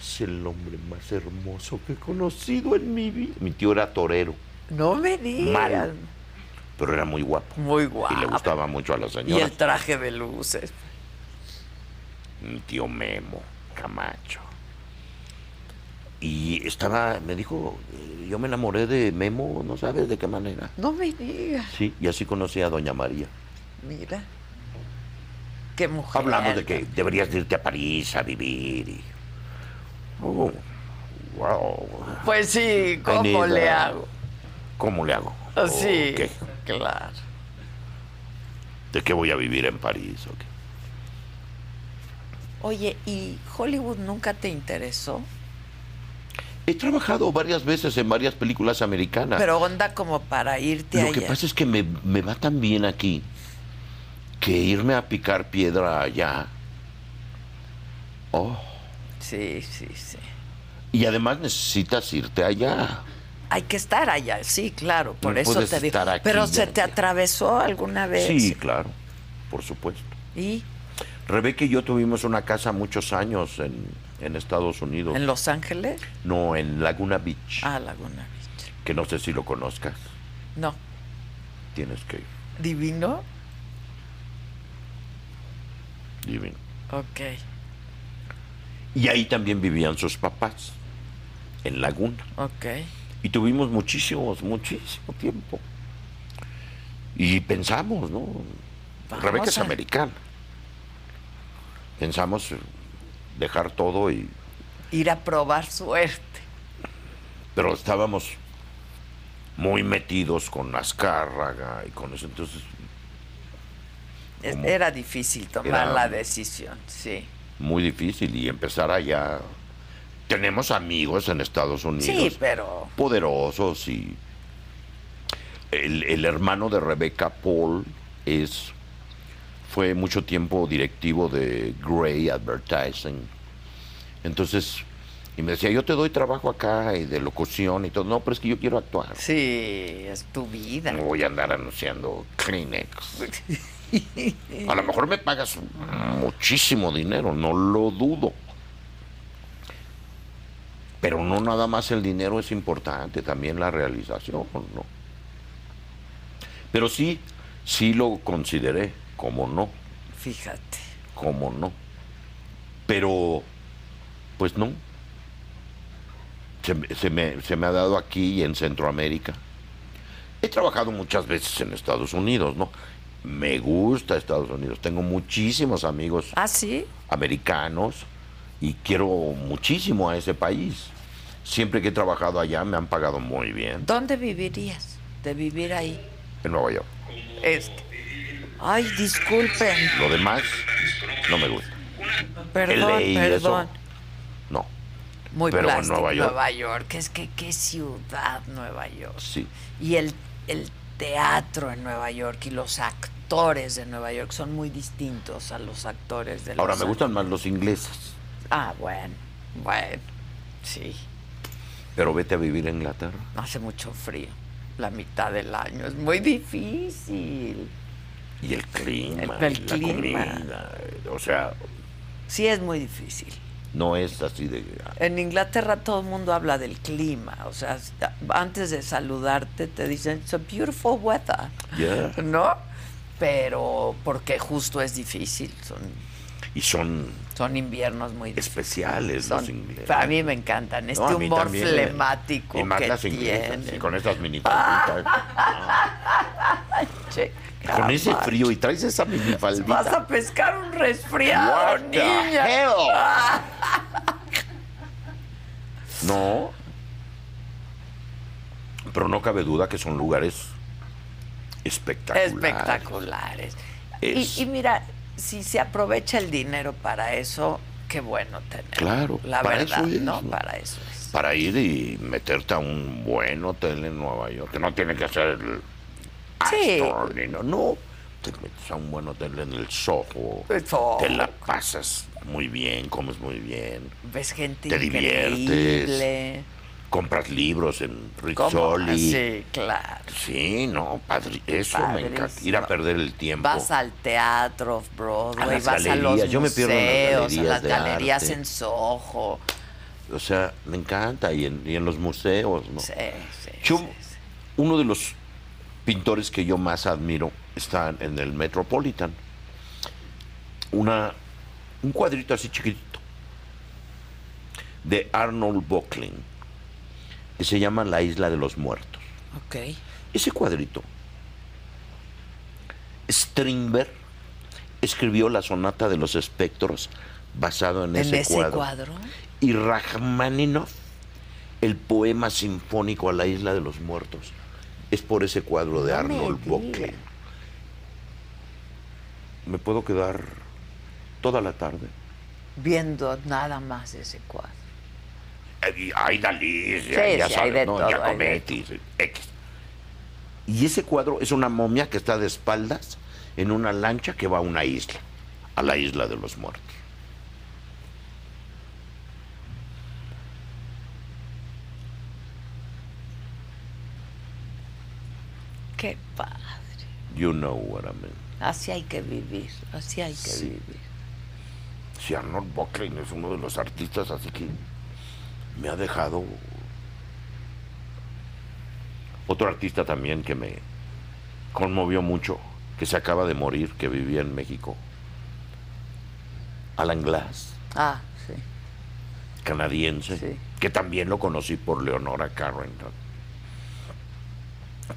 Speaker 3: Es el hombre más hermoso que he conocido en mi vida. Mi tío era torero,
Speaker 2: No me digas.
Speaker 3: Malo. pero era muy guapo.
Speaker 2: Muy
Speaker 3: Y le
Speaker 2: guapo.
Speaker 3: gustaba mucho a la
Speaker 2: Ah, Y
Speaker 3: señora.
Speaker 2: el traje de luces.
Speaker 3: mi tío Memo Camacho. Y estaba, me dijo, eh, yo me enamoré de Memo, no sabes de qué manera.
Speaker 2: No me digas.
Speaker 3: Sí, y así conocí a Doña María.
Speaker 2: Mira. Qué mujer.
Speaker 3: Hablamos de que deberías de irte a París a vivir. Y... Oh, wow.
Speaker 2: Pues sí, ¿cómo
Speaker 3: Venida.
Speaker 2: le hago? Ah,
Speaker 3: ¿Cómo le hago? ¿O
Speaker 2: Así.
Speaker 3: qué?
Speaker 2: Claro.
Speaker 3: ¿De qué voy a vivir en París? o qué?
Speaker 2: Oye, ¿y Hollywood nunca te interesó?
Speaker 3: He trabajado varias veces en varias películas americanas.
Speaker 2: Pero onda como para irte
Speaker 3: Ah. Lo
Speaker 2: allá.
Speaker 3: que pasa es que me, me va tan bien aquí que irme a picar piedra allá. Oh,
Speaker 2: Sí, sí, sí.
Speaker 3: y además necesitas irte allá.
Speaker 2: Hay que estar allá, sí, claro, por
Speaker 3: No
Speaker 2: eso
Speaker 3: puedes
Speaker 2: te digo.
Speaker 3: estar aquí
Speaker 2: Pero
Speaker 3: ya,
Speaker 2: se te
Speaker 3: ya.
Speaker 2: atravesó alguna vez.
Speaker 3: Sí, claro, por supuesto.
Speaker 2: ¿Y?
Speaker 3: Rebeca y yo tuvimos una casa muchos años en, en Estados Unidos.
Speaker 2: ¿En Los Ángeles?
Speaker 3: No, en Laguna Beach,
Speaker 2: Ah, Laguna Beach.
Speaker 3: que no sé si lo conozcas.
Speaker 2: No.
Speaker 3: Tienes que ir.
Speaker 2: ¿Divino?
Speaker 3: Divino.
Speaker 2: Ok,
Speaker 3: Y ahí también vivían sus papás, en Laguna.
Speaker 2: ok.
Speaker 3: Y tuvimos muchísimos, muchísimo tiempo. Y pensamos, ¿no?
Speaker 2: Vamos
Speaker 3: Rebeca es
Speaker 2: a-
Speaker 3: americana. Pensamos eh, dejar todo y.
Speaker 2: Ir a probar suerte.
Speaker 3: Pero estábamos muy metidos con Azcárraga y con eso. Entonces,
Speaker 2: Es-
Speaker 3: ¿Cómo?
Speaker 2: Era difícil tomar
Speaker 3: Era-
Speaker 2: la decisión, sí.
Speaker 3: muy difícil. Y empezar allá. Tenemos amigos en Estados Unidos.
Speaker 2: Sí, pero
Speaker 3: poderosos y el, el hermano de Rebecca Paul es fue mucho tiempo directivo de Gray Advertising. Entonces, y me decía, yo te doy trabajo acá y de locución y todo. No, pero es que yo quiero actuar.
Speaker 2: sí, es tu vida.
Speaker 3: No voy a andar anunciando Kleenex. A lo mejor me pagas muchísimo dinero, no lo dudo. Pero no nada más el dinero es importante, también la realización, ¿no? Pero sí, sí lo consideré, como no.
Speaker 2: Fíjate.
Speaker 3: ¿Cómo no? Pero, pues no. Se, me- se me, se me ha dado aquí y en Centroamérica. He trabajado muchas veces en Estados Unidos, ¿no? Me gusta Estados Unidos. Tengo muchísimos amigos
Speaker 2: ¿Ah, sí?
Speaker 3: americanos y quiero muchísimo a ese país. Siempre que he trabajado allá me han pagado muy bien
Speaker 2: ¿Dónde vivirías de vivir ahí?
Speaker 3: en Nueva York.
Speaker 2: Este. Ay, disculpen.
Speaker 3: Lo demás no me gusta.
Speaker 2: Perdón,
Speaker 3: LA y
Speaker 2: perdón.
Speaker 3: eso, no.
Speaker 2: Muy
Speaker 3: Pero en
Speaker 2: plástico,
Speaker 3: Nueva York.
Speaker 2: Nueva York, es que qué ciudad Nueva York.
Speaker 3: Sí.
Speaker 2: Y el, el teatro en Nueva York y los actores de Nueva York son muy distintos a los actores de
Speaker 3: Ahora
Speaker 2: Los
Speaker 3: me gustan más los ingleses,
Speaker 2: Ángeles. Ah, bueno, bueno, sí.
Speaker 3: pero vete a vivir a Inglaterra.
Speaker 2: Hace mucho frío, la mitad del año, es muy difícil.
Speaker 3: Y el clima,
Speaker 2: El- el
Speaker 3: y
Speaker 2: clima.
Speaker 3: la comida, eh, o sea,
Speaker 2: Sí, es muy difícil.
Speaker 3: no es así de
Speaker 2: En Inglaterra todo el mundo habla del clima, o sea, hasta- antes de saludarte te dicen, it's a beautiful weather,
Speaker 3: Yeah.
Speaker 2: ¿no? Pero porque justo es difícil, son,
Speaker 3: y son
Speaker 2: son inviernos muy difíciles.
Speaker 3: especiales los
Speaker 2: Son-
Speaker 3: ingleses.
Speaker 2: a mí me encantan, este
Speaker 3: No, a mí
Speaker 2: humor
Speaker 3: también. eh,
Speaker 2: flemático
Speaker 3: Y más
Speaker 2: que
Speaker 3: las inglesas,
Speaker 2: tienen. Ah,
Speaker 3: y con esas minifalditas.
Speaker 2: Che,
Speaker 3: Con ese
Speaker 2: caramba.
Speaker 3: frío y traes esa
Speaker 2: Vas
Speaker 3: minifaldita.
Speaker 2: a pescar un resfriado,
Speaker 3: What the
Speaker 2: niña.
Speaker 3: hell? No. Pero no cabe duda que son lugares espectaculares.
Speaker 2: espectaculares.
Speaker 3: Es-
Speaker 2: Y, y mira, si se aprovecha el dinero para eso, qué bueno tener.
Speaker 3: Claro,
Speaker 2: la
Speaker 3: para
Speaker 2: verdad,
Speaker 3: eso es,
Speaker 2: ¿no?
Speaker 3: ¿no?
Speaker 2: Para eso es.
Speaker 3: Para ir y meterte a un buen hotel en Nueva York, que no tiene que ser el
Speaker 2: Sí.
Speaker 3: Astor, ni no, no. Te metes a un buen hotel en el Soho,
Speaker 2: El Soho.
Speaker 3: te la pasas muy bien, comes muy bien,
Speaker 2: Ves gente
Speaker 3: Te diviertes.
Speaker 2: increíble.
Speaker 3: compras libros en
Speaker 2: ¿Cómo? Ah,
Speaker 3: Rizzoli.
Speaker 2: Sí, claro.
Speaker 3: Sí, no, padre, eso me encanta.
Speaker 2: Padrísimo.
Speaker 3: Ir a perder el tiempo.
Speaker 2: Vas al teatro of Broadway,
Speaker 3: Oh. A las
Speaker 2: vas a los
Speaker 3: galerías,
Speaker 2: museos,
Speaker 3: yo me pierdo en las
Speaker 2: a
Speaker 3: galerías
Speaker 2: las
Speaker 3: de
Speaker 2: galerías
Speaker 3: arte. Oh.
Speaker 2: en Soho.
Speaker 3: O sea, me encanta. Y en, y en los museos, ¿no?
Speaker 2: Sí, sí,
Speaker 3: Yo,
Speaker 2: sí, sí.
Speaker 3: uno de los pintores que yo más admiro está en el Metropolitan. Una, un cuadrito así chiquitito de Arnold Böcklin que se llama La Isla de los Muertos.
Speaker 2: Ok.
Speaker 3: Ese cuadrito, Strindberg escribió la sonata de los espectros basado en,
Speaker 2: En
Speaker 3: ese,
Speaker 2: ese
Speaker 3: cuadro.
Speaker 2: cuadro.
Speaker 3: Y Rachmaninoff, el poema sinfónico a la isla de los muertos, es por ese cuadro de
Speaker 2: No me
Speaker 3: Arnold Buckley.
Speaker 2: digas.
Speaker 3: Me puedo quedar toda la tarde.
Speaker 2: Viendo nada más ese cuadro.
Speaker 3: Hay- Eh, Hay Dalí,
Speaker 2: Sí,
Speaker 3: ya, ya
Speaker 2: sí, hay
Speaker 3: sabes,
Speaker 2: de
Speaker 3: ¿no?
Speaker 2: todo, hay de
Speaker 3: Giacometti, X. Y ese cuadro es una momia que está de espaldas en una lancha que va a una isla, a la isla de los muertos.
Speaker 2: Qué padre.
Speaker 3: You know what I mean.
Speaker 2: Así hay que vivir, así hay que
Speaker 3: Sí.
Speaker 2: vivir.
Speaker 3: Si Arnold Buckley es uno de los artistas, así que me ha dejado. Otro artista también que me conmovió mucho, que se acaba de morir, que vivía en México, Alan Glass,
Speaker 2: Ah, sí.
Speaker 3: canadiense,
Speaker 2: Sí.
Speaker 3: que también lo conocí por Leonora Carrington,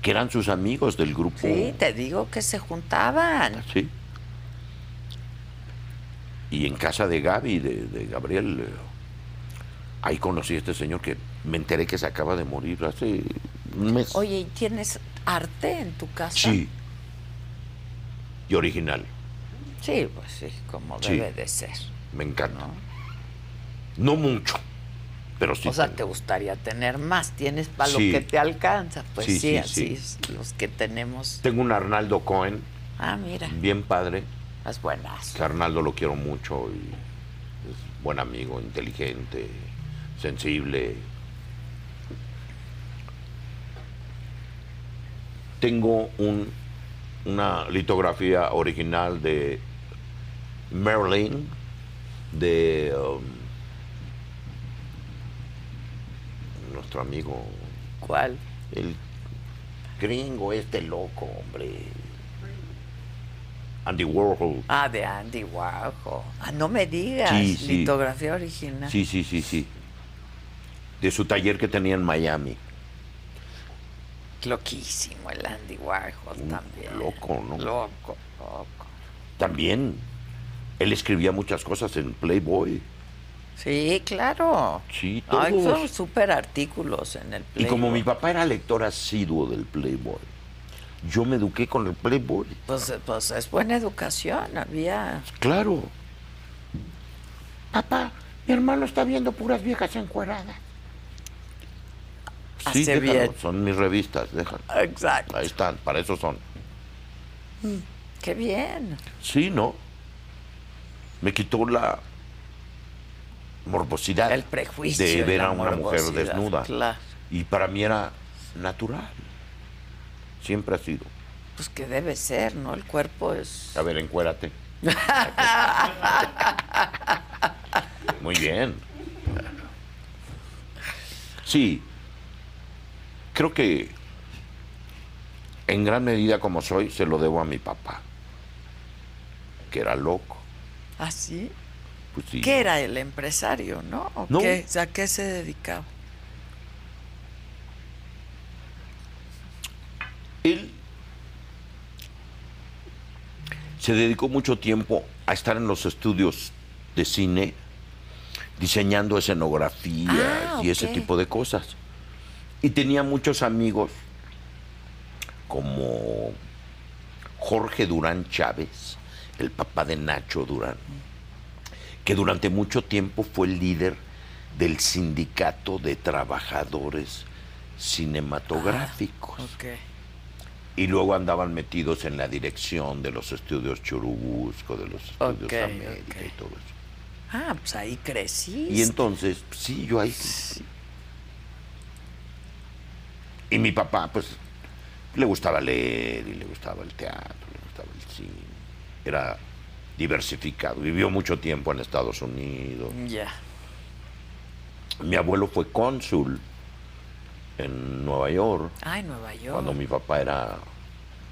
Speaker 3: que eran sus amigos del grupo.
Speaker 2: Sí, te digo que se juntaban.
Speaker 3: Sí. Y en casa de Gaby, de, de Gabriel, eh, ahí conocí a este señor que me enteré que se acaba de morir hace un mes.
Speaker 2: Oye, ¿y tienes arte en tu casa?
Speaker 3: Sí. Y original.
Speaker 2: Sí, pues sí, como
Speaker 3: Sí.
Speaker 2: debe de ser.
Speaker 3: Me encanta. No mucho, pero sí.
Speaker 2: o sea,
Speaker 3: tengo.
Speaker 2: te gustaría tener más, tienes para
Speaker 3: Sí.
Speaker 2: lo que te alcanza. Pues
Speaker 3: Sí,
Speaker 2: sí,
Speaker 3: sí,
Speaker 2: así
Speaker 3: sí.
Speaker 2: es, los que tenemos.
Speaker 3: Tengo un Arnaldo Cohen,
Speaker 2: Ah, mira,
Speaker 3: bien padre.
Speaker 2: las buenas.
Speaker 3: Que a Arnaldo lo quiero mucho y es buen amigo, inteligente, sensible. Tengo un- una litografía original de Merlin, de um, nuestro amigo,
Speaker 2: ¿Cuál?
Speaker 3: el gringo este loco, hombre. Andy Warhol.
Speaker 2: Ah, de Andy Warhol. Ah, no me digas.
Speaker 3: Sí, sí.
Speaker 2: Litografía original.
Speaker 3: Sí, sí, sí, sí. De su taller que tenía en Miami.
Speaker 2: Loquísimo el Andy Warhol también.
Speaker 3: Loco, ¿no?
Speaker 2: Loco, loco.
Speaker 3: También. Él escribía muchas cosas en Playboy.
Speaker 2: Sí, claro.
Speaker 3: Sí,
Speaker 2: Ay,
Speaker 3: todos.
Speaker 2: fueron súper artículos en el
Speaker 3: Y
Speaker 2: Playboy.
Speaker 3: como mi papá era lector asiduo del Playboy, yo me eduqué con el Playboy.
Speaker 2: Pues, pues es buena educación, había...
Speaker 3: Claro. Papá, mi hermano está viendo puras viejas encueradas. Sí,
Speaker 2: Hace
Speaker 3: déjalo,
Speaker 2: bien.
Speaker 3: son mis revistas, déjalo.
Speaker 2: Exacto.
Speaker 3: Ahí están, para eso son.
Speaker 2: Qué bien.
Speaker 3: Sí, ¿no? Me quitó la morbosidad.
Speaker 2: El prejuicio
Speaker 3: De
Speaker 2: y
Speaker 3: ver
Speaker 2: la
Speaker 3: a una mujer
Speaker 2: morbosidad,
Speaker 3: desnuda.
Speaker 2: claro.
Speaker 3: Y para mí era natural. Siempre ha sido.
Speaker 2: Pues que debe ser, ¿no? El cuerpo es...
Speaker 3: A ver, encuérate. Muy bien. Sí. Creo que en gran medida como soy, se lo debo a mi papá, que era loco.
Speaker 2: ¿Así?
Speaker 3: Pues sí.
Speaker 2: ¿Qué era el empresario, no? ¿O
Speaker 3: No.
Speaker 2: qué? ¿A qué se dedicaba?
Speaker 3: Él se dedicó mucho tiempo a estar en los estudios de cine diseñando escenografías
Speaker 2: Ah,
Speaker 3: y ese
Speaker 2: ok.
Speaker 3: tipo de cosas. Y tenía muchos amigos como Jorge Durán Chávez, el papá de Nacho Durán, que durante mucho tiempo fue el líder del sindicato de
Speaker 2: Ah,
Speaker 3: trabajadores cinematográficos
Speaker 2: Ok.
Speaker 3: y luego andaban metidos en la dirección de los estudios Churubusco, de los estudios
Speaker 2: Ok,
Speaker 3: América
Speaker 2: ok.
Speaker 3: y todo eso.
Speaker 2: Ah, pues ahí crecí.
Speaker 3: Y entonces, sí, yo ahí. Y mi papá, pues, le gustaba leer y le gustaba el teatro, le gustaba el cine. Era diversificado. Vivió mucho tiempo en Estados Unidos.
Speaker 2: Ya.
Speaker 3: Mi abuelo fue cónsul en Nueva York
Speaker 2: Ay, Nueva York.
Speaker 3: cuando mi papá era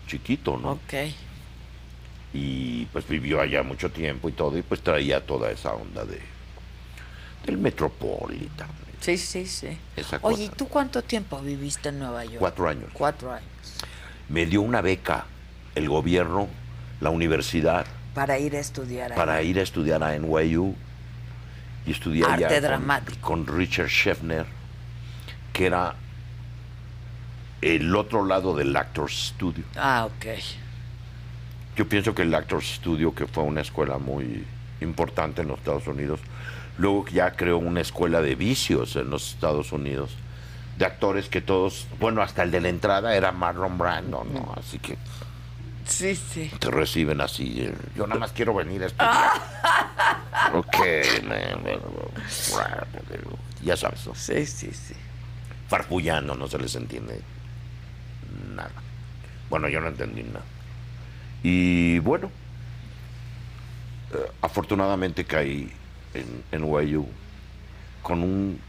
Speaker 3: chiquito, ¿no?
Speaker 2: Ok.
Speaker 3: y pues vivió allá mucho tiempo y todo, y pues traía toda esa onda de del Metropolitan.
Speaker 2: Sí, sí, sí.
Speaker 3: Esa cosa.
Speaker 2: Oye, ¿y tú cuánto tiempo viviste en Nueva York?
Speaker 3: Cuatro años.
Speaker 2: Cuatro años.
Speaker 3: Me dio una beca el gobierno, la universidad,
Speaker 2: Para ir a estudiar ahí.
Speaker 3: para ir a estudiar a NYU y estudié
Speaker 2: Arte
Speaker 3: allá con-
Speaker 2: dramático.
Speaker 3: Con, Richard Scheffner, que era el otro lado del Actors Studio.
Speaker 2: Ah, ok.
Speaker 3: Yo pienso que el Actors Studio, que fue una escuela muy importante en los Estados Unidos, luego ya creó una escuela de vicios en los Estados Unidos, de actores que todos, bueno, hasta el de la entrada era Marlon Brando, ¿no? Así que
Speaker 2: Sí, sí.
Speaker 3: te reciben así, eh, yo nada más quiero venir a estudiar. ok, man, bueno, ya sabes, ¿no?
Speaker 2: Sí, sí, sí.
Speaker 3: farfullando, no se les entiende nada. Bueno, yo no entendí nada. Y bueno, eh, afortunadamente caí en, en NYU con un,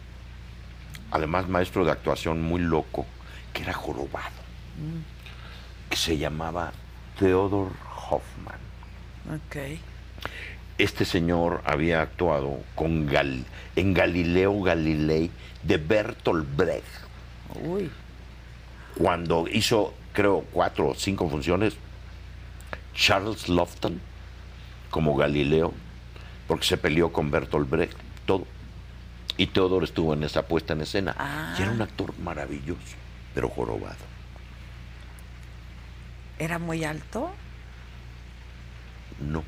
Speaker 3: además, maestro de actuación muy loco, que era jorobado, que se llamaba Theodore Hoffman.
Speaker 2: Ok.
Speaker 3: Este señor había actuado con Gal- en Galileo Galilei de Bertolt Brecht
Speaker 2: Uy.
Speaker 3: cuando hizo, creo, cuatro o cinco funciones, Charles Lofton como Galileo, porque se peleó con Bertolt Brecht, todo. Y Theodore estuvo en esa puesta en escena.
Speaker 2: Ah.
Speaker 3: Y era un actor maravilloso, pero jorobado.
Speaker 2: ¿Era muy alto?
Speaker 3: No.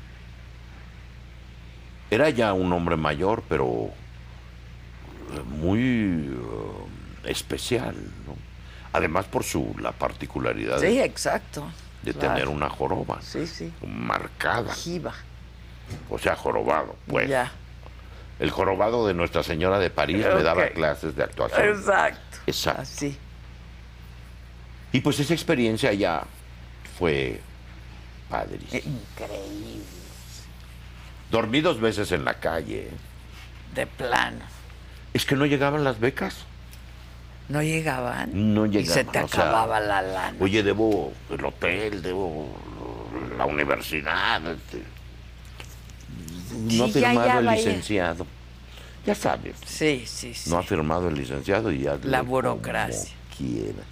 Speaker 3: Era ya un hombre mayor, pero eh, muy eh, especial, ¿no? Además por su la particularidad
Speaker 2: Sí,
Speaker 3: de,
Speaker 2: exacto.
Speaker 3: de
Speaker 2: Claro.
Speaker 3: tener una joroba.
Speaker 2: Sí, sí.
Speaker 3: marcada,
Speaker 2: Jiba.
Speaker 3: o sea, jorobado, pues.
Speaker 2: Ya.
Speaker 3: El jorobado de Nuestra Señora de París
Speaker 2: Ok.
Speaker 3: le daba clases de actuación.
Speaker 2: Exacto.
Speaker 3: Exacto.
Speaker 2: Así.
Speaker 3: Y pues esa experiencia ya fue padre.
Speaker 2: eh, Increíble.
Speaker 3: Dormí dos veces en la calle.
Speaker 2: De plano.
Speaker 3: Es que no llegaban las becas.
Speaker 2: No llegaban.
Speaker 3: No llegaban.
Speaker 2: Y se te
Speaker 3: o sea,
Speaker 2: acababa la lana.
Speaker 3: Oye, debo el hotel, debo la universidad. este, No ha
Speaker 2: Sí, ya,
Speaker 3: firmado
Speaker 2: ya,
Speaker 3: el
Speaker 2: vaya.
Speaker 3: licenciado. Ya sabes.
Speaker 2: Sí, sí, sí.
Speaker 3: No ha firmado el licenciado y ya. hazle
Speaker 2: La
Speaker 3: como
Speaker 2: burocracia.
Speaker 3: quieras.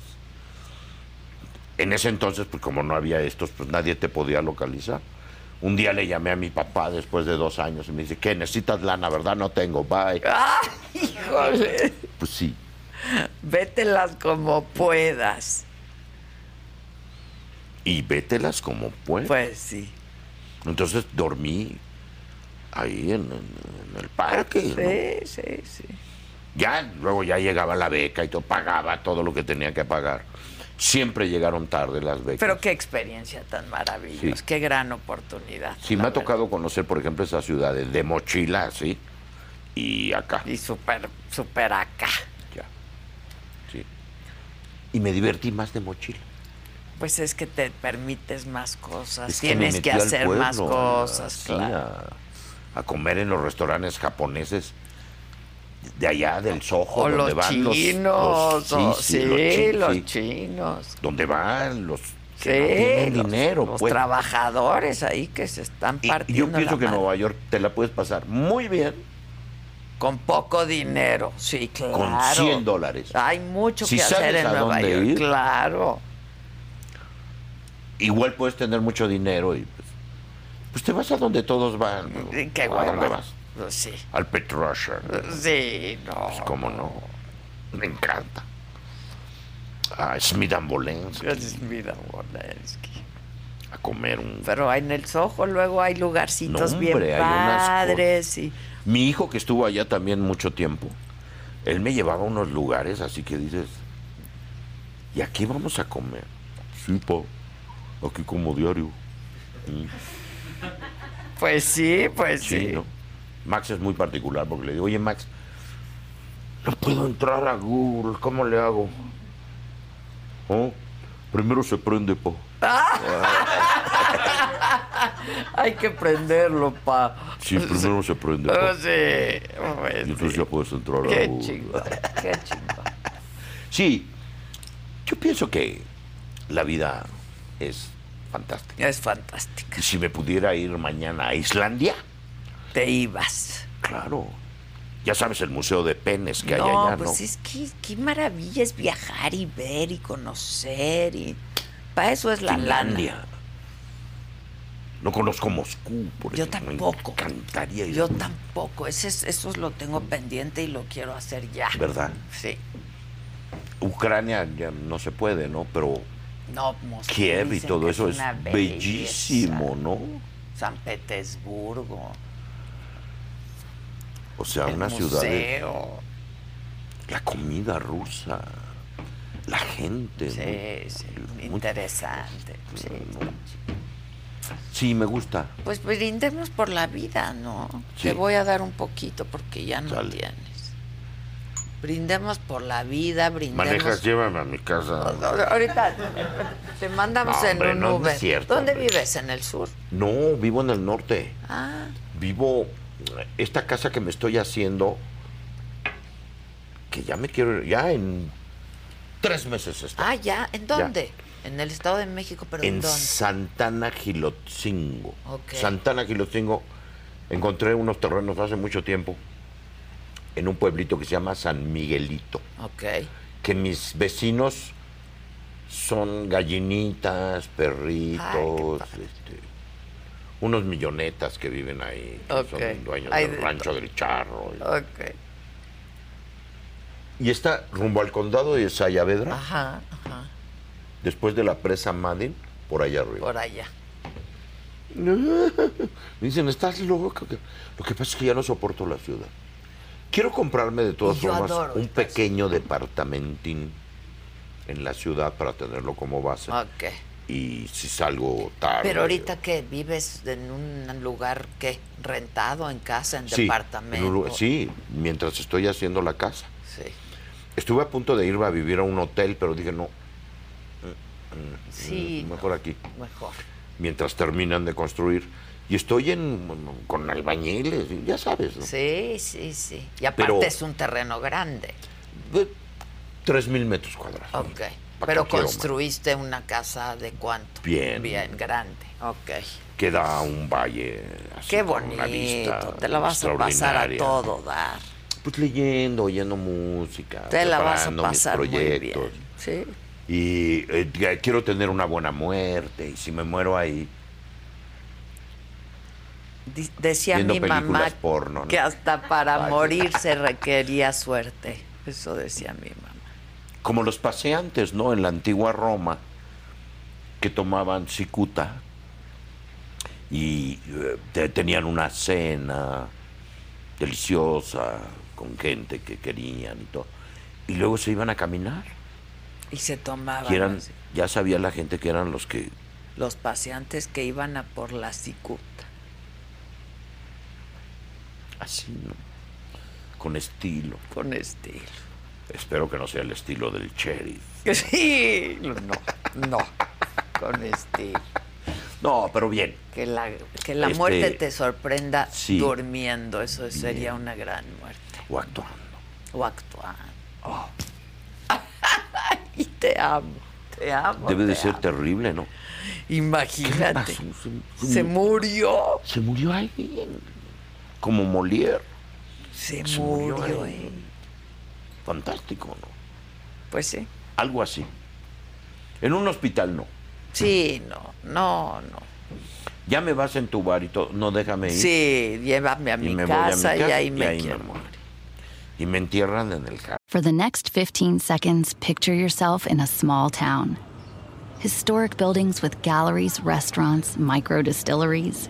Speaker 3: En ese entonces, pues como no había estos, pues nadie te podía localizar. Un día le llamé a mi papá después de dos años y me dice, ¿qué? Necesitas lana, ¿verdad? No tengo, bye.
Speaker 2: Ah. Híjole,
Speaker 3: Pues sí.
Speaker 2: vételas como puedas.
Speaker 3: Y vételas como puedas.
Speaker 2: Pues sí.
Speaker 3: Entonces dormí ahí en, en- en el parque. ¿no?
Speaker 2: Sí, sí, sí.
Speaker 3: Ya, luego ya llegaba la beca y todo, pagaba todo lo que tenía que pagar. Siempre llegaron tarde las becas.
Speaker 2: Pero qué experiencia tan maravillosa,
Speaker 3: Sí.
Speaker 2: qué gran oportunidad.
Speaker 3: Sí, me ha tocado conocer, por ejemplo, esas ciudades de mochila, así, y acá.
Speaker 2: Y súper, súper acá.
Speaker 3: Ya. Sí. Y me divertí más de mochila.
Speaker 2: Pues es que te permites más cosas,
Speaker 3: Es me
Speaker 2: tienes que,
Speaker 3: metí al
Speaker 2: hacer más
Speaker 3: pueblo,
Speaker 2: cosas,
Speaker 3: así,
Speaker 2: claro.
Speaker 3: A, a comer en los restaurantes japoneses de allá, del Soho,
Speaker 2: O
Speaker 3: donde
Speaker 2: los
Speaker 3: van los-
Speaker 2: chinos,
Speaker 3: los,
Speaker 2: o-
Speaker 3: sí,
Speaker 2: sí,
Speaker 3: sí, los chinos,
Speaker 2: los
Speaker 3: sí.
Speaker 2: chinos.
Speaker 3: donde van los
Speaker 2: Sí,
Speaker 3: que no tienen
Speaker 2: los,
Speaker 3: dinero,
Speaker 2: los
Speaker 3: pues.
Speaker 2: trabajadores ahí que se están
Speaker 3: Y- y
Speaker 2: partiendo.
Speaker 3: yo pienso
Speaker 2: la
Speaker 3: que en
Speaker 2: madre.
Speaker 3: Nueva York te la puedes pasar muy bien
Speaker 2: Con poco dinero, sí, claro.
Speaker 3: con 100 dólares.
Speaker 2: Hay mucho
Speaker 3: Si
Speaker 2: que hacer
Speaker 3: sabes
Speaker 2: en
Speaker 3: a
Speaker 2: Nueva
Speaker 3: dónde
Speaker 2: York,
Speaker 3: ir.
Speaker 2: claro.
Speaker 3: Igual puedes tener mucho dinero y pues, pues te vas a donde todos van. ¿no?
Speaker 2: Y Qué
Speaker 3: ¿A dónde
Speaker 2: hueva.
Speaker 3: vas?
Speaker 2: Pues Sí,
Speaker 3: Al Petrusher.
Speaker 2: sí, no.
Speaker 3: Pues cómo no. Me encanta. A Smith and Bolensky,
Speaker 2: Es vida Woleski.
Speaker 3: a comer un...
Speaker 2: Pero en el Soho luego hay lugarcitos
Speaker 3: No,
Speaker 2: bien
Speaker 3: hombre, hay unas
Speaker 2: padres y
Speaker 3: Mi hijo que estuvo allá también mucho tiempo, él me llevaba a unos lugares así que dices, ¿y aquí vamos a comer? Sí, pa, aquí como diario.
Speaker 2: pues sí, pues sí.
Speaker 3: Sí, ¿no? Max es muy particular porque le digo, oye Max, no puedo entrar a Google, ¿cómo le hago? "Oh, Primero se prende, po.
Speaker 2: Hay que prenderlo, pa.
Speaker 3: Sí, pues, primero se prende,
Speaker 2: Oh,
Speaker 3: po.
Speaker 2: sí.
Speaker 3: Y
Speaker 2: Pues,
Speaker 3: entonces
Speaker 2: sí.
Speaker 3: ya puedes entrar a
Speaker 2: Qué
Speaker 3: Google.
Speaker 2: chingón, qué chingón.
Speaker 3: Sí, yo pienso que la vida es fantástica.
Speaker 2: Es fantástica.
Speaker 3: Y si me pudiera ir mañana a Islandia,
Speaker 2: Te ibas.
Speaker 3: claro. Ya sabes el museo de penes que hay
Speaker 2: no,
Speaker 3: allá,
Speaker 2: pues
Speaker 3: ¿no?
Speaker 2: es que qué maravilla es viajar y ver y conocer y para eso es la
Speaker 3: Finlandia.
Speaker 2: lana.
Speaker 3: No conozco Moscú, por
Speaker 2: Yo
Speaker 3: ejemplo.
Speaker 2: tampoco.
Speaker 3: Me encantaría ir.
Speaker 2: Yo tampoco, ese es- eso lo tengo pendiente y lo quiero hacer ya.
Speaker 3: ¿Verdad?
Speaker 2: Sí.
Speaker 3: Ucrania ya no se puede, ¿no? Pero
Speaker 2: No, Moscú.
Speaker 3: Kiev y
Speaker 2: dicen
Speaker 3: todo
Speaker 2: que
Speaker 3: eso es
Speaker 2: una belleza.
Speaker 3: bellísimo, ¿no?
Speaker 2: San Petersburgo,
Speaker 3: O sea,
Speaker 2: el
Speaker 3: una ciudad.
Speaker 2: museo.
Speaker 3: La comida rusa, la gente.
Speaker 2: Sí,
Speaker 3: ¿no?
Speaker 2: sí,
Speaker 3: Muy-
Speaker 2: interesante. sí.
Speaker 3: Sí, me gusta.
Speaker 2: Pues brindemos por la vida, ¿no?
Speaker 3: Sí.
Speaker 2: Te voy a dar un poquito porque ya no
Speaker 3: Sale.
Speaker 2: tienes. Brindemos por la vida, brindemos.
Speaker 3: Manejas, llévame a mi casa.
Speaker 2: Ahorita te mandamos
Speaker 3: No,
Speaker 2: en
Speaker 3: hombre,
Speaker 2: un
Speaker 3: no, no
Speaker 2: Uber.
Speaker 3: es cierto,
Speaker 2: ¿Dónde
Speaker 3: hombre.
Speaker 2: vives? ¿En el sur?
Speaker 3: No, vivo en el norte.
Speaker 2: Ah,
Speaker 3: Vivo esta casa que me estoy haciendo, que ya me quiero, ya en tres meses está.
Speaker 2: ah ya. ¿En dónde? En el Estado de México, pero ¿en,
Speaker 3: en
Speaker 2: dónde?
Speaker 3: Santana Gilotzingo.
Speaker 2: Ok.
Speaker 3: Santana Gilotzingo. Encontré unos terrenos hace mucho tiempo en un pueblito que se llama San Miguelito.
Speaker 2: Ok.
Speaker 3: que mis vecinos son gallinitas, perritos, este, unos millonetas que viven ahí, que
Speaker 2: Ok.
Speaker 3: son dueños
Speaker 2: Hay
Speaker 3: del
Speaker 2: de Ah.
Speaker 3: rancho del charro. y-
Speaker 2: Ok.
Speaker 3: Y está rumbo al condado de Sayavedra,
Speaker 2: Ajá, ajá.
Speaker 3: después de la presa Madden, por allá arriba.
Speaker 2: Por allá.
Speaker 3: Me dicen, estás loco. Lo que pasa es que ya no soporto la ciudad. Quiero comprarme de todas
Speaker 2: Y yo
Speaker 3: formas
Speaker 2: adoro
Speaker 3: un
Speaker 2: esta ciudad.
Speaker 3: pequeño departamentín en la ciudad para tenerlo como base.
Speaker 2: Ok.
Speaker 3: Y si salgo tarde.
Speaker 2: Pero ahorita que vives en un lugar que rentado, en casa, en
Speaker 3: Sí,
Speaker 2: departamento.
Speaker 3: en un lugar- sí, mientras estoy haciendo la casa.
Speaker 2: Sí.
Speaker 3: Estuve a punto de irme a vivir a un hotel, pero dije no,
Speaker 2: Sí,
Speaker 3: mejor aquí.
Speaker 2: mejor.
Speaker 3: Mientras terminan de construir. Y estoy en con albañiles, y ya sabes, ¿no?
Speaker 2: Sí, sí, sí. Y aparte
Speaker 3: Pero-
Speaker 2: es un terreno grande.
Speaker 3: De 3.000 metros cuadrados.
Speaker 2: Ok.
Speaker 3: ¿Para
Speaker 2: Pero
Speaker 3: Mm, qué quiero más?
Speaker 2: construiste una casa de cuánto?
Speaker 3: Bien.
Speaker 2: Bien, grande. Ok.
Speaker 3: que da un valle. Así,
Speaker 2: Qué
Speaker 3: con una vista
Speaker 2: bonito. Te la vas a pasar a
Speaker 3: extraordinaria.
Speaker 2: todo dar.
Speaker 3: Pues leyendo, oyendo música,
Speaker 2: Te la vas a
Speaker 3: preparando mis
Speaker 2: pasar muy
Speaker 3: proyectos.
Speaker 2: bien. Sí.
Speaker 3: Y eh, que- quiero tener una buena muerte. Y si me muero ahí,
Speaker 2: Di- Decía
Speaker 3: Viendo
Speaker 2: mi
Speaker 3: películas
Speaker 2: mamá
Speaker 3: porno, ¿no?
Speaker 2: que hasta para
Speaker 3: Ay.
Speaker 2: morir se requería suerte. Eso decía mi mamá.
Speaker 3: como los paseantes, ¿no? En la antigua Roma, que tomaban cicuta y eh, te- tenían una cena deliciosa con gente que querían y todo. Y luego se iban a caminar.
Speaker 2: Y se tomaba
Speaker 3: Y eran- ya sabía la gente que eran los que
Speaker 2: los paseantes que iban a por la cicuta.
Speaker 3: Así, ¿no? Con estilo.
Speaker 2: Con estilo.
Speaker 3: Espero que no sea el estilo del sheriff.
Speaker 2: Sí. No, no. Con estilo.
Speaker 3: No, pero bien.
Speaker 2: Que la, que la
Speaker 3: Este,
Speaker 2: muerte te sorprenda
Speaker 3: sí.
Speaker 2: durmiendo, eso sería una gran muerte.
Speaker 3: O actuando.
Speaker 2: O actuando.
Speaker 3: Oh.
Speaker 2: y te amo, te amo.
Speaker 3: Debe de
Speaker 2: te
Speaker 3: ser
Speaker 2: amo.
Speaker 3: terrible, ¿no? Ah,
Speaker 2: Imagínate.
Speaker 3: ¿Qué pasó? Se-
Speaker 2: Se murió.
Speaker 3: Se murió alguien. Como Molière.
Speaker 2: Se,
Speaker 3: Se
Speaker 2: murió.
Speaker 3: murió
Speaker 2: eh.
Speaker 3: alguien. Fantástico, ¿no?
Speaker 2: Pues sí.
Speaker 3: Algo así. En un hospital no.
Speaker 2: Sí, no, no, no.
Speaker 3: Ya me vas a entubar y todo. No, déjame ir.
Speaker 2: Sí, llévame a mi,
Speaker 3: me voy a mi
Speaker 2: casa, y
Speaker 3: casa
Speaker 2: ahí me
Speaker 3: me
Speaker 2: quiero.
Speaker 3: muero. Y me entierran en el jardín.
Speaker 8: For the next 15 seconds, picture yourself in a small town. Historic buildings with galleries, restaurants, micro distilleries,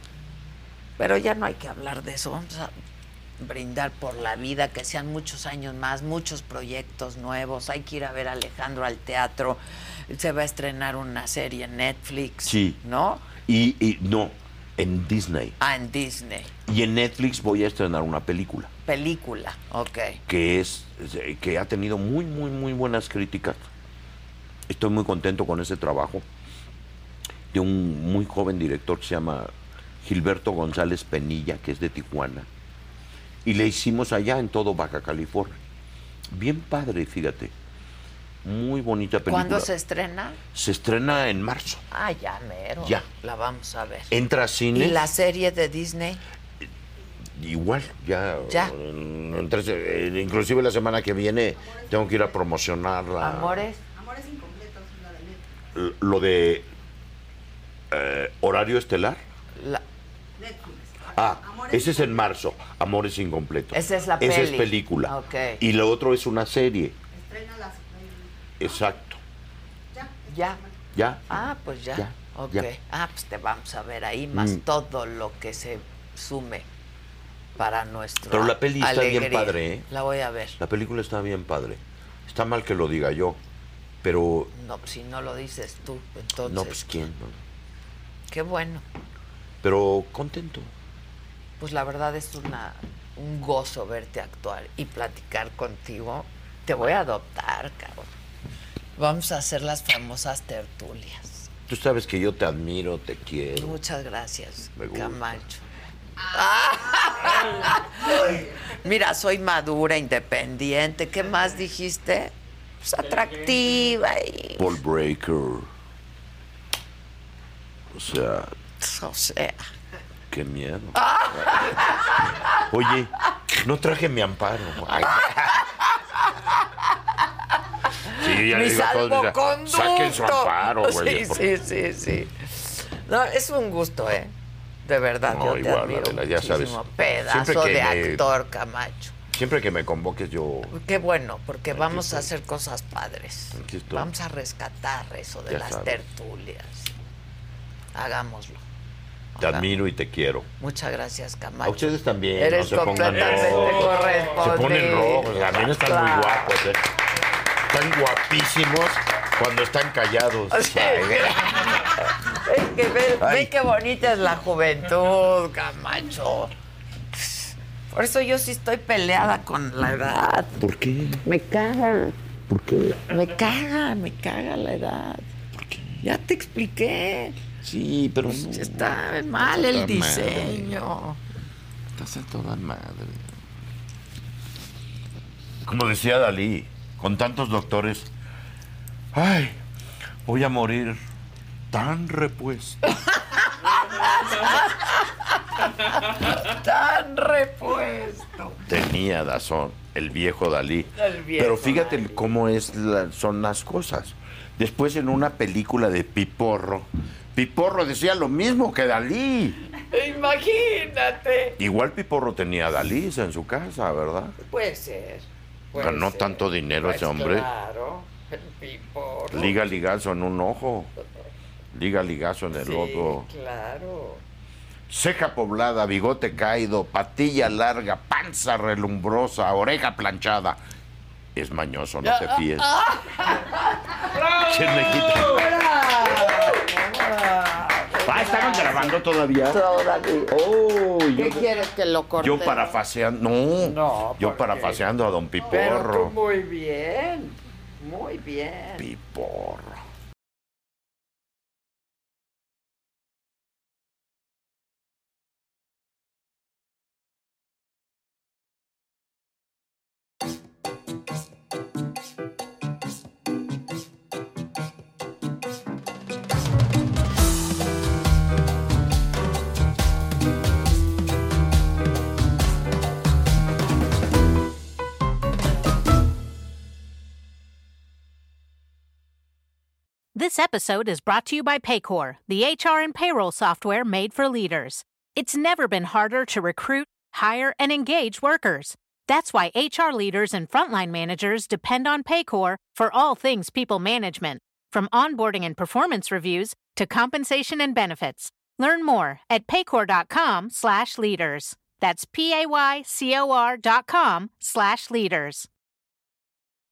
Speaker 2: Pero ya no hay que hablar de eso. Vamos a brindar por la vida, que sean muchos años más, muchos proyectos nuevos. Hay que ir a ver a Alejandro al teatro. Se va a estrenar una serie en Netflix.
Speaker 3: Sí.
Speaker 2: ¿No?
Speaker 3: Y, y no, en Disney.
Speaker 2: Ah, en Disney.
Speaker 3: Y en Netflix voy a estrenar una película
Speaker 2: Película. Ok.
Speaker 3: que es eh, que ha tenido muy muy muy buenas críticas. Estoy muy contento con ese trabajo de un muy joven director que se llama Gilberto González Penilla, que es de Tijuana. Y le hicimos allá en todo Baja California. Bien padre, fíjate. Muy bonita película.
Speaker 2: ¿Cuándo se estrena?
Speaker 3: Se estrena en marzo.
Speaker 2: Ah, ya, mero.
Speaker 3: Ya.
Speaker 2: La vamos a ver.
Speaker 3: Entra a cine.
Speaker 2: ¿Y la serie de Disney?
Speaker 3: Igual, ya.
Speaker 2: Ya.
Speaker 3: en- en tres- eh, inclusive la semana que viene tengo que ir a promocionar la-
Speaker 2: Amores.
Speaker 7: Amores incompletos, la de Netflix.
Speaker 3: l- lo de eh, horario estelar.
Speaker 2: La-
Speaker 7: Netflix.
Speaker 3: Ah,
Speaker 7: Amores
Speaker 3: ese es en marzo, Amores Incompletos.
Speaker 2: Esa es la
Speaker 3: Esa es
Speaker 2: peli.
Speaker 3: película.
Speaker 2: Ok.
Speaker 3: Y lo otro es una serie.
Speaker 7: Estrena las.
Speaker 3: Exacto.
Speaker 7: Ya.
Speaker 2: ya.
Speaker 3: ¿Ya?
Speaker 2: Ah, pues ya.
Speaker 3: Ya,
Speaker 2: ok.
Speaker 3: ya.
Speaker 2: Ah, pues te vamos a ver ahí más
Speaker 3: Mm.
Speaker 2: todo lo que se sume para nuestro.
Speaker 3: Pero la peli está bien padre, ¿eh?
Speaker 2: La voy a ver.
Speaker 3: La película está bien padre. Está mal que lo diga yo, pero...
Speaker 2: No, pues, si no lo dices tú, entonces.
Speaker 3: no, pues quién.
Speaker 2: Qué bueno.
Speaker 3: Pero contento.
Speaker 2: Pues la verdad es una, un gozo verte actuar y platicar contigo. Te voy a adoptar, cabrón. Vamos a hacer las famosas tertulias.
Speaker 3: Tú sabes que yo te admiro, te quiero.
Speaker 2: Muchas gracias,
Speaker 3: Me gusta.
Speaker 2: Camacho. Mira, soy madura, independiente. ¿Qué más dijiste? Pues atractiva y.
Speaker 3: Paul Breaker. O sea,
Speaker 2: pues, O sea.
Speaker 3: qué miedo.
Speaker 2: Ah.
Speaker 3: Oye, no traje mi amparo. Ay. Sí, ya le
Speaker 2: Mi
Speaker 3: digo a todos, mira,
Speaker 2: salvoconducto.
Speaker 3: Saquen su amparo,
Speaker 2: Sí,
Speaker 3: güey.
Speaker 2: sí, sí, sí. No, es un gusto, ¿eh? de verdad,
Speaker 3: No,
Speaker 2: yo te
Speaker 3: igual,
Speaker 2: admiro
Speaker 3: Adela, ya sabes.
Speaker 2: muchísimo.
Speaker 3: Siempre
Speaker 2: Pedazo
Speaker 3: que
Speaker 2: de
Speaker 3: me-
Speaker 2: actor, Camacho.
Speaker 3: Siempre que me convoques yo...
Speaker 2: Qué bueno, porque vamos a
Speaker 3: estoy.
Speaker 2: hacer cosas padres.
Speaker 3: Aquí estoy.
Speaker 2: Vamos a rescatar eso de
Speaker 3: Ya
Speaker 2: las
Speaker 3: sabes.
Speaker 2: tertulias. Hagámoslo.
Speaker 3: Te admiro y te quiero.
Speaker 2: Muchas gracias, Camacho.
Speaker 3: A ustedes también.
Speaker 2: Eres
Speaker 3: no se pongan
Speaker 2: completamente
Speaker 3: rojos.
Speaker 2: correspondido.
Speaker 3: Se ponen rojos. También están
Speaker 2: Claro.
Speaker 3: muy guapos. ¿eh? Están guapísimos cuando están callados.
Speaker 2: Sí. Es que ve, ve
Speaker 3: Ay.
Speaker 2: qué bonita es la juventud, Camacho. Por eso yo sí estoy peleada con la edad.
Speaker 3: ¿Por qué?
Speaker 2: Me caga,
Speaker 3: ¿Por qué?
Speaker 2: me caga, me caga la edad. Ya te expliqué.
Speaker 3: Sí, pero no.
Speaker 2: Está mal el
Speaker 3: Está mal.
Speaker 2: diseño.
Speaker 3: Estás a toda madre. Como decía Dalí, con tantos doctores, ay, voy a morir tan repuesto.
Speaker 2: Tan repuesto.
Speaker 3: Tenía razón el viejo Dalí.
Speaker 2: El viejo
Speaker 3: Pero fíjate cómo es la- son las cosas. Después en una película de Piporro, Piporro decía lo mismo que Dalí.
Speaker 2: Imagínate.
Speaker 3: Igual Piporro tenía a Dalí en su casa, ¿verdad?
Speaker 2: Puede ser. puede
Speaker 3: Ganó
Speaker 2: ser.
Speaker 3: tanto dinero
Speaker 2: Pues
Speaker 3: ese hombre.
Speaker 2: Claro, el pipo.
Speaker 3: Liga ligazo en un ojo, liga ligazo en el otro.
Speaker 2: Claro.
Speaker 3: Ceja poblada, bigote caído, patilla larga, panza relumbrosa, oreja planchada. Es mañoso, no te fíes. ¿Quién le quita? Ah, estaban grabando todavía.
Speaker 2: Todavía.
Speaker 3: Oh,
Speaker 2: ¿Qué
Speaker 3: yo,
Speaker 2: quieres que lo corte?
Speaker 3: yo parafaseando. No,
Speaker 2: No,
Speaker 3: yo
Speaker 2: ¿por
Speaker 3: parafaseando a don
Speaker 2: Pero tú
Speaker 3: Piporro.
Speaker 2: muy bien. Muy bien.
Speaker 3: Piporro.
Speaker 1: This episode is brought to you by Paycor, the HR and payroll software made for leaders. It's never been harder to recruit, hire, and engage workers. That's why HR leaders and frontline managers depend on Paycor for all things people management, from onboarding and performance reviews to compensation and benefits. Learn more at paycor.com/leaders. That's p a y c o r.com/leaders.